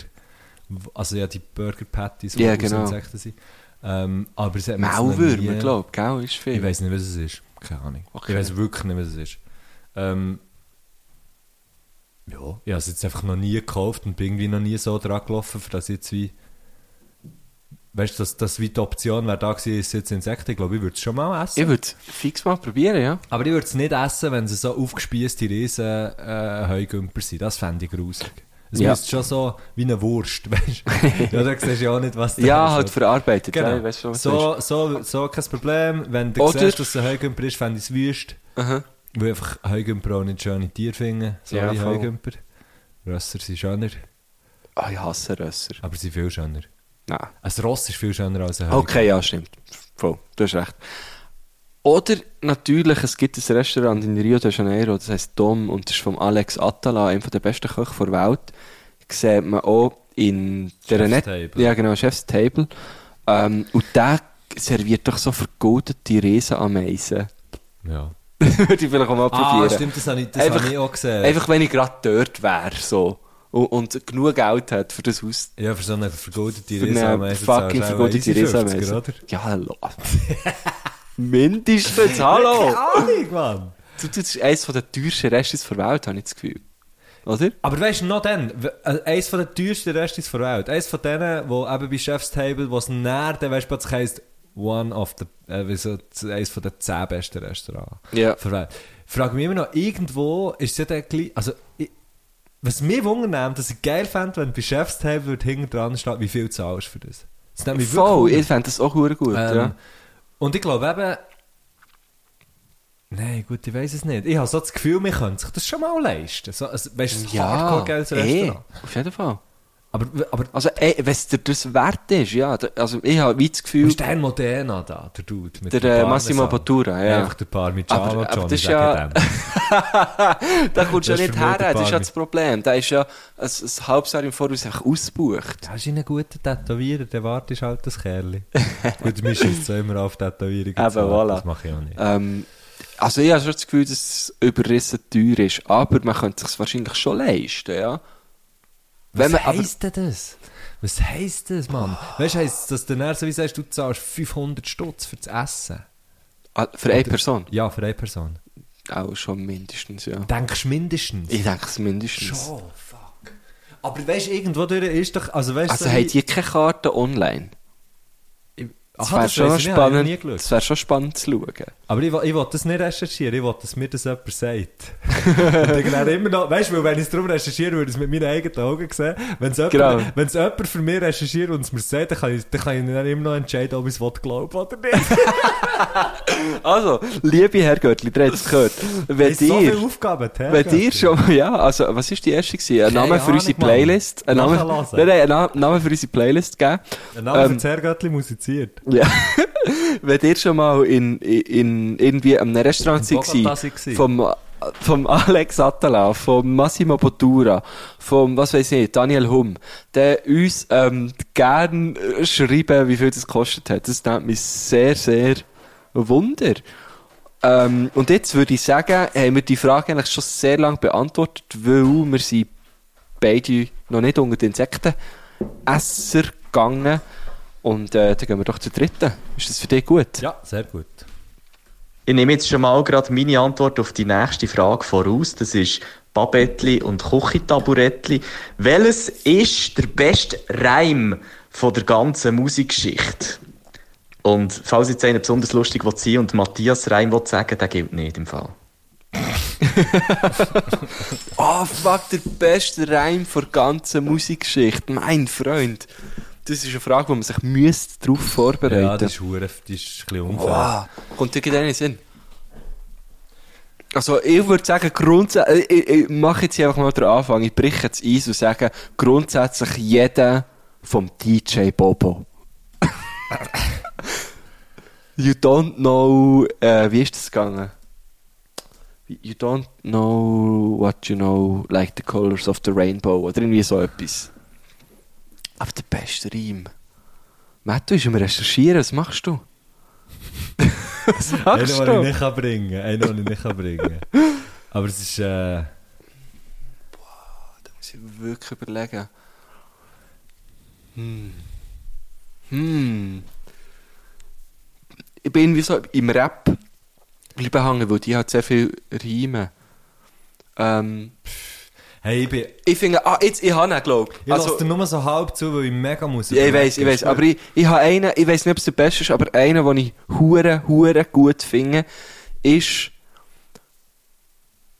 [SPEAKER 2] also ja, die Burger-Patties,
[SPEAKER 1] Ja,
[SPEAKER 2] aus
[SPEAKER 1] genau.
[SPEAKER 2] Insekten sind. Ähm, aber es hat mir jetzt noch
[SPEAKER 1] Maulwürmer,
[SPEAKER 2] nie-
[SPEAKER 1] glaube ich, gell? Ist
[SPEAKER 2] Ich
[SPEAKER 1] viel.
[SPEAKER 2] weiß nicht, was es ist. Keine Ahnung.
[SPEAKER 1] Okay.
[SPEAKER 2] Ich weiß wirklich nicht, was es ist. Ähm, ja, ich habe es jetzt einfach noch nie gekauft und bin irgendwie noch nie so dran gelaufen, für das jetzt wie. Weißt du, dass, dass wie die Option wäre da gewesen, ist jetzt Insekten. Ich glaube, ich würde es schon mal essen.
[SPEAKER 1] Ich würde es fix mal probieren, ja?
[SPEAKER 2] aber ich würde es nicht essen, wenn sie so aufgespießte Riesen äh, Heugümper sind. Das fände ich gruselig. Es
[SPEAKER 1] Ja.
[SPEAKER 2] müsste schon so wie eine Wurst, weißt du? ja, da siehst du ja auch nicht, was da
[SPEAKER 1] Ja,
[SPEAKER 2] ist,
[SPEAKER 1] halt
[SPEAKER 2] oder?
[SPEAKER 1] verarbeitet. Ja, ich
[SPEAKER 2] Genau.
[SPEAKER 1] weiss schon, was du
[SPEAKER 2] so, so, so kein Problem. Wenn du
[SPEAKER 1] Oder-
[SPEAKER 2] siehst, dass es ein Heugümper ist, fände ich es wüst.
[SPEAKER 1] Aha.
[SPEAKER 2] Weil einfach Heugümper auch nicht schöne Tiere finden. Sorry,
[SPEAKER 1] Ja, voll.
[SPEAKER 2] Heugümper. Rösser sind schöner,
[SPEAKER 1] Ah, ich hasse Rösser.
[SPEAKER 2] aber sie sind viel schöner.
[SPEAKER 1] Nein.
[SPEAKER 2] Ein Ross ist viel schöner als ein Heugümper.
[SPEAKER 1] Okay, ja, stimmt. Voll, du hast recht. Oder natürlich, es gibt ein Restaurant in Rio de Janeiro, das heißt Dom und das ist von Alex Atala, einem der besten Köche der Welt. Sieht man auch in der
[SPEAKER 2] Chef's
[SPEAKER 1] Net
[SPEAKER 2] Table.
[SPEAKER 1] Ja, genau, Chef's Table. Ähm, und der serviert doch so vergoldete Riesenameisen.
[SPEAKER 2] Ja.
[SPEAKER 1] Würde ich vielleicht auch mal probieren.
[SPEAKER 2] Ah, stimmt, das habe ich, das
[SPEAKER 1] Einfach-
[SPEAKER 2] habe ich auch gesehen.
[SPEAKER 1] Einfach, wenn ich gerade dort wäre, so. Und, und genug Geld hat für das Haus.
[SPEAKER 2] ja, für so eine vergoldete
[SPEAKER 1] Für eine
[SPEAKER 2] Riesenameise
[SPEAKER 1] fucking
[SPEAKER 2] zahlst du auch
[SPEAKER 1] vergoldete
[SPEAKER 2] 1,50,
[SPEAKER 1] Riesenameise.
[SPEAKER 2] oder?
[SPEAKER 1] Ja, hallo. Mindestens, hallo.
[SPEAKER 2] Keine Ahnung, Mann.
[SPEAKER 1] Du, du, das ist eines der teuersten Reste der Welt, habe ich das Gefühl. Oder?
[SPEAKER 2] Aber weißt du, noch dann, w- äh, eins von den teuersten Restis der Welt, eins von denen, wo eben bei Chef's Table, was näher, dann weißt du, was heisst, one of the, äh, wie so, z- eins von den zehn besten Restaurants
[SPEAKER 1] Ja.
[SPEAKER 2] der Welt. Frage mich immer noch, irgendwo ist es ja dann gleich, also, ich, was mich wundern nimmt, dass ich geil fände, wenn bei Chef's Table würde hinten dran steht, wie viel du zahlst für das. Das nimmt mich wirklich
[SPEAKER 1] Voll,
[SPEAKER 2] wunder.
[SPEAKER 1] ich fände das auch verdammt gut.
[SPEAKER 2] Ähm,
[SPEAKER 1] ja.
[SPEAKER 2] Und ich glaube eben, Nein, gut, ich weiß es nicht. Ich habe so das Gefühl, wir können sich das schon mal leisten. So, also, weißt du, ein Hardcore-geiles
[SPEAKER 1] eh,
[SPEAKER 2] Restaurant.
[SPEAKER 1] auf jeden Fall.
[SPEAKER 2] Aber, aber
[SPEAKER 1] Also, ey, wenn es dir das wert ist, ja. da- Also, ich habe wie
[SPEAKER 2] wo
[SPEAKER 1] das Gefühl,
[SPEAKER 2] ist der Modena da, der Dude? Mit
[SPEAKER 1] Der,
[SPEAKER 2] dem
[SPEAKER 1] äh,
[SPEAKER 2] Parmesan?
[SPEAKER 1] Massimo Bottura, ja.
[SPEAKER 2] Einfach der Parmigiano
[SPEAKER 1] Aber- aber
[SPEAKER 2] Johnny,
[SPEAKER 1] das ist
[SPEAKER 2] sag
[SPEAKER 1] ja-
[SPEAKER 2] ich dem.
[SPEAKER 1] da kommst du ja
[SPEAKER 2] Das ist
[SPEAKER 1] nicht
[SPEAKER 2] für mich
[SPEAKER 1] her.
[SPEAKER 2] der
[SPEAKER 1] Das ist ja
[SPEAKER 2] Barney.
[SPEAKER 1] das Problem. Da ist ja ein, ein halbes Jahr im Voraus einfach ausgebucht.
[SPEAKER 2] Das ist ein guter Tätowierer, der wartest halt das Kerli. gut, mir schießt so immer auf Tätowierungen
[SPEAKER 1] Eben,
[SPEAKER 2] zu,
[SPEAKER 1] voilà.
[SPEAKER 2] Das mache ich auch nicht.
[SPEAKER 1] Ähm, also, ich habe schon das Gefühl, dass es überrissen teuer ist. Aber man könnte es sich wahrscheinlich schon leisten, ja.
[SPEAKER 2] Was
[SPEAKER 1] Wenn man, aber,
[SPEAKER 2] heisst denn das? Was heisst das, Mann? Weißt du, heisst das, dass du dann so wie sagst, du zahlst 500 Stutz für das Essen?
[SPEAKER 1] Ah, für eine Person?
[SPEAKER 2] Ja, für eine Person.
[SPEAKER 1] Auch schon mindestens, ja.
[SPEAKER 2] Denkst du mindestens?
[SPEAKER 1] Ich denke es mindestens.
[SPEAKER 2] Schon, fuck. Aber weißt du, irgendwo durch ist doch. Also, weißt,
[SPEAKER 1] Also haben die keine Karte online? Das wäre schon, noch spannend- das wär schon spannend zu schauen.
[SPEAKER 2] Aber ich, will- ich will das nicht recherchieren, ich will, dass mir das jemand sagt. Und ich dann immer noch, weißt du, weil wenn ich es darum recherchiere, würde ich es mit meinen eigenen Augen sehen. Wenn es jemand,
[SPEAKER 1] Genau.
[SPEAKER 2] wenn es jemand für mich recherchiert und es mir sagt, dann kann ich, dann kann ich dann immer noch entscheiden, ob ich es will glauben oder nicht.
[SPEAKER 1] Also, liebe Herr Göttli, ihr habt es gehört. Wenn
[SPEAKER 2] Es sind so viele
[SPEAKER 1] dir,
[SPEAKER 2] Aufgaben, Herr
[SPEAKER 1] wenn dir
[SPEAKER 2] Götti.
[SPEAKER 1] schon, ja, also, was war die erste? Gewesen?
[SPEAKER 2] Keine
[SPEAKER 1] Ein Name für
[SPEAKER 2] Ahnung,
[SPEAKER 1] unsere
[SPEAKER 2] Mann.
[SPEAKER 1] Playlist? Ein Name, nein,
[SPEAKER 2] Nachlassen.
[SPEAKER 1] nein, ein Na- Name für unsere Playlist geben?
[SPEAKER 2] Ein Name
[SPEAKER 1] ähm,
[SPEAKER 2] für das Herr Göttli musiziert.
[SPEAKER 1] Ja. Wenn ihr schon mal in, in, in irgendwie am Restaurant
[SPEAKER 2] In
[SPEAKER 1] seid,
[SPEAKER 2] Bogotá
[SPEAKER 1] gewesen,
[SPEAKER 2] seid.
[SPEAKER 1] vom, vom Alex Atala, vom Massimo Bottura, vom, was weiß ich, Daniel Hum, der uns ähm, gern äh, schreiben, wie viel das gekostet hat. Das nimmt mich sehr, sehr Wunder. Ähm, und jetzt würde ich sagen, haben wir die Frage eigentlich schon sehr lange beantwortet, weil wir sind beide noch nicht unter die Insektenesser gegangen. Und äh, dann gehen wir doch zur dritten. Ist das für dich gut?
[SPEAKER 2] Ja, sehr gut.
[SPEAKER 5] Ich nehme jetzt schon mal gerade meine Antwort auf die nächste Frage voraus. Das ist Babettli und Kuchitaburettli. Welches ist der beste Reim von der ganzen Musikgeschichte? Und falls jetzt einer besonders lustig will sein und Matthias Reim will sagen, der gilt nicht im Fall.
[SPEAKER 1] Oh fuck, der beste Reim der ganzen Musikgeschichte. Mein Freund. Das ist eine Frage, wo man sich müsste darauf vorbereiten
[SPEAKER 2] Ja, das ist, hure- das ist ein bisschen unfair.
[SPEAKER 1] Wow. Kommt dir gerade in den Sinn? Also, ich würde sagen, grundsätzlich, ich, ich mache jetzt hier einfach mal den Anfang. Ich breche jetzt eins und sage, grundsätzlich jeder vom DJ Bobo. you don't know, äh, wie ist das gegangen? You don't know what you know, like the colors of the rainbow, oder irgendwie so etwas. Aber der beste Reim. Matt, du bist am Recherchieren, was machst du? was
[SPEAKER 2] Einen,
[SPEAKER 1] machst
[SPEAKER 2] den ich
[SPEAKER 1] du?
[SPEAKER 2] nicht kann bringen Einen, den ich nicht kann bringen Aber es ist, äh,
[SPEAKER 1] muss ich wirklich überlegen. Hm. Hm. Ich bin wie so im Rap bleiben hängen, weil die hat sehr viel Reime. Ähm,
[SPEAKER 2] hey, ich bin, ich
[SPEAKER 1] ich finde, ah, jetzt, ich habe ihn, glaube ich.
[SPEAKER 2] also, dir nur so halb zu, weil ich mega muss.
[SPEAKER 1] Ja, ich weiß, ich weiß. Aber ich, ich habe einen, ich weiß nicht, ob es der beste ist, aber einen, den ich hure, hure gut finde, ist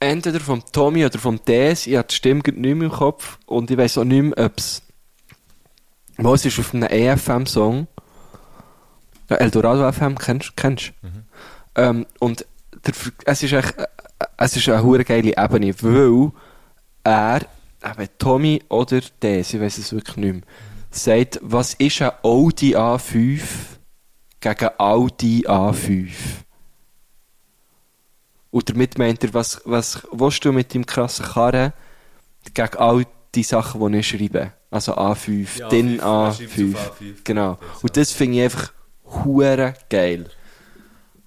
[SPEAKER 1] entweder vom Tommy oder vom Des. Ich habe die Stimme gerade nicht mehr im Kopf und ich weiß auch nicht mehr, ob es. Wo es ist auf einem EFM-Song. Ja, Eldorado FM, kennst kennst ähm, Und der, Ver- es ist echt, äh, es ist eine hure geile Ebene, weil er, eben Tommy oder Des, ich weiß es wirklich nicht mehr, sagt, was ist ein Audi A5 gegen Audi A5? Und damit meint er, was, was willst du mit deinem krassen Karren gegen all die Sachen, die ich schreibe? Also A5,
[SPEAKER 2] Ja, A5,
[SPEAKER 1] DIN A5.
[SPEAKER 2] man schreibt auf A5.
[SPEAKER 1] Genau. Und das finde ich einfach hure geil.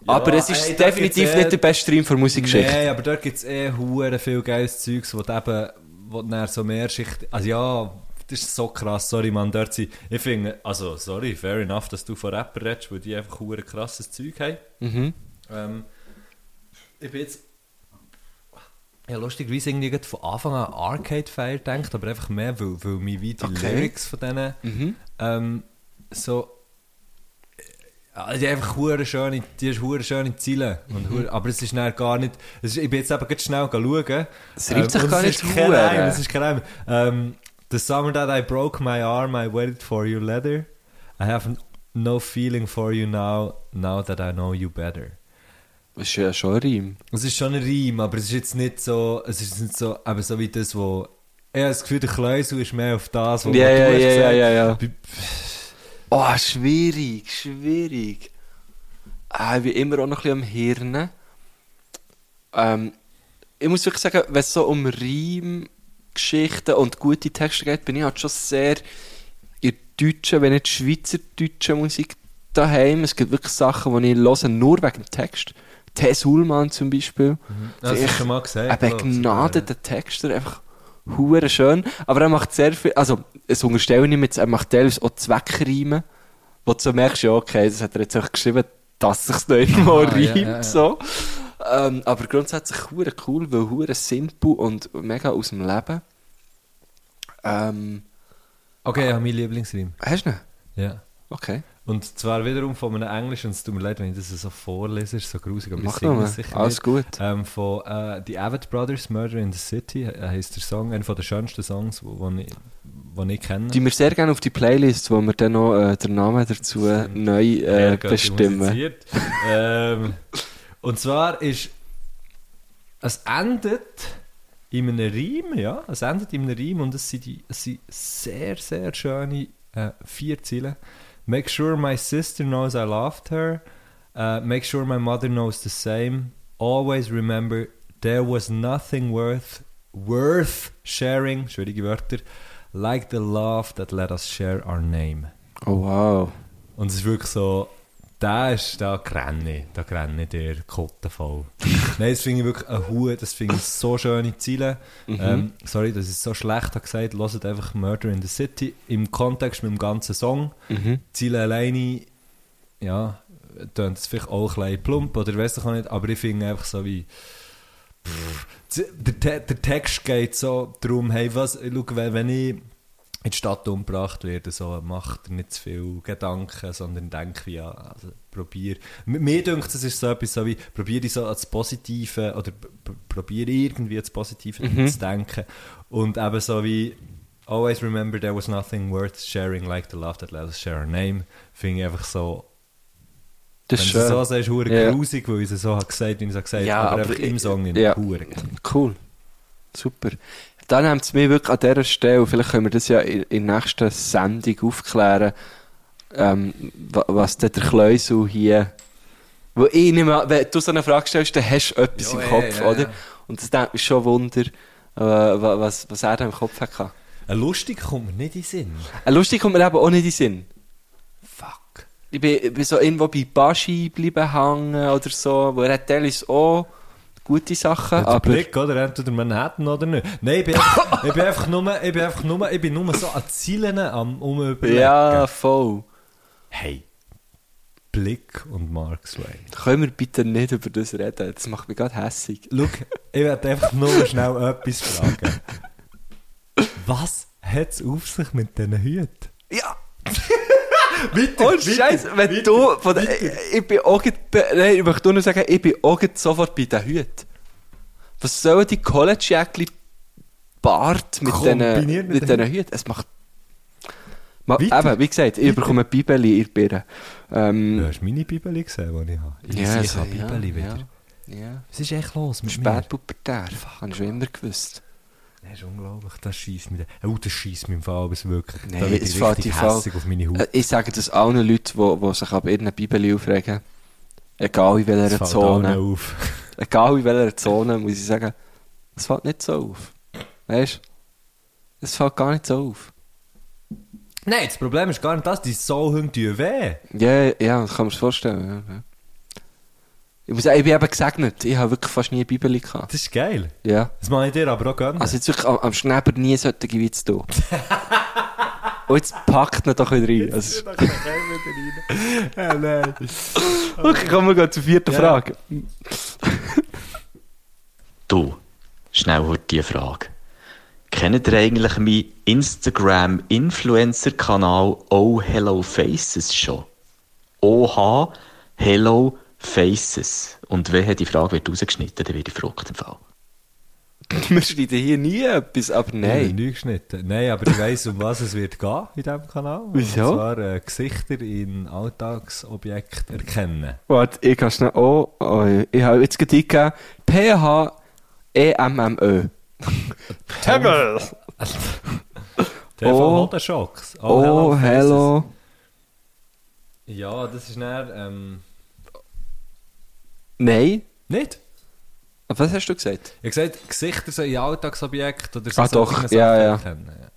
[SPEAKER 1] Aber es ist
[SPEAKER 2] ey, da
[SPEAKER 1] definitiv
[SPEAKER 2] gibt's eh-
[SPEAKER 1] nicht der beste Stream von Musikgeschichte.
[SPEAKER 2] Nein, aber dort gibt es eh hure viel geiles Zeugs, wo du eben, wo du dann so mehr Schicht, also ja, das ist so krass, sorry Mann, dort sind, ich finde, eh, also sorry, fair enough, dass du von Rapper redest, weil die einfach hure krasses Zeug haben.
[SPEAKER 1] Mhm.
[SPEAKER 2] Ähm, ich bin jetzt, ja lustigerweise irgendwie gerade von Anfang an Arcade Fire gedacht, aber einfach mehr, weil, weil mich wie die
[SPEAKER 1] Okay.
[SPEAKER 2] Lyrics von denen,
[SPEAKER 1] Mhm.
[SPEAKER 2] ähm, so, also die einfach hure schöne, die ist hure schöne Ziele. Und hure, aber es ist dann gar nicht, es ist, ich bin jetzt eben gerade schnell schauen.
[SPEAKER 1] Es reibt sich
[SPEAKER 2] und
[SPEAKER 1] gar
[SPEAKER 2] es
[SPEAKER 1] nicht
[SPEAKER 2] ist kein
[SPEAKER 1] hure.
[SPEAKER 2] Reim, Es ist kein Reim. Ähm, the summer that I broke my arm, I waited for you leather. I have no feeling for you now, now that I know you better.
[SPEAKER 1] Das ist ja schon ein Reim.
[SPEAKER 2] Es ist schon ein Reim, aber es ist jetzt nicht so, es ist nicht so, eben so wie das, wo, ich habe das Gefühl, der Kleusel ist mehr auf das, was
[SPEAKER 1] Ja,
[SPEAKER 2] was
[SPEAKER 1] ja,
[SPEAKER 2] du hast
[SPEAKER 1] ja,
[SPEAKER 2] gesagt.
[SPEAKER 1] ja, ja.
[SPEAKER 2] Bei-
[SPEAKER 1] Oh, schwierig, schwierig. Ah, ich bin immer auch noch ein bisschen am Hirn. Ähm, ich muss wirklich sagen, wenn es so um Reimgeschichten und gute Texte geht, bin ich halt schon sehr in der deutschen, wenn nicht schweizerdeutschen Musik daheim. Es gibt wirklich Sachen, die ich höre, nur wegen dem Text. Tess Ullmann zum Beispiel.
[SPEAKER 2] Das hast du
[SPEAKER 1] Ich-
[SPEAKER 2] schon mal gesagt.
[SPEAKER 1] Ein
[SPEAKER 2] glaub ich, sogar,
[SPEAKER 1] begnadeter Texter, einfach hure schön. Aber er macht sehr viel, also es unterstelle ich ihm jetzt, er macht teilweise auch Zweckreime, wo du so merkst, ja okay, das hat er jetzt einfach geschrieben, dass sich's noch irgendwo
[SPEAKER 2] Aha, Ah, ja,
[SPEAKER 1] reimt,
[SPEAKER 2] ja, ja.
[SPEAKER 1] so. Ähm, aber grundsätzlich hure cool, weil hure simpel und mega aus dem Leben. Ähm,
[SPEAKER 2] ja. Okay, ja, mein Lieblingsreim.
[SPEAKER 1] hast du ihn?
[SPEAKER 2] Ja.
[SPEAKER 1] Okay,
[SPEAKER 2] Und zwar wiederum von einem Englischen, und es tut mir leid, wenn ich das so vorlese, ist so grusig, aber ich
[SPEAKER 1] mach
[SPEAKER 2] singe
[SPEAKER 1] nochmal.
[SPEAKER 2] es sicher
[SPEAKER 1] Alles
[SPEAKER 2] nicht.
[SPEAKER 1] gut.
[SPEAKER 2] Ähm, von äh, The Abbott Brothers, Murder in the City, äh, heisst der Song, einer von den schönsten Songs, wo, wo, ich, wo ich kenne.
[SPEAKER 1] Die wir sehr gerne auf die Playlist, wo wir dann noch äh, den Namen dazu neu äh,
[SPEAKER 2] Sehr gut
[SPEAKER 1] bestimmen.
[SPEAKER 2] musiziert. ähm, und zwar ist es endet in einem Reim, ja, es endet in einem Reim und es sind, die, es sind sehr, sehr schöne äh, vier Ziele. Make sure my sister knows I loved her. Uh, make sure my mother knows the same. Always remember there was nothing worth worth sharing, schwierige Wörter, like the love that let us share our name.
[SPEAKER 1] Oh wow.
[SPEAKER 2] Und es ist wirklich so, Da ist, da grenne ich, da grenne ich dir Kotten voll. Nein, das finde ich wirklich eine Hure, das finde ich so schöne Ziele. Ähm, sorry, dass ich es so schlecht habe gesagt, hört einfach Murder in the City im Kontext mit dem ganzen Song. Ziele alleine, ja, tönt es vielleicht auch ein bisschen plump oder weiß ich auch nicht, aber ich finde einfach so wie, Z- der, Te der Text geht so darum, hey, was, schau, wenn wenn ich in die Stadt umgebracht werde, so, macht dir nicht zu viel Gedanken, sondern denk wie an, also probier, M- mir denkt es ist so etwas so wie, probiere so ans Positive, oder p- p- probiere irgendwie ans Positive
[SPEAKER 1] Mhm.
[SPEAKER 2] zu denken und eben so wie, always remember there was nothing worth sharing like the love that let us share our name, finde ich einfach so,
[SPEAKER 1] Das ist
[SPEAKER 2] wenn du es so
[SPEAKER 1] schön.
[SPEAKER 2] sagst, hure
[SPEAKER 1] Ja.
[SPEAKER 2] grusig, weil ich es so habe gesagt, wie ich es habe gesagt,
[SPEAKER 1] Ja,
[SPEAKER 2] aber,
[SPEAKER 1] aber
[SPEAKER 2] einfach
[SPEAKER 1] ich-
[SPEAKER 2] im Song in
[SPEAKER 1] ja.
[SPEAKER 2] hure
[SPEAKER 1] Cool. Super. Dann haben sie mir wirklich an dieser Stelle, vielleicht können wir das ja in, in der nächsten Sendung aufklären, ähm, wa- was der Kleusel hier. Wo ich nicht mehr, wenn du so eine Frage stellst, dann hast du etwas
[SPEAKER 2] Ja,
[SPEAKER 1] im
[SPEAKER 2] ja,
[SPEAKER 1] Kopf,
[SPEAKER 2] ja,
[SPEAKER 1] oder?
[SPEAKER 2] ja.
[SPEAKER 1] Und das denkt mich schon Wunder, äh, wa- was, was er da im Kopf hatte.
[SPEAKER 2] Ein lustig kommt mir nicht in den Sinn.
[SPEAKER 1] Äh, Lustig kommt mir eben auch nicht in den Sinn.
[SPEAKER 2] Fuck.
[SPEAKER 1] Ich bin, ich bin so irgendwo bei Baschi geblieben hängen oder so, wo er hat teilweise auch gute Sachen,
[SPEAKER 2] Der
[SPEAKER 1] aber...
[SPEAKER 2] Blick, oder? Entweder Manhattan oder nicht. Nein, ich bin, einfach- ich bin einfach nur, ich bin einfach nur, ich bin nur so an Zielen am Umüberlegen.
[SPEAKER 1] Ja, voll.
[SPEAKER 2] Hey. Blick und Mark Swain.
[SPEAKER 1] Können wir bitte nicht über das reden? Das macht mich gerade hässig.
[SPEAKER 2] Schau, ich werde einfach nur schnell etwas fragen. Was hat es auf sich mit diesen Hüten?
[SPEAKER 1] Ja!
[SPEAKER 2] Weiter,
[SPEAKER 1] Und Scheiße, Oh, wenn du. Von der, ich, ich bin auch. grad be- Nein, ich möchte nur sagen, ich bin auch grad sofort bei den Hüten. Was sollen die College-Jäckli Bart mit
[SPEAKER 2] Kombiniert
[SPEAKER 1] diesen
[SPEAKER 2] mit
[SPEAKER 1] mit
[SPEAKER 2] den
[SPEAKER 1] diesen Hüten? Es macht. Ma,
[SPEAKER 2] Weiter.
[SPEAKER 1] eben, wie gesagt, ich bekomme Bibeli in der Birne.
[SPEAKER 2] Du
[SPEAKER 1] Ähm,
[SPEAKER 2] hast meine Bibel gesehen, die ich habe. Ich
[SPEAKER 1] ja,
[SPEAKER 2] sehe, ich
[SPEAKER 1] so,
[SPEAKER 2] habe Bibel
[SPEAKER 1] ja,
[SPEAKER 2] wieder.
[SPEAKER 1] Ja, ja.
[SPEAKER 2] Was ist echt los mit mir?
[SPEAKER 1] Spätpubertär, habe ich schon immer gewusst.
[SPEAKER 2] Das ist unglaublich, das schießt mich. Oh, das schießt mich im Fall, aber es wirklich.
[SPEAKER 1] Nein,
[SPEAKER 2] da wird
[SPEAKER 1] es
[SPEAKER 2] ich
[SPEAKER 1] fällt
[SPEAKER 2] richtig
[SPEAKER 1] im Fall-
[SPEAKER 2] hässig auf meine Haut.
[SPEAKER 1] Äh, Ich sage das allen Leuten, die, die sich ab irgendeiner Bibel aufregen. Egal in
[SPEAKER 2] es
[SPEAKER 1] welcher
[SPEAKER 2] fällt allen
[SPEAKER 1] Zone.
[SPEAKER 2] auf.
[SPEAKER 1] Egal in welcher Zone, muss ich sagen, es fällt nicht so auf. Weißt du? Es fällt gar nicht so auf.
[SPEAKER 2] Nein, das Problem ist gar nicht das, die Sauhunde tun weh.
[SPEAKER 1] Ja, ja, das kann man sich vorstellen. Ja, ja. Ich muss sagen, ich bin eben gesegnet. Ich habe wirklich fast nie eine Bibel gehabt.
[SPEAKER 2] Das ist geil.
[SPEAKER 1] Ja.
[SPEAKER 2] Das mache ich dir aber auch gönnen.
[SPEAKER 1] Also jetzt wirklich am, am Schneber nie solche Witze tun. Und jetzt packt ihn doch wieder rein. Also,
[SPEAKER 2] ja, nein.
[SPEAKER 1] okay, kommen wir gleich zur vierten
[SPEAKER 2] Ja.
[SPEAKER 1] Frage.
[SPEAKER 5] Du, schnell heute die Frage. Kennt ihr eigentlich meinen Instagram-Influencer-Kanal Oh Hello Faces schon? OH Hello Faces. Und wer hat die Frage wird rausgeschnitten, dann wird ich verrückt im Fall.
[SPEAKER 1] Wir schneiden hier nie etwas, aber
[SPEAKER 2] Nein. Ich
[SPEAKER 1] nein.
[SPEAKER 2] nie geschnitten. Nein, aber ich weiss, um was es wird gehen in diesem Kanal.
[SPEAKER 1] Wieso?
[SPEAKER 2] Und zwar äh, Gesichter in Alltagsobjekten erkennen.
[SPEAKER 1] Warte, ich kann schnell. Oh, oh ja. ich habe jetzt gerade eingegeben. E P-H-E-M-M-Ö. Himmel!
[SPEAKER 2] Der
[SPEAKER 1] Oh.
[SPEAKER 2] von Hodenschocks.
[SPEAKER 1] Oh,
[SPEAKER 2] Faces.
[SPEAKER 1] hello.
[SPEAKER 2] Ja, das ist näher. Ähm,
[SPEAKER 1] Nein?
[SPEAKER 2] nicht?
[SPEAKER 1] Was hast du gesagt?
[SPEAKER 2] Ich habe gesagt, Gesichter so in Alltagsobjekten oder so.
[SPEAKER 1] Ah, doch,
[SPEAKER 2] solche Sachen
[SPEAKER 1] ja, ja.
[SPEAKER 2] erkennen, ja.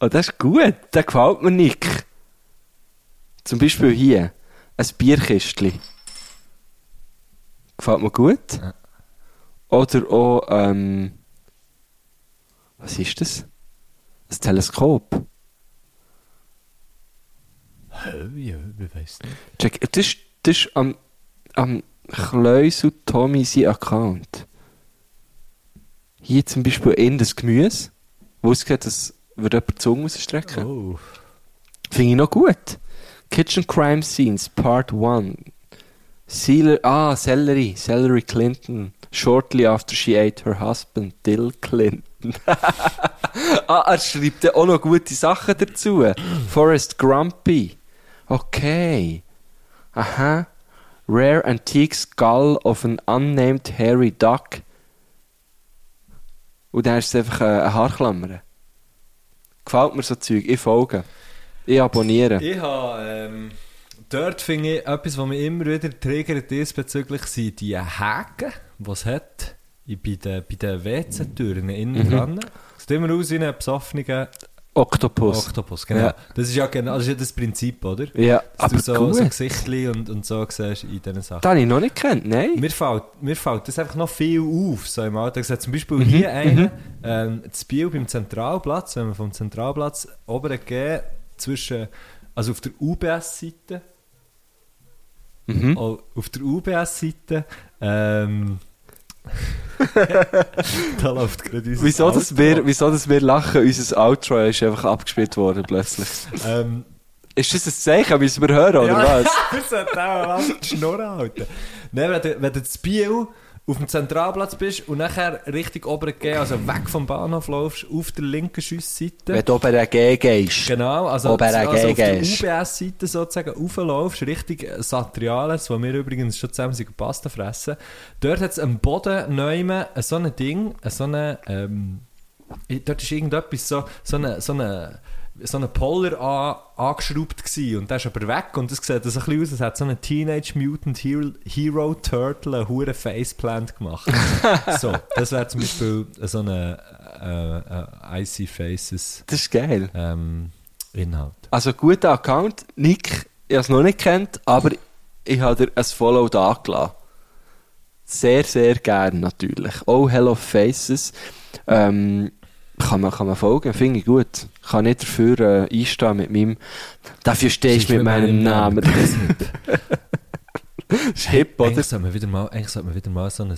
[SPEAKER 1] Oh, das ist gut. Der gefällt mir nicht. Zum Beispiel hier. Ein Bierkistli. Gefällt mir gut.
[SPEAKER 2] Ja.
[SPEAKER 1] Oder auch, ähm, was ist das? Ein Teleskop.
[SPEAKER 2] Ja, ich weiss nicht.
[SPEAKER 1] Check, das ist, das ist am, am Kleusel Tommy sein Account. Hier zum Beispiel in das Gemüse, wo es geht, das würde jemand die Zunge ausstrecken.
[SPEAKER 2] Oh.
[SPEAKER 1] Finde ich noch gut. Kitchen Crime Scenes Part 1. Sealer, ah, Celery, Celery Clinton. Shortly after she ate her husband, Dill Clinton. ah, er schreibt ja auch noch gute Sachen dazu. Forrest Grumpy. Okay. Aha. Rare antique skull of an unnamed hairy duck. Und dann ist es einfach äh, eine Haarklammer. Gefällt mir so Zeug. Ich folge. Ich abonniere.
[SPEAKER 2] Ich habe, ähm, dort finde ich etwas, was mich immer wieder triggert diesbezüglich, sind die Haken, die es hat
[SPEAKER 1] Mhm.
[SPEAKER 2] in- bei den, bei den WC-Türen innen dran. Sieht immer aus wie ein besoffener
[SPEAKER 1] Oktopus.
[SPEAKER 2] Oktopus, genau.
[SPEAKER 1] Ja.
[SPEAKER 2] Das ist ja genau, das ist ja das Prinzip, oder?
[SPEAKER 1] Ja,
[SPEAKER 2] Dass
[SPEAKER 1] aber
[SPEAKER 2] du so,
[SPEAKER 1] gut.
[SPEAKER 2] so Gesichtli und, und so siehst in diesen Sachen.
[SPEAKER 1] Das habe ich noch nicht gekannt, nein.
[SPEAKER 2] Mir fällt, mir fällt das einfach noch viel auf, so im Alltag. Es hat zum
[SPEAKER 1] Mhm,
[SPEAKER 2] Beispiel hier einen, ähm, das Biel beim Zentralplatz, wenn man vom Zentralplatz oben geht, zwischen, also auf der UBS-Seite,
[SPEAKER 1] Mhm.
[SPEAKER 2] oh, auf der UBS-Seite, ähm, da läuft gerade unser
[SPEAKER 1] Wieso,
[SPEAKER 2] Auto.
[SPEAKER 1] dass wir, wieso, dass wir lachen, unser Outro ist einfach abgespielt worden plötzlich.
[SPEAKER 2] Ähm,
[SPEAKER 1] Ist das ein Zeichen, müssen wir hören, oder
[SPEAKER 2] ja,
[SPEAKER 1] was?
[SPEAKER 2] wir sollten auch mal die Schnurren halten. Nein, wenn du, wenn du in Biel auf dem Zentralplatz bist und nachher Richtung oberen gehst, also weg vom Bahnhof läufst, auf der linken Schussseite.
[SPEAKER 1] Wenn du oben G gehst.
[SPEAKER 2] Genau, also,
[SPEAKER 1] Oberen
[SPEAKER 2] also auf der
[SPEAKER 1] gehst.
[SPEAKER 2] UBS-Seite sozusagen raufläufst, Richtung Satriales, wo wir übrigens schon zusammen sind, Pasta fressen. Dort hat es am Boden neume so ein Ding, so ein... Ähm, i- dort ist irgendetwas so, so eine, so eine, so eine Poller an, angeschraubt gewesen. und der ist aber weg und das sieht so ein bisschen aus, als hätte so ein Teenage Mutant Hero, Hero Turtle einen hohen Faceplant gemacht. so, das wäre zum Beispiel so eine äh, äh, Icy Faces
[SPEAKER 1] Das ist geil.
[SPEAKER 2] ähm, Inhalt.
[SPEAKER 1] Also guter Account, Nick, ich habe es noch nicht kennt, aber ich habe dir ein Follow da gelassen. Sehr, sehr gern natürlich. Oh, Hello Faces. Ähm, kann man, kann man folgen, finde ich gut. Kann nicht dafür äh, einstehen mit meinem. Dafür stehe ich mit meinem Namen. ist hip, oder?
[SPEAKER 2] Eigentlich sollte man wieder mal, eigentlich sollte man wieder mal so ein, äh,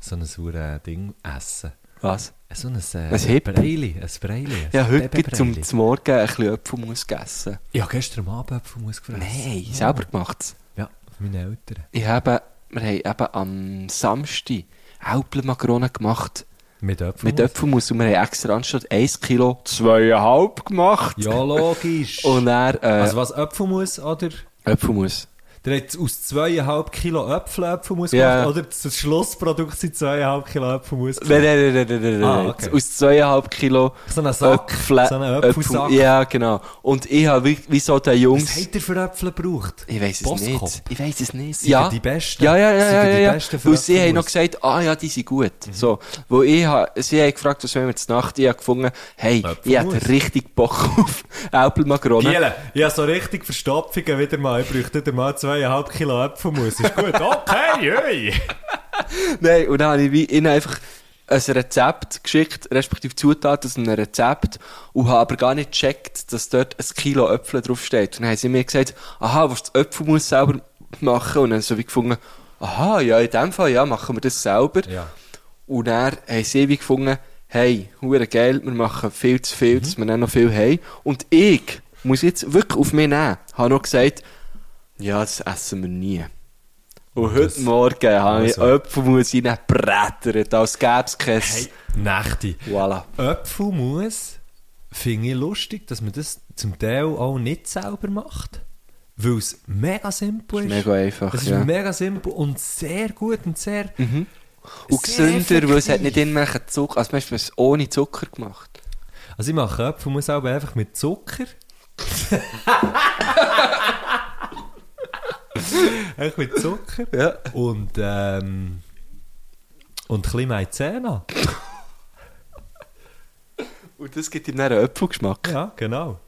[SPEAKER 2] so ein sauren Ding essen.
[SPEAKER 1] Was?
[SPEAKER 2] So ein, äh,
[SPEAKER 1] Ein Hip.
[SPEAKER 2] Breili, ein Breili. ein
[SPEAKER 1] Ja, heute
[SPEAKER 2] Bebe-Breili.
[SPEAKER 1] zum, zum Morgen ein bisschen Apfelmus gegessen.
[SPEAKER 2] Ja, gestern Abend Apfelmus gefressen.
[SPEAKER 1] Nein, selber gemacht.
[SPEAKER 2] Ja, von meinen Eltern.
[SPEAKER 1] Ich habe, wir haben eben am Samstag Haupelmakaronen gemacht
[SPEAKER 2] Mit Apfelmus?
[SPEAKER 1] mit Apfelmus und wir haben extra anstatt 1 Kilo 2,5 gemacht.
[SPEAKER 2] Ja, logisch.
[SPEAKER 1] Und dann äh,
[SPEAKER 2] also was Apfelmus, oder?
[SPEAKER 1] Apfelmus.
[SPEAKER 2] Der hat aus zweieinhalb Kilo Äpfeln Apfelmus
[SPEAKER 1] Ja.
[SPEAKER 2] gemacht, oder das Schlussprodukt sind zweieinhalb Kilo Apfelmus.
[SPEAKER 1] Nein, nein, nein, nein, nein, nein.
[SPEAKER 2] Ah,
[SPEAKER 1] nein.
[SPEAKER 2] okay.
[SPEAKER 1] Aus 2,5 Kilo
[SPEAKER 2] So einen Sack,
[SPEAKER 1] Äpfle-
[SPEAKER 2] so einen
[SPEAKER 1] Äpfel-
[SPEAKER 2] Apfelsack.
[SPEAKER 1] Ja, genau. Und ich habe wie, wie so den
[SPEAKER 2] Was
[SPEAKER 1] Jungs...
[SPEAKER 2] hat er für Äpfel gebraucht?
[SPEAKER 1] Ich weiß es
[SPEAKER 2] Boskop?
[SPEAKER 1] nicht. Ich weiß es nicht.
[SPEAKER 2] Sind die besten?
[SPEAKER 1] Ja, ja, ja,
[SPEAKER 2] Sind
[SPEAKER 1] ja,
[SPEAKER 2] die
[SPEAKER 1] ja, ja.
[SPEAKER 2] besten für Mhm.
[SPEAKER 1] Weil sie haben
[SPEAKER 2] Apfelmus?
[SPEAKER 1] noch gesagt, ah ja, die sind gut. So, wo ich ha, sie haben gefragt, was wollen wir zur Nacht? Ich habe gefunden, hey, ich
[SPEAKER 2] Apfelmus.
[SPEAKER 1] hatte richtig Bock auf Äpfelmakronen.
[SPEAKER 2] Biele, ich habe so richtig Verstopfungen wieder mal. Ich bräuchte wieder mal zweieinhalb Kilo Apfelmus. Ist gut. Okay, ui.
[SPEAKER 1] Nein, und dann habe ich wie ihnen einfach ein Rezept geschickt, respektive Zutaten aus einem Rezept, und habe aber gar nicht gecheckt, dass dort ein Kilo Äpfel draufsteht. Und dann haben sie mir gesagt, aha, willst du das Äpfelmus selber machen? Und dann so wie gefunden, aha, ja, in dem Fall, ja, machen wir das selber.
[SPEAKER 2] Ja.
[SPEAKER 1] Und dann haben sie wie gefunden, hey, hure geil, wir machen viel zu viel, dass wir dann noch viel haben. Und ich muss jetzt wirklich auf mich nehmen. Habe noch gesagt, ja, das essen wir nie. Und heute
[SPEAKER 2] Das-
[SPEAKER 1] Morgen habe ich
[SPEAKER 2] Also.
[SPEAKER 1] Apfelmus reingebrettert, als gäbe es keins.
[SPEAKER 2] Hey, Nächte.
[SPEAKER 1] Voilà.
[SPEAKER 2] Apfelmus finde ich lustig, dass man das zum Teil auch nicht selber macht. Weil es mega simpel ist.
[SPEAKER 1] Ist mega einfach,
[SPEAKER 2] Es ist
[SPEAKER 1] ja. Mhm.
[SPEAKER 2] mega simpel und sehr gut und sehr.
[SPEAKER 1] Und
[SPEAKER 2] sehr
[SPEAKER 1] gesünder, weil es hat
[SPEAKER 2] effektiv.
[SPEAKER 1] nicht immer einen Zucker, also manchmal es ohne Zucker gemacht.
[SPEAKER 2] Also ich mache Apfelmus auch einfach mit Zucker. Einfach mit Zucker.
[SPEAKER 1] Ja.
[SPEAKER 2] Und ähm, und ein bisschen Maizena.
[SPEAKER 1] Und das gibt ihm dann einen Apfelgeschmack.
[SPEAKER 2] Ja, genau.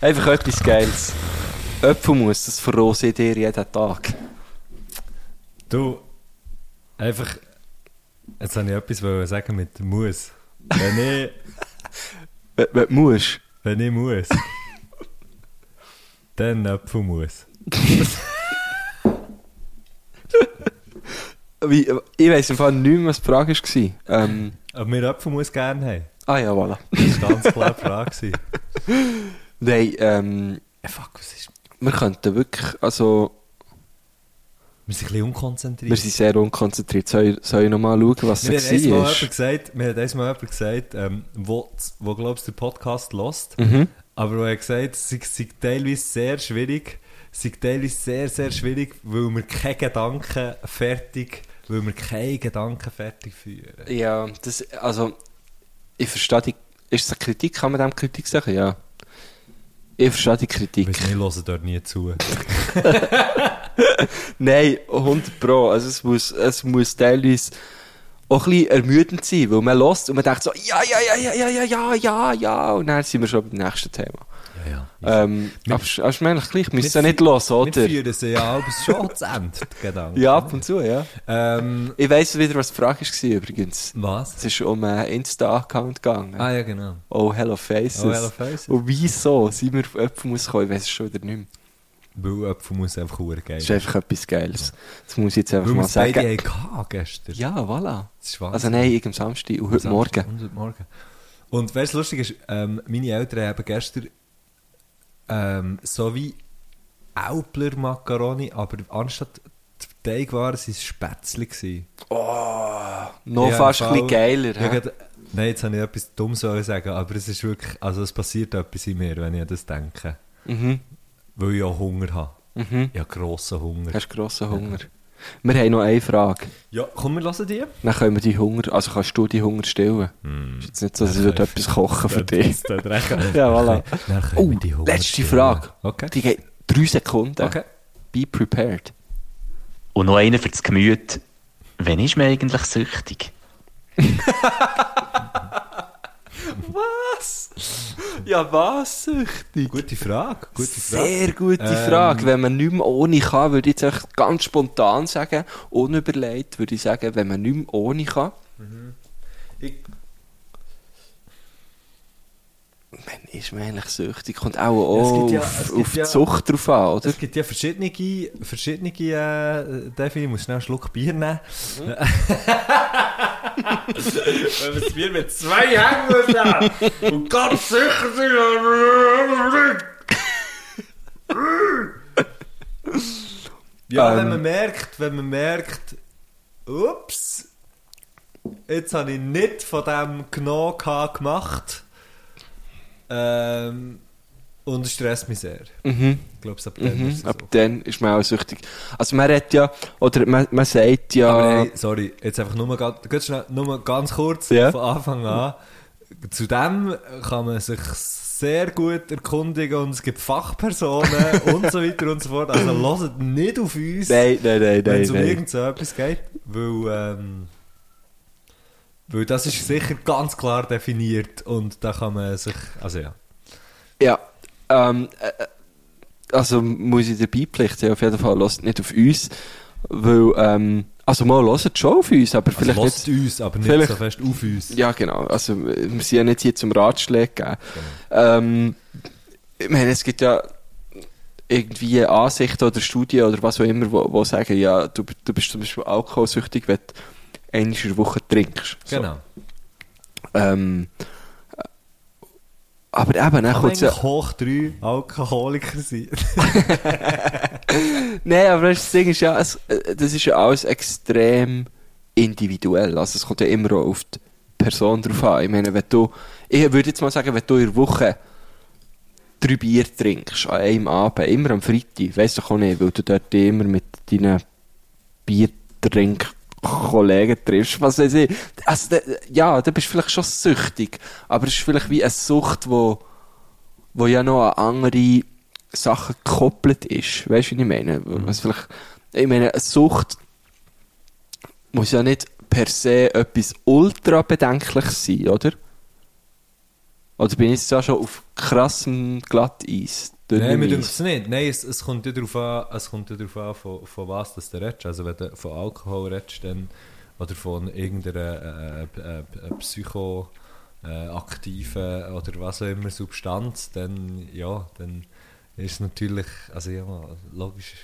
[SPEAKER 1] Einfach etwas Geiles. Apfelmus, das verrose ich dir jeden Tag.
[SPEAKER 2] Du, einfach. Jetzt wollte ich etwas wollen sagen mit Muss. Wenn ich,
[SPEAKER 1] Wenn wenn du musst.
[SPEAKER 2] wenn ich muss, dann Apfelmus.
[SPEAKER 1] Wie, ich weiss im Fall nicht mehr, was die Frage war. Ähm,
[SPEAKER 2] Aber wir Apfelmus gerne haben.
[SPEAKER 1] ah ja, voilà.
[SPEAKER 2] Das war ganz klar die Frage. gewesen.
[SPEAKER 1] Nein, ähm,
[SPEAKER 2] Ey, fuck, was ist.
[SPEAKER 1] wir könnten wirklich, also,
[SPEAKER 2] Wir sind ein bisschen unkonzentriert.
[SPEAKER 1] wir sind sehr unkonzentriert. Soll ich, soll ich nochmal schauen, was
[SPEAKER 2] Mir hat
[SPEAKER 1] es
[SPEAKER 2] einmal
[SPEAKER 1] war?
[SPEAKER 2] jemand gesagt, mir hat einmal jemand gesagt, ähm, wo, wo glaubst du, der Podcast lost,
[SPEAKER 1] Mhm.
[SPEAKER 2] aber wo er gesagt, es sei, sei teilweise sehr schwierig, es sei teilweise sehr, sehr schwierig, weil wir keine Gedanken fertig, weil wir keine Gedanken fertig führen.
[SPEAKER 1] Ja, das, also, ich verstehe die, ist es eine Kritik? Kann man dem Kritik sagen? Ja. Ich verstehe die Kritik.
[SPEAKER 2] Weißt, du, wir hören dort nie zu.
[SPEAKER 1] Nein, 100 Pro. Also, es muss, es muss teilweise auch ein bisschen ermüdend sein, weil man lost und man denkt so, ja, ja, ja, ja, ja, ja, ja, ja, ja, und dann sind wir schon beim nächsten Thema.
[SPEAKER 2] Ja,
[SPEAKER 1] Ähm, aber es ist mir eigentlich gleich, wir müssen es ja
[SPEAKER 2] wir
[SPEAKER 1] nicht los,
[SPEAKER 2] Wir
[SPEAKER 1] oder?
[SPEAKER 2] führen sie dus, ja aber schon zu Ende, die Gedanken.
[SPEAKER 1] Ja, ab und zu, ja.
[SPEAKER 2] Ähm,
[SPEAKER 1] Ich weiss wieder, was die Frage war übrigens.
[SPEAKER 2] was?
[SPEAKER 1] Es ist um einen Insta-Account gegangen.
[SPEAKER 2] Ah ja, genau.
[SPEAKER 1] Oh, Hello Faces.
[SPEAKER 2] Oh, Hello Faces.
[SPEAKER 1] Und wieso sind wir auf jemanden gekommen? Ich weiss es schon wieder nicht mehr.
[SPEAKER 2] Weil Apfel muss einfach verdammt geil
[SPEAKER 1] Das ist
[SPEAKER 2] sein.
[SPEAKER 1] einfach etwas Geiles. Das muss ich jetzt einfach
[SPEAKER 2] Weil wir
[SPEAKER 1] mal
[SPEAKER 2] es beide
[SPEAKER 1] sagen.
[SPEAKER 2] haben gehabt gestern.
[SPEAKER 1] Ja, voilà.
[SPEAKER 2] Das ist Wahnsinn.
[SPEAKER 1] Also nein, ich am Samstag und heute Morgen.
[SPEAKER 2] Und heute Morgen. Und was lustig ist, ähm, meine Eltern haben gestern ähm, so wie Aupler Macaroni, aber anstatt die Teigwaren waren es Spätzle. gewesen.
[SPEAKER 1] Oh, Noch
[SPEAKER 2] Ja,
[SPEAKER 1] fast
[SPEAKER 2] im
[SPEAKER 1] ein
[SPEAKER 2] Fall-
[SPEAKER 1] bisschen geiler.
[SPEAKER 2] Ja,
[SPEAKER 1] hä?
[SPEAKER 2] gerade- Nein, jetzt habe ich etwas dumm sollen sagen, aber es ist wirklich, also es passiert etwas in mir, wenn ich an das denke.
[SPEAKER 1] Mhm.
[SPEAKER 2] Weil ich auch Hunger habe.
[SPEAKER 1] Mhm.
[SPEAKER 2] Ich habe grossen Hunger.
[SPEAKER 1] Hast grossen Hunger. Wir haben noch eine Frage.
[SPEAKER 2] Ja, komm, wir lassen die.
[SPEAKER 1] Dann können wir die Hunger, also kannst du die Hunger stillen.
[SPEAKER 2] Hm.
[SPEAKER 1] Ist jetzt nicht so, dass ich würde etwas kochen für
[SPEAKER 2] Das
[SPEAKER 1] dich.
[SPEAKER 2] tut recht.
[SPEAKER 1] Ja, voilà.
[SPEAKER 2] Dann können
[SPEAKER 1] Oh,
[SPEAKER 2] wir die Hunger
[SPEAKER 1] letzte
[SPEAKER 2] stillen.
[SPEAKER 1] Frage.
[SPEAKER 2] Okay.
[SPEAKER 1] Die geht drei Sekunden.
[SPEAKER 2] Okay.
[SPEAKER 1] Be prepared.
[SPEAKER 5] Und noch einer für das Gemüt. Wann ist man eigentlich süchtig?
[SPEAKER 1] Ja, was? Süchtig.
[SPEAKER 2] Gute Frage. Gute Frage.
[SPEAKER 1] Sehr gute
[SPEAKER 2] Ähm,
[SPEAKER 1] Frage. Wenn man nicht mehr ohne kann, würde ich jetzt echt ganz spontan sagen, unüberlegt würde ich sagen, wenn man nicht mehr ohne kann.
[SPEAKER 2] Ich,
[SPEAKER 1] Man ist man eigentlich süchtig. Kommt auch, auch
[SPEAKER 2] gibt ja- es
[SPEAKER 1] auf,
[SPEAKER 2] gibt
[SPEAKER 1] auf
[SPEAKER 2] ja-
[SPEAKER 1] die Sucht drauf an, oder?
[SPEAKER 2] es gibt ja verschiedene, verschiedene äh, Defi, ich muss schnell einen Schluck Bier nehmen. Wenn wir das Bier mit zwei Hängen haben und ganz sicher sind. ja, wenn man
[SPEAKER 1] Ähm.
[SPEAKER 2] merkt, wenn man merkt, ups, jetzt habe ich nicht von dem genommen gehabt, gemacht. Ähm, und es stresst mich sehr.
[SPEAKER 1] Mhm.
[SPEAKER 2] Ich glaube, es ab dann
[SPEAKER 1] Mhm.
[SPEAKER 2] ist es
[SPEAKER 1] Ab
[SPEAKER 2] so.
[SPEAKER 1] dann ist man auch süchtig. Also man redet ja, oder man, man sagt ja...
[SPEAKER 2] Aber hey, sorry, jetzt einfach nur, ganz- ganz schnell, nur ganz kurz
[SPEAKER 1] Ja.
[SPEAKER 2] von Anfang an. Zu dem kann man sich sehr gut erkundigen und es gibt Fachpersonen und so weiter und so fort. Also lasst nicht auf uns,
[SPEAKER 1] nein, nein, nein,
[SPEAKER 2] wenn
[SPEAKER 1] nein.
[SPEAKER 2] es um
[SPEAKER 1] nein.
[SPEAKER 2] irgend so etwas geht, weil, ähm, weil das ist sicher ganz klar definiert und da kann man sich, also ja.
[SPEAKER 1] Ja, ähm, äh, also muss ich dabei pflichten, auf jeden Fall lasst nicht auf uns, weil, ähm, also mal lasst schon auf uns, aber vielleicht
[SPEAKER 2] also
[SPEAKER 1] nicht...
[SPEAKER 2] lasst uns, aber nicht
[SPEAKER 1] vielleicht-
[SPEAKER 2] so fest auf uns.
[SPEAKER 1] Ja, genau. Also, äh, wir sind ja nicht hier zum Ratschläge geben. Ähm, ich meine, es gibt ja irgendwie Ansichten oder Studien oder was auch immer, wo, wo sagen, ja, du, du bist zum Beispiel alkoholsüchtig, wenn du einmal in der Woche trinkst. So.
[SPEAKER 2] Genau.
[SPEAKER 1] Ähm, äh, aber eben, dann
[SPEAKER 2] Kann man
[SPEAKER 1] kommt ja...
[SPEAKER 2] eigentlich hoch drei Alkoholiker sein?
[SPEAKER 1] Nein, aber weißt du, das Ding ist ja, es, äh, das ist ja alles extrem individuell. Also es kommt ja immer auch auf die Person drauf an. Ich meine, wenn du, ich würde jetzt mal sagen, wenn du in der Woche drei Bier trinkst, an einem Abend, immer am Freitag, weißt du auch nicht, weil du dort immer mit deinen Biertrinkkollegen triffst, was weiß ich. Also, da- ja, da bist du vielleicht schon süchtig, aber es ist vielleicht wie eine Sucht, die wo ja noch an andere Sachen gekoppelt ist. Weißt du, wie ich meine?
[SPEAKER 2] Mhm.
[SPEAKER 1] Was vielleicht, ich meine, eine Sucht muss ja nicht per se etwas ultra bedenkliches sein, oder? Oder bin ich jetzt auch schon auf krassem Glatteis?
[SPEAKER 2] Nein,
[SPEAKER 1] dünnem
[SPEAKER 2] mir denkt
[SPEAKER 1] Eis?
[SPEAKER 2] es nicht. Nein, es, es kommt ja darauf an, es kommt ja darauf an von, von was das du redest. Also wenn du von Alkohol redest, dann, oder von irgendeiner äh, äh, äh, psycho äh, aktiven oder was auch immer Substanz, dann ja, dann ist es natürlich, also ja, logisch.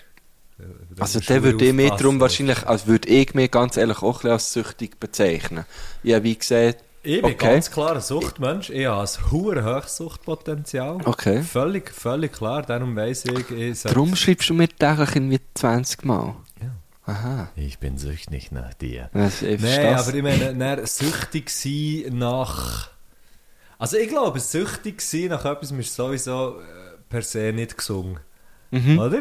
[SPEAKER 2] äh, dann
[SPEAKER 1] Also
[SPEAKER 2] musst du
[SPEAKER 1] der würde ich mir
[SPEAKER 2] aufpassen.
[SPEAKER 1] darum wahrscheinlich, also würde ich mir ganz ehrlich auch ein bisschen als süchtig bezeichnen. Ja, wie gesagt,
[SPEAKER 2] Ich bin
[SPEAKER 1] Okay.
[SPEAKER 2] ganz klar ein Suchtmensch. Ich habe ein hohes Höchstsuchtpotenzial.
[SPEAKER 1] Okay.
[SPEAKER 2] Völlig, völlig klar. Darum weiss ich, ich sage,
[SPEAKER 1] darum schreibst du mir täglich irgendwie 20 Mal.
[SPEAKER 2] Ja.
[SPEAKER 1] Aha.
[SPEAKER 2] ich bin süchtig nach dir.
[SPEAKER 1] Das ist
[SPEAKER 2] Nein, aber ich meine, dann süchtig sein nach. Also ich glaube, süchtig sein nach etwas ist sowieso äh, per se nicht gesungen.
[SPEAKER 1] Mhm,
[SPEAKER 2] Oder?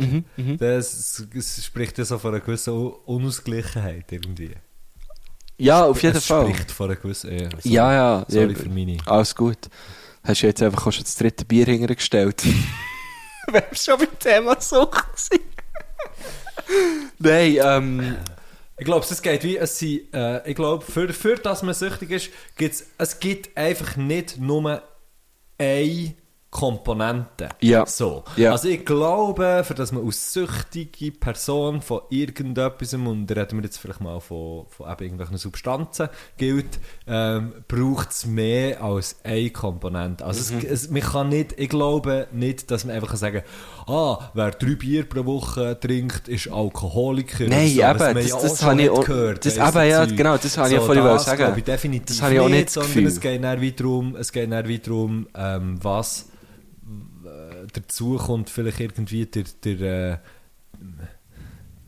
[SPEAKER 2] Das, das spricht ja so von einer gewissen Un- Unausgleichheit irgendwie.
[SPEAKER 1] ja, auf jeden
[SPEAKER 2] es
[SPEAKER 1] Fall.
[SPEAKER 2] spricht von einer gewissen. Ja, sorry.
[SPEAKER 1] Ja, ja.
[SPEAKER 2] Sorry
[SPEAKER 1] ja,
[SPEAKER 2] für meine.
[SPEAKER 1] Alles gut. Hast du jetzt einfach auch schon das dritte Bier hingestellt? Wärst schon beim Thema Sucht gewesen. Nein, ähm,
[SPEAKER 2] Ich glaube, es geht wie, es sind, äh, ich glaube, für, für dass man süchtig ist, gibt's, es gibt einfach nicht nur eine Komponente.
[SPEAKER 1] Ja.
[SPEAKER 2] So.
[SPEAKER 1] Ja.
[SPEAKER 2] Also ich glaube, für dass man als süchtige Person von irgendetwas, und da reden wir jetzt vielleicht mal von, von eben irgendwelchen Substanzen, gilt, ähm, braucht es mehr als eine Komponente. Also
[SPEAKER 1] Mhm.
[SPEAKER 2] es, es, man kann nicht, ich glaube nicht, dass man einfach kann sagen ah, wer drei Bier pro Woche trinkt, ist Alkoholiker.
[SPEAKER 1] Nein,
[SPEAKER 2] so, was
[SPEAKER 1] eben,
[SPEAKER 2] man
[SPEAKER 1] das-
[SPEAKER 2] ja auch
[SPEAKER 1] das
[SPEAKER 2] schon
[SPEAKER 1] habe ich
[SPEAKER 2] hat
[SPEAKER 1] auch- das-
[SPEAKER 2] weiss,
[SPEAKER 1] eben,
[SPEAKER 2] so
[SPEAKER 1] ja,
[SPEAKER 2] Zeug.
[SPEAKER 1] genau, das habe ich ja vorhin
[SPEAKER 2] das
[SPEAKER 1] sagen.
[SPEAKER 2] glaube Ich definitiv
[SPEAKER 1] Das habe ich auch nicht das
[SPEAKER 2] sondern
[SPEAKER 1] Gefühl.
[SPEAKER 2] es geht dann wiederum, es geht dann wiederum ähm, was äh, dazu kommt, vielleicht irgendwie der, der, äh,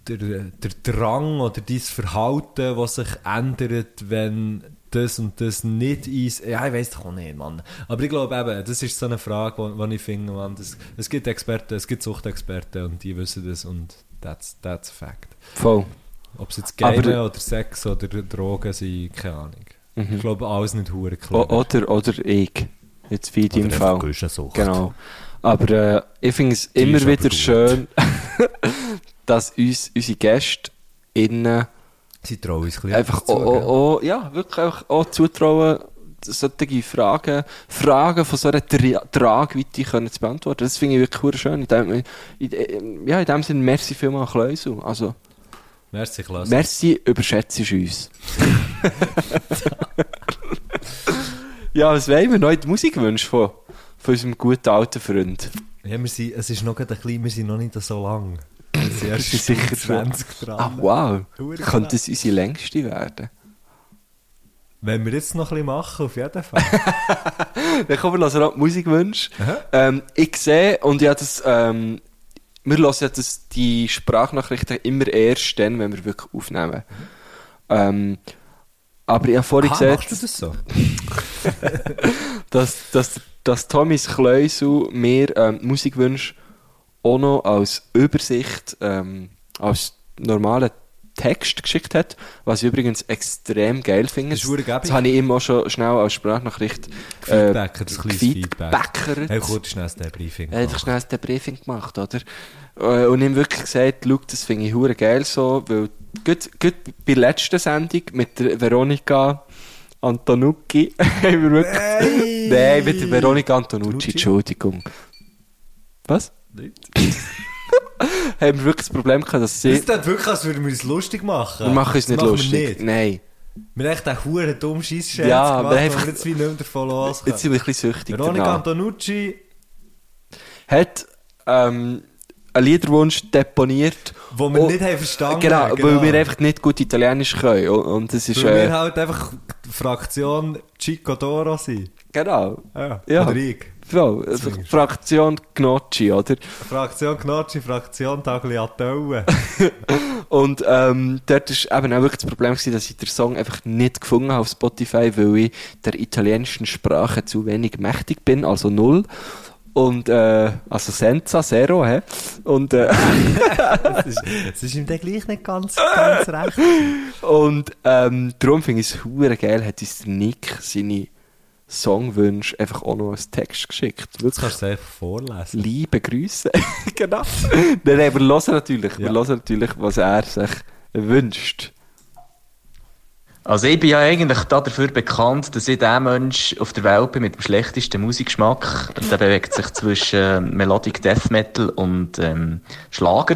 [SPEAKER 2] der, der Drang oder dein Verhalten, was sich ändert, wenn das und das nicht ist. Ja, ich weiß doch auch nicht, Mann. Aber ich glaube eben, das ist so eine Frage, wo, wo ich finde, Mann, das, es gibt Experten, es gibt Suchtexperten und die wissen das und that's, that's a fact.
[SPEAKER 1] Voll.
[SPEAKER 2] Ob es jetzt
[SPEAKER 1] Aber-
[SPEAKER 2] Game oder Sex oder Drogen sind, keine Ahnung. Ich glaube, alles nicht hure
[SPEAKER 1] Mhm. O
[SPEAKER 2] klar.
[SPEAKER 1] oder, oder ich. Jetzt wie in deinem Fall.
[SPEAKER 2] Fall.
[SPEAKER 1] Genau. Aber äh, ich finde es
[SPEAKER 2] Die
[SPEAKER 1] immer
[SPEAKER 2] ist aber
[SPEAKER 1] wieder
[SPEAKER 2] gut.
[SPEAKER 1] schön, dass uns unsere Gäste innen
[SPEAKER 2] Sie trauen uns ein bisschen
[SPEAKER 1] einfach
[SPEAKER 2] dazu,
[SPEAKER 1] auch, auch,
[SPEAKER 2] gell?
[SPEAKER 1] auch, ja, wirklich auch, auch zutrauen, solche Fragen, Fragen von so einer Tra Tragweite können zu beantworten. Das finde ich wirklich verdammt schön. In dem, in, de- ja, in dem Sinne, merci vielmals, Kleusel. Also,
[SPEAKER 2] Merci, Klaas.
[SPEAKER 1] merci, überschätzt uns. ja, was wollen wir? Neue Musikwünsche von, von unserem guten alten Freund.
[SPEAKER 2] Ja, wir sind, es ist noch gerade ein bisschen, wir sind noch nicht so lang. Wir sind erst
[SPEAKER 1] Das ist sicher
[SPEAKER 2] 20
[SPEAKER 1] Ah,
[SPEAKER 2] dran.
[SPEAKER 1] wow.
[SPEAKER 2] Hure
[SPEAKER 1] Könnte
[SPEAKER 2] knapp.
[SPEAKER 1] das unsere längste werden?
[SPEAKER 2] Wenn wir jetzt noch ein bisschen machen, auf jeden Fall.
[SPEAKER 1] Dann kommen wir hören noch die Musikwünsche.
[SPEAKER 2] Aha.
[SPEAKER 1] Ähm, ich sehe, und ja, das, ähm, wir hören ja das, die Sprachnachrichten immer erst dann, wenn wir wirklich aufnehmen. Ähm, aber ich habe vorhin
[SPEAKER 2] Mhm. ah,
[SPEAKER 1] gesehen,
[SPEAKER 2] machst du das so?
[SPEAKER 1] dass, dass, dass Thomas Kleusel mir ähm, Musikwünsche auch noch als Übersicht, ähm, als normalen Text geschickt hat, was ich übrigens extrem geil finde.
[SPEAKER 2] Das ist verdammt
[SPEAKER 1] das
[SPEAKER 2] gäbig.
[SPEAKER 1] habe ich ihm auch schon schnell als Sprachnachricht äh,
[SPEAKER 2] Feedbackert, ein kleines
[SPEAKER 1] gefeedbackert.
[SPEAKER 2] Hey, kurz schnell den Briefing.
[SPEAKER 1] Er hat einfach schnell den Briefing gemacht, oder? Äh, Und ihm wirklich gesagt, schau, das finde ich hure geil so, weil gut, gut bei der letzten Sendung mit der Veronika Antonucci haben wir wirklich...
[SPEAKER 2] Nein!
[SPEAKER 1] Nein, mit
[SPEAKER 2] Äh,
[SPEAKER 1] der Veronika Antonucci,
[SPEAKER 2] Antonucci?
[SPEAKER 1] Entschuldigung. Was? haben wir wirklich das Problem gehabt, dass sie...
[SPEAKER 2] Das ist wirklich, als würden wir uns lustig machen.
[SPEAKER 1] Wir machen uns
[SPEAKER 2] Das
[SPEAKER 1] nicht
[SPEAKER 2] Wir,
[SPEAKER 1] lustig.
[SPEAKER 2] nicht.
[SPEAKER 1] Nein.
[SPEAKER 2] wir haben echt einen huren dummen Scheissscherz
[SPEAKER 1] Ja,
[SPEAKER 2] gemacht,
[SPEAKER 1] wir
[SPEAKER 2] wir
[SPEAKER 1] haben
[SPEAKER 2] wir jetzt wie nicht mehr davon loskommen.
[SPEAKER 1] Jetzt sind wir ein bisschen süchtig
[SPEAKER 2] Veronica
[SPEAKER 1] danach.
[SPEAKER 2] Antonucci,
[SPEAKER 1] Hat ähm, einen Liederwunsch deponiert.
[SPEAKER 2] wo wir
[SPEAKER 1] Oh,
[SPEAKER 2] nicht haben verstanden
[SPEAKER 1] Genau, weil wir einfach nicht gut Italienisch können. Und- Und das ist...
[SPEAKER 2] Weil
[SPEAKER 1] äh,
[SPEAKER 2] wir halt einfach die Fraktion Chico Doro sind.
[SPEAKER 1] Genau.
[SPEAKER 2] Ja.
[SPEAKER 1] Ja.
[SPEAKER 2] Oder ich.
[SPEAKER 1] So, also
[SPEAKER 2] Zwingend.
[SPEAKER 1] Fraktion Gnocchi, oder?
[SPEAKER 2] Fraktion Knatschi, Fraktion Tagliatelle.
[SPEAKER 1] Und ähm, dort war eben auch wirklich das Problem, gewesen, dass ich den Song einfach nicht gefunden habe auf Spotify, weil ich der italienischen Sprache zu wenig mächtig bin, also null. Und, äh, also senza, zero, hä? Und, äh,
[SPEAKER 2] Es ist, es ist ihm dann gleich nicht ganz, ganz recht.
[SPEAKER 1] und ähm, darum finde ich es hure geil, hat uns der Nick seine Songwünsche einfach auch noch als Text geschickt.
[SPEAKER 2] Das kannst du einfach vorlesen.
[SPEAKER 1] Liebe Grüße. genau. Nein, nein, wir hören natürlich, wir
[SPEAKER 2] Ja.
[SPEAKER 1] hören natürlich, was er sich wünscht.
[SPEAKER 5] Also ich bin ja eigentlich da dafür bekannt, dass ich der Mensch auf der Welt bin mit dem schlechtesten Musikgeschmack. Der bewegt sich zwischen äh, Melodic Death Metal und ähm, Schlager.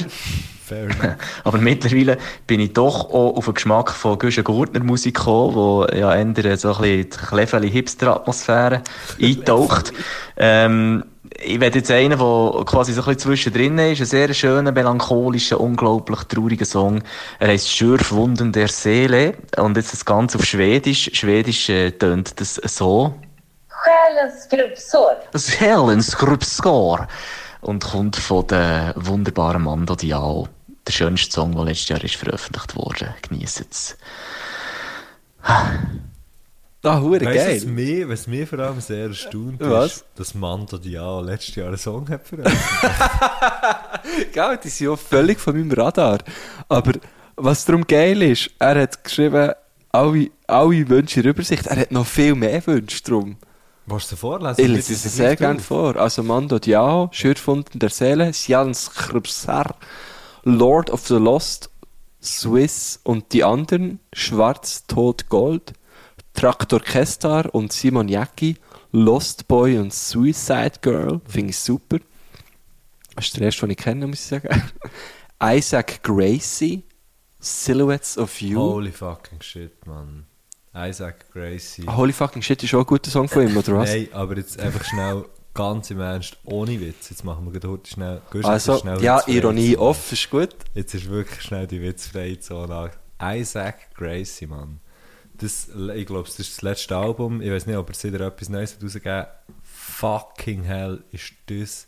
[SPEAKER 2] Fair enough.
[SPEAKER 5] Äh, Aber mittlerweile bin ich doch auch auf den Geschmack von Guschen Gurtner Musik gekommen, wo ja ändert so ein bisschen die cleveli hipster atmosphäre eintaucht. ähm, ich werde jetzt einen, der quasi so ein bisschen zwischendrin ist, ein sehr schöner, melancholischer, unglaublich trauriger Song. Er heißt Schürfwunden der Seele und jetzt das Ganze auf Schwedisch. Schwedisch äh, tönt das so.
[SPEAKER 6] Själens grusor.
[SPEAKER 5] Das Helen Skrupskar und kommt von der wunderbaren Mando Diao. Der schönste Song, der letztes Jahr ist veröffentlicht wurde. Genießt es.
[SPEAKER 1] Ah, hure
[SPEAKER 2] Weißt du, was
[SPEAKER 1] geil.
[SPEAKER 2] mich, was mich vor allem sehr erstaunt
[SPEAKER 1] Was?
[SPEAKER 2] ist, dass Mando Diao letztes Jahr einen Song hat für uns.
[SPEAKER 1] Gell, die sind ja völlig von meinem Radar. Aber was darum geil ist, er hat geschrieben, alle, alle Wünsche in der Übersicht. Er hat noch viel mehr Wünsche drum.
[SPEAKER 2] Willst du sie vorlesen?
[SPEAKER 1] Ich lese es sehr gerne vor. Also Mando Diao, Schürfunden der Seele, Sjans Krbsar, Lord of the Lost Swiss und die anderen Schwarz, Tod, Gold, Traktor Kestar und Simon Jacki, Lost Boy und Suicide Girl, finde ich super. Das ist der erste, den ich kenne, muss ich sagen. Isaac Gracie, Silhouettes of You. Oh,
[SPEAKER 2] Holy
[SPEAKER 1] Holy,
[SPEAKER 2] fucking shit, Mann. Isaac Gracie.
[SPEAKER 1] fucking shit, ist auch ein guter Song von ihm, oder was?
[SPEAKER 2] Nein, aber jetzt einfach schnell, ganz im Ernst, ohne Witz. Jetzt machen wir gerade heute schnell. Gehst du
[SPEAKER 1] also,
[SPEAKER 2] jetzt schnell
[SPEAKER 1] ja,
[SPEAKER 2] Witzfreie
[SPEAKER 1] Ironie
[SPEAKER 2] Zone?
[SPEAKER 1] off, ist gut.
[SPEAKER 2] Jetzt ist wirklich schnell die witzfreie Zone an. Isaac Gracie, Mann. Das, ich glaube, das ist das letzte Album. Ich weiß nicht, ob er wieder etwas Neues hat rausgegeben Fucking hell, ist das.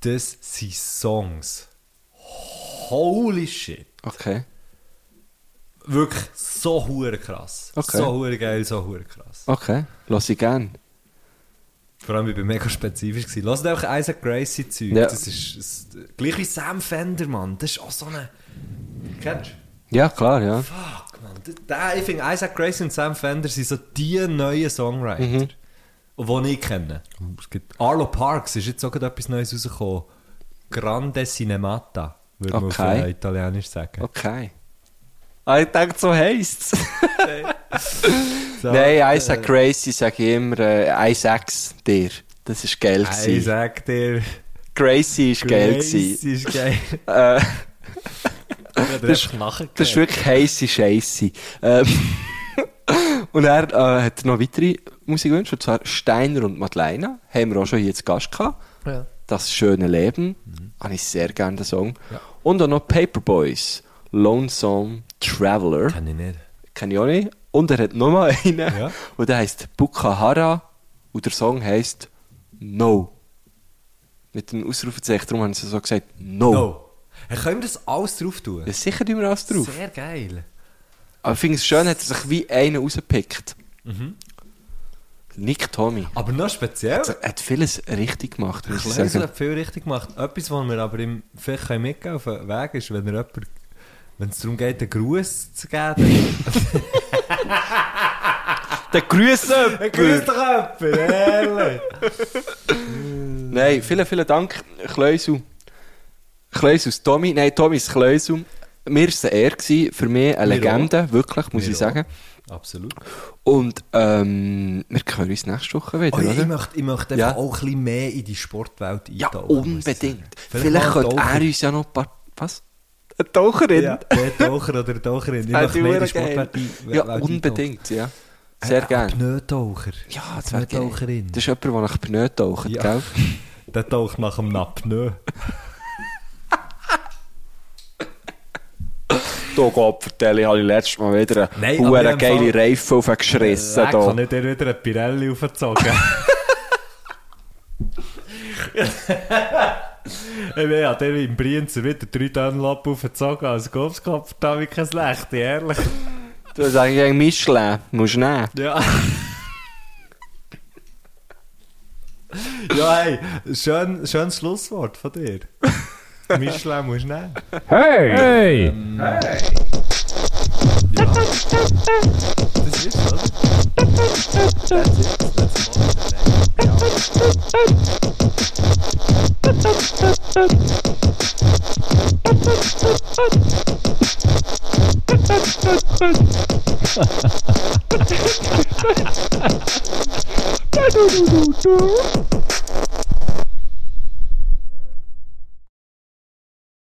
[SPEAKER 2] Das sind Songs. Holy shit.
[SPEAKER 1] Okay.
[SPEAKER 2] Wirklich so hure krass.
[SPEAKER 1] Okay.
[SPEAKER 2] So hure geil, so hure krass.
[SPEAKER 1] Okay, lass ich gern.
[SPEAKER 2] Vor allem, ich bin mega spezifisch gewesen. Lasst einfach Isaac Gracie Zeug.
[SPEAKER 1] Ja.
[SPEAKER 2] Das ist, das, gleich wie Sam Fender, Mann. Das ist auch so eine... Kennst du?
[SPEAKER 1] Ja, klar, ja.
[SPEAKER 2] Fuck, man. D- Der, ich finde, Isaac Gracie und Sam Fender sind so die neuen Songwriter,
[SPEAKER 1] Mhm.
[SPEAKER 2] die ich kenne. Oh, Es gibt Arlo Parks ist jetzt sogar etwas Neues rausgekommen. Grande Cinemata, würde man auf
[SPEAKER 1] Okay.
[SPEAKER 2] äh, Italienisch sagen.
[SPEAKER 1] Okay. Ah, ich denke, so heisst es.
[SPEAKER 2] So,
[SPEAKER 1] Nein, Isaac Gracie sage ich immer, äh, Isaacs dir. Das ist geil
[SPEAKER 2] Ich
[SPEAKER 1] gewesen.
[SPEAKER 2] sag dir,
[SPEAKER 1] Gracie ist geil gewesen.
[SPEAKER 2] Gracie ist geil.
[SPEAKER 1] Äh,
[SPEAKER 2] Das ist nachher
[SPEAKER 1] das ist wirklich heisse Scheisse. Ähm, und er äh, hat noch weitere Musikwünsche, und zwar Steiner und Madeleine. Haben wir auch schon hier zu Gast gehabt. Das schöne Leben.
[SPEAKER 2] Mhm.
[SPEAKER 1] Habe ich sehr gerne den Song. Und auch noch Paperboys. Lonesome Traveler.
[SPEAKER 2] Kann ich nicht.
[SPEAKER 1] kenne ich auch nicht. Und er hat nochmal einen.
[SPEAKER 2] Ja.
[SPEAKER 1] Und der heisst Bukahara. Und der Song heisst No. Mit einem Ausrufezeichen. Darum haben sie so gesagt No.
[SPEAKER 2] No. Hey, können wir das dus alles drauf tun?
[SPEAKER 1] Ja, sicher tun wir alles drauf.
[SPEAKER 2] Sehr geil.
[SPEAKER 1] Aber ich finde es schön, hat er sich wie einen rausgepickt.
[SPEAKER 2] Mhm.
[SPEAKER 1] Nick Tommy. Also,
[SPEAKER 2] Aber noch speziell.
[SPEAKER 1] Er hat vieles richtig gemacht, muss ich
[SPEAKER 2] Kleusel
[SPEAKER 1] sagen.
[SPEAKER 2] hat viel richtig gemacht. Etwas, was wir aber im, vielleicht können mitgeben auf den Weg ist, wenn, er jemand, wenn es darum geht, einen Gruß zu geben.
[SPEAKER 1] Dann grüß
[SPEAKER 2] Dann grüß doch jemand, ehrlich.
[SPEAKER 1] Nein, vielen, vielen Dank, Kleusel. Kleusus Tommy, nein, Tommy ist Kleusel. Mir war es eine Ehre, gewesen. für mich eine
[SPEAKER 2] Mir
[SPEAKER 1] Legende, wirklich, muss
[SPEAKER 2] Mir
[SPEAKER 1] ich sagen.
[SPEAKER 2] Absolut.
[SPEAKER 1] Und ähm, wir hören uns nächste Woche wieder,
[SPEAKER 2] Oh, ich, ich
[SPEAKER 1] oder?
[SPEAKER 2] möchte, ich möchte
[SPEAKER 1] Ja.
[SPEAKER 2] einfach auch ein bisschen mehr in die Sportwelt
[SPEAKER 1] Ja,
[SPEAKER 2] eintauchen, muss ich
[SPEAKER 1] unbedingt.
[SPEAKER 2] sagen.
[SPEAKER 1] Vielleicht
[SPEAKER 2] mal
[SPEAKER 1] könnte er
[SPEAKER 2] Taucher.
[SPEAKER 1] uns ja noch ein paar... Was? Eine Taucherin?
[SPEAKER 2] Ja, der Taucher oder Taucherin. Ich
[SPEAKER 1] Ah,
[SPEAKER 2] möchte
[SPEAKER 1] die
[SPEAKER 2] mehr in
[SPEAKER 1] wäre
[SPEAKER 2] die Sportwelt
[SPEAKER 1] geil.
[SPEAKER 2] ein-
[SPEAKER 1] Ja,
[SPEAKER 2] Welt
[SPEAKER 1] unbedingt, ja. Sehr
[SPEAKER 2] Ein
[SPEAKER 1] gerne.
[SPEAKER 2] Pneutaucher.
[SPEAKER 1] Ja, das wäre geil.
[SPEAKER 2] Pneutaucherin.
[SPEAKER 1] Das ist jemand, der nach Pneu taucht,
[SPEAKER 2] Ja.
[SPEAKER 1] gell?
[SPEAKER 2] Der taucht nach dem Napnö.
[SPEAKER 1] Da geht vertelle ich, habe ich letztes Mal wieder eine
[SPEAKER 2] Nein, aber in dem
[SPEAKER 1] geile
[SPEAKER 2] Fall-
[SPEAKER 1] Reifen aufgeschrissen.
[SPEAKER 2] Äh, Leck,
[SPEAKER 1] da.
[SPEAKER 2] kann ich dir wieder eine Pirelli aufgezogen? Ich bin ja der im Brienzer wieder drei Dunlop aufgezogen, als Kopfkopf da wie kein Schlechte, ehrlich.
[SPEAKER 1] Du sagst gegen Michelin, musst du nehmen.
[SPEAKER 2] Ja. ja, hey, schön, schönes Schlusswort von dir. Michelin musst du nehmen.
[SPEAKER 7] Hey!
[SPEAKER 2] Ja. Das ist es, oder? That's it. That's all in the bag.
[SPEAKER 7] Hey!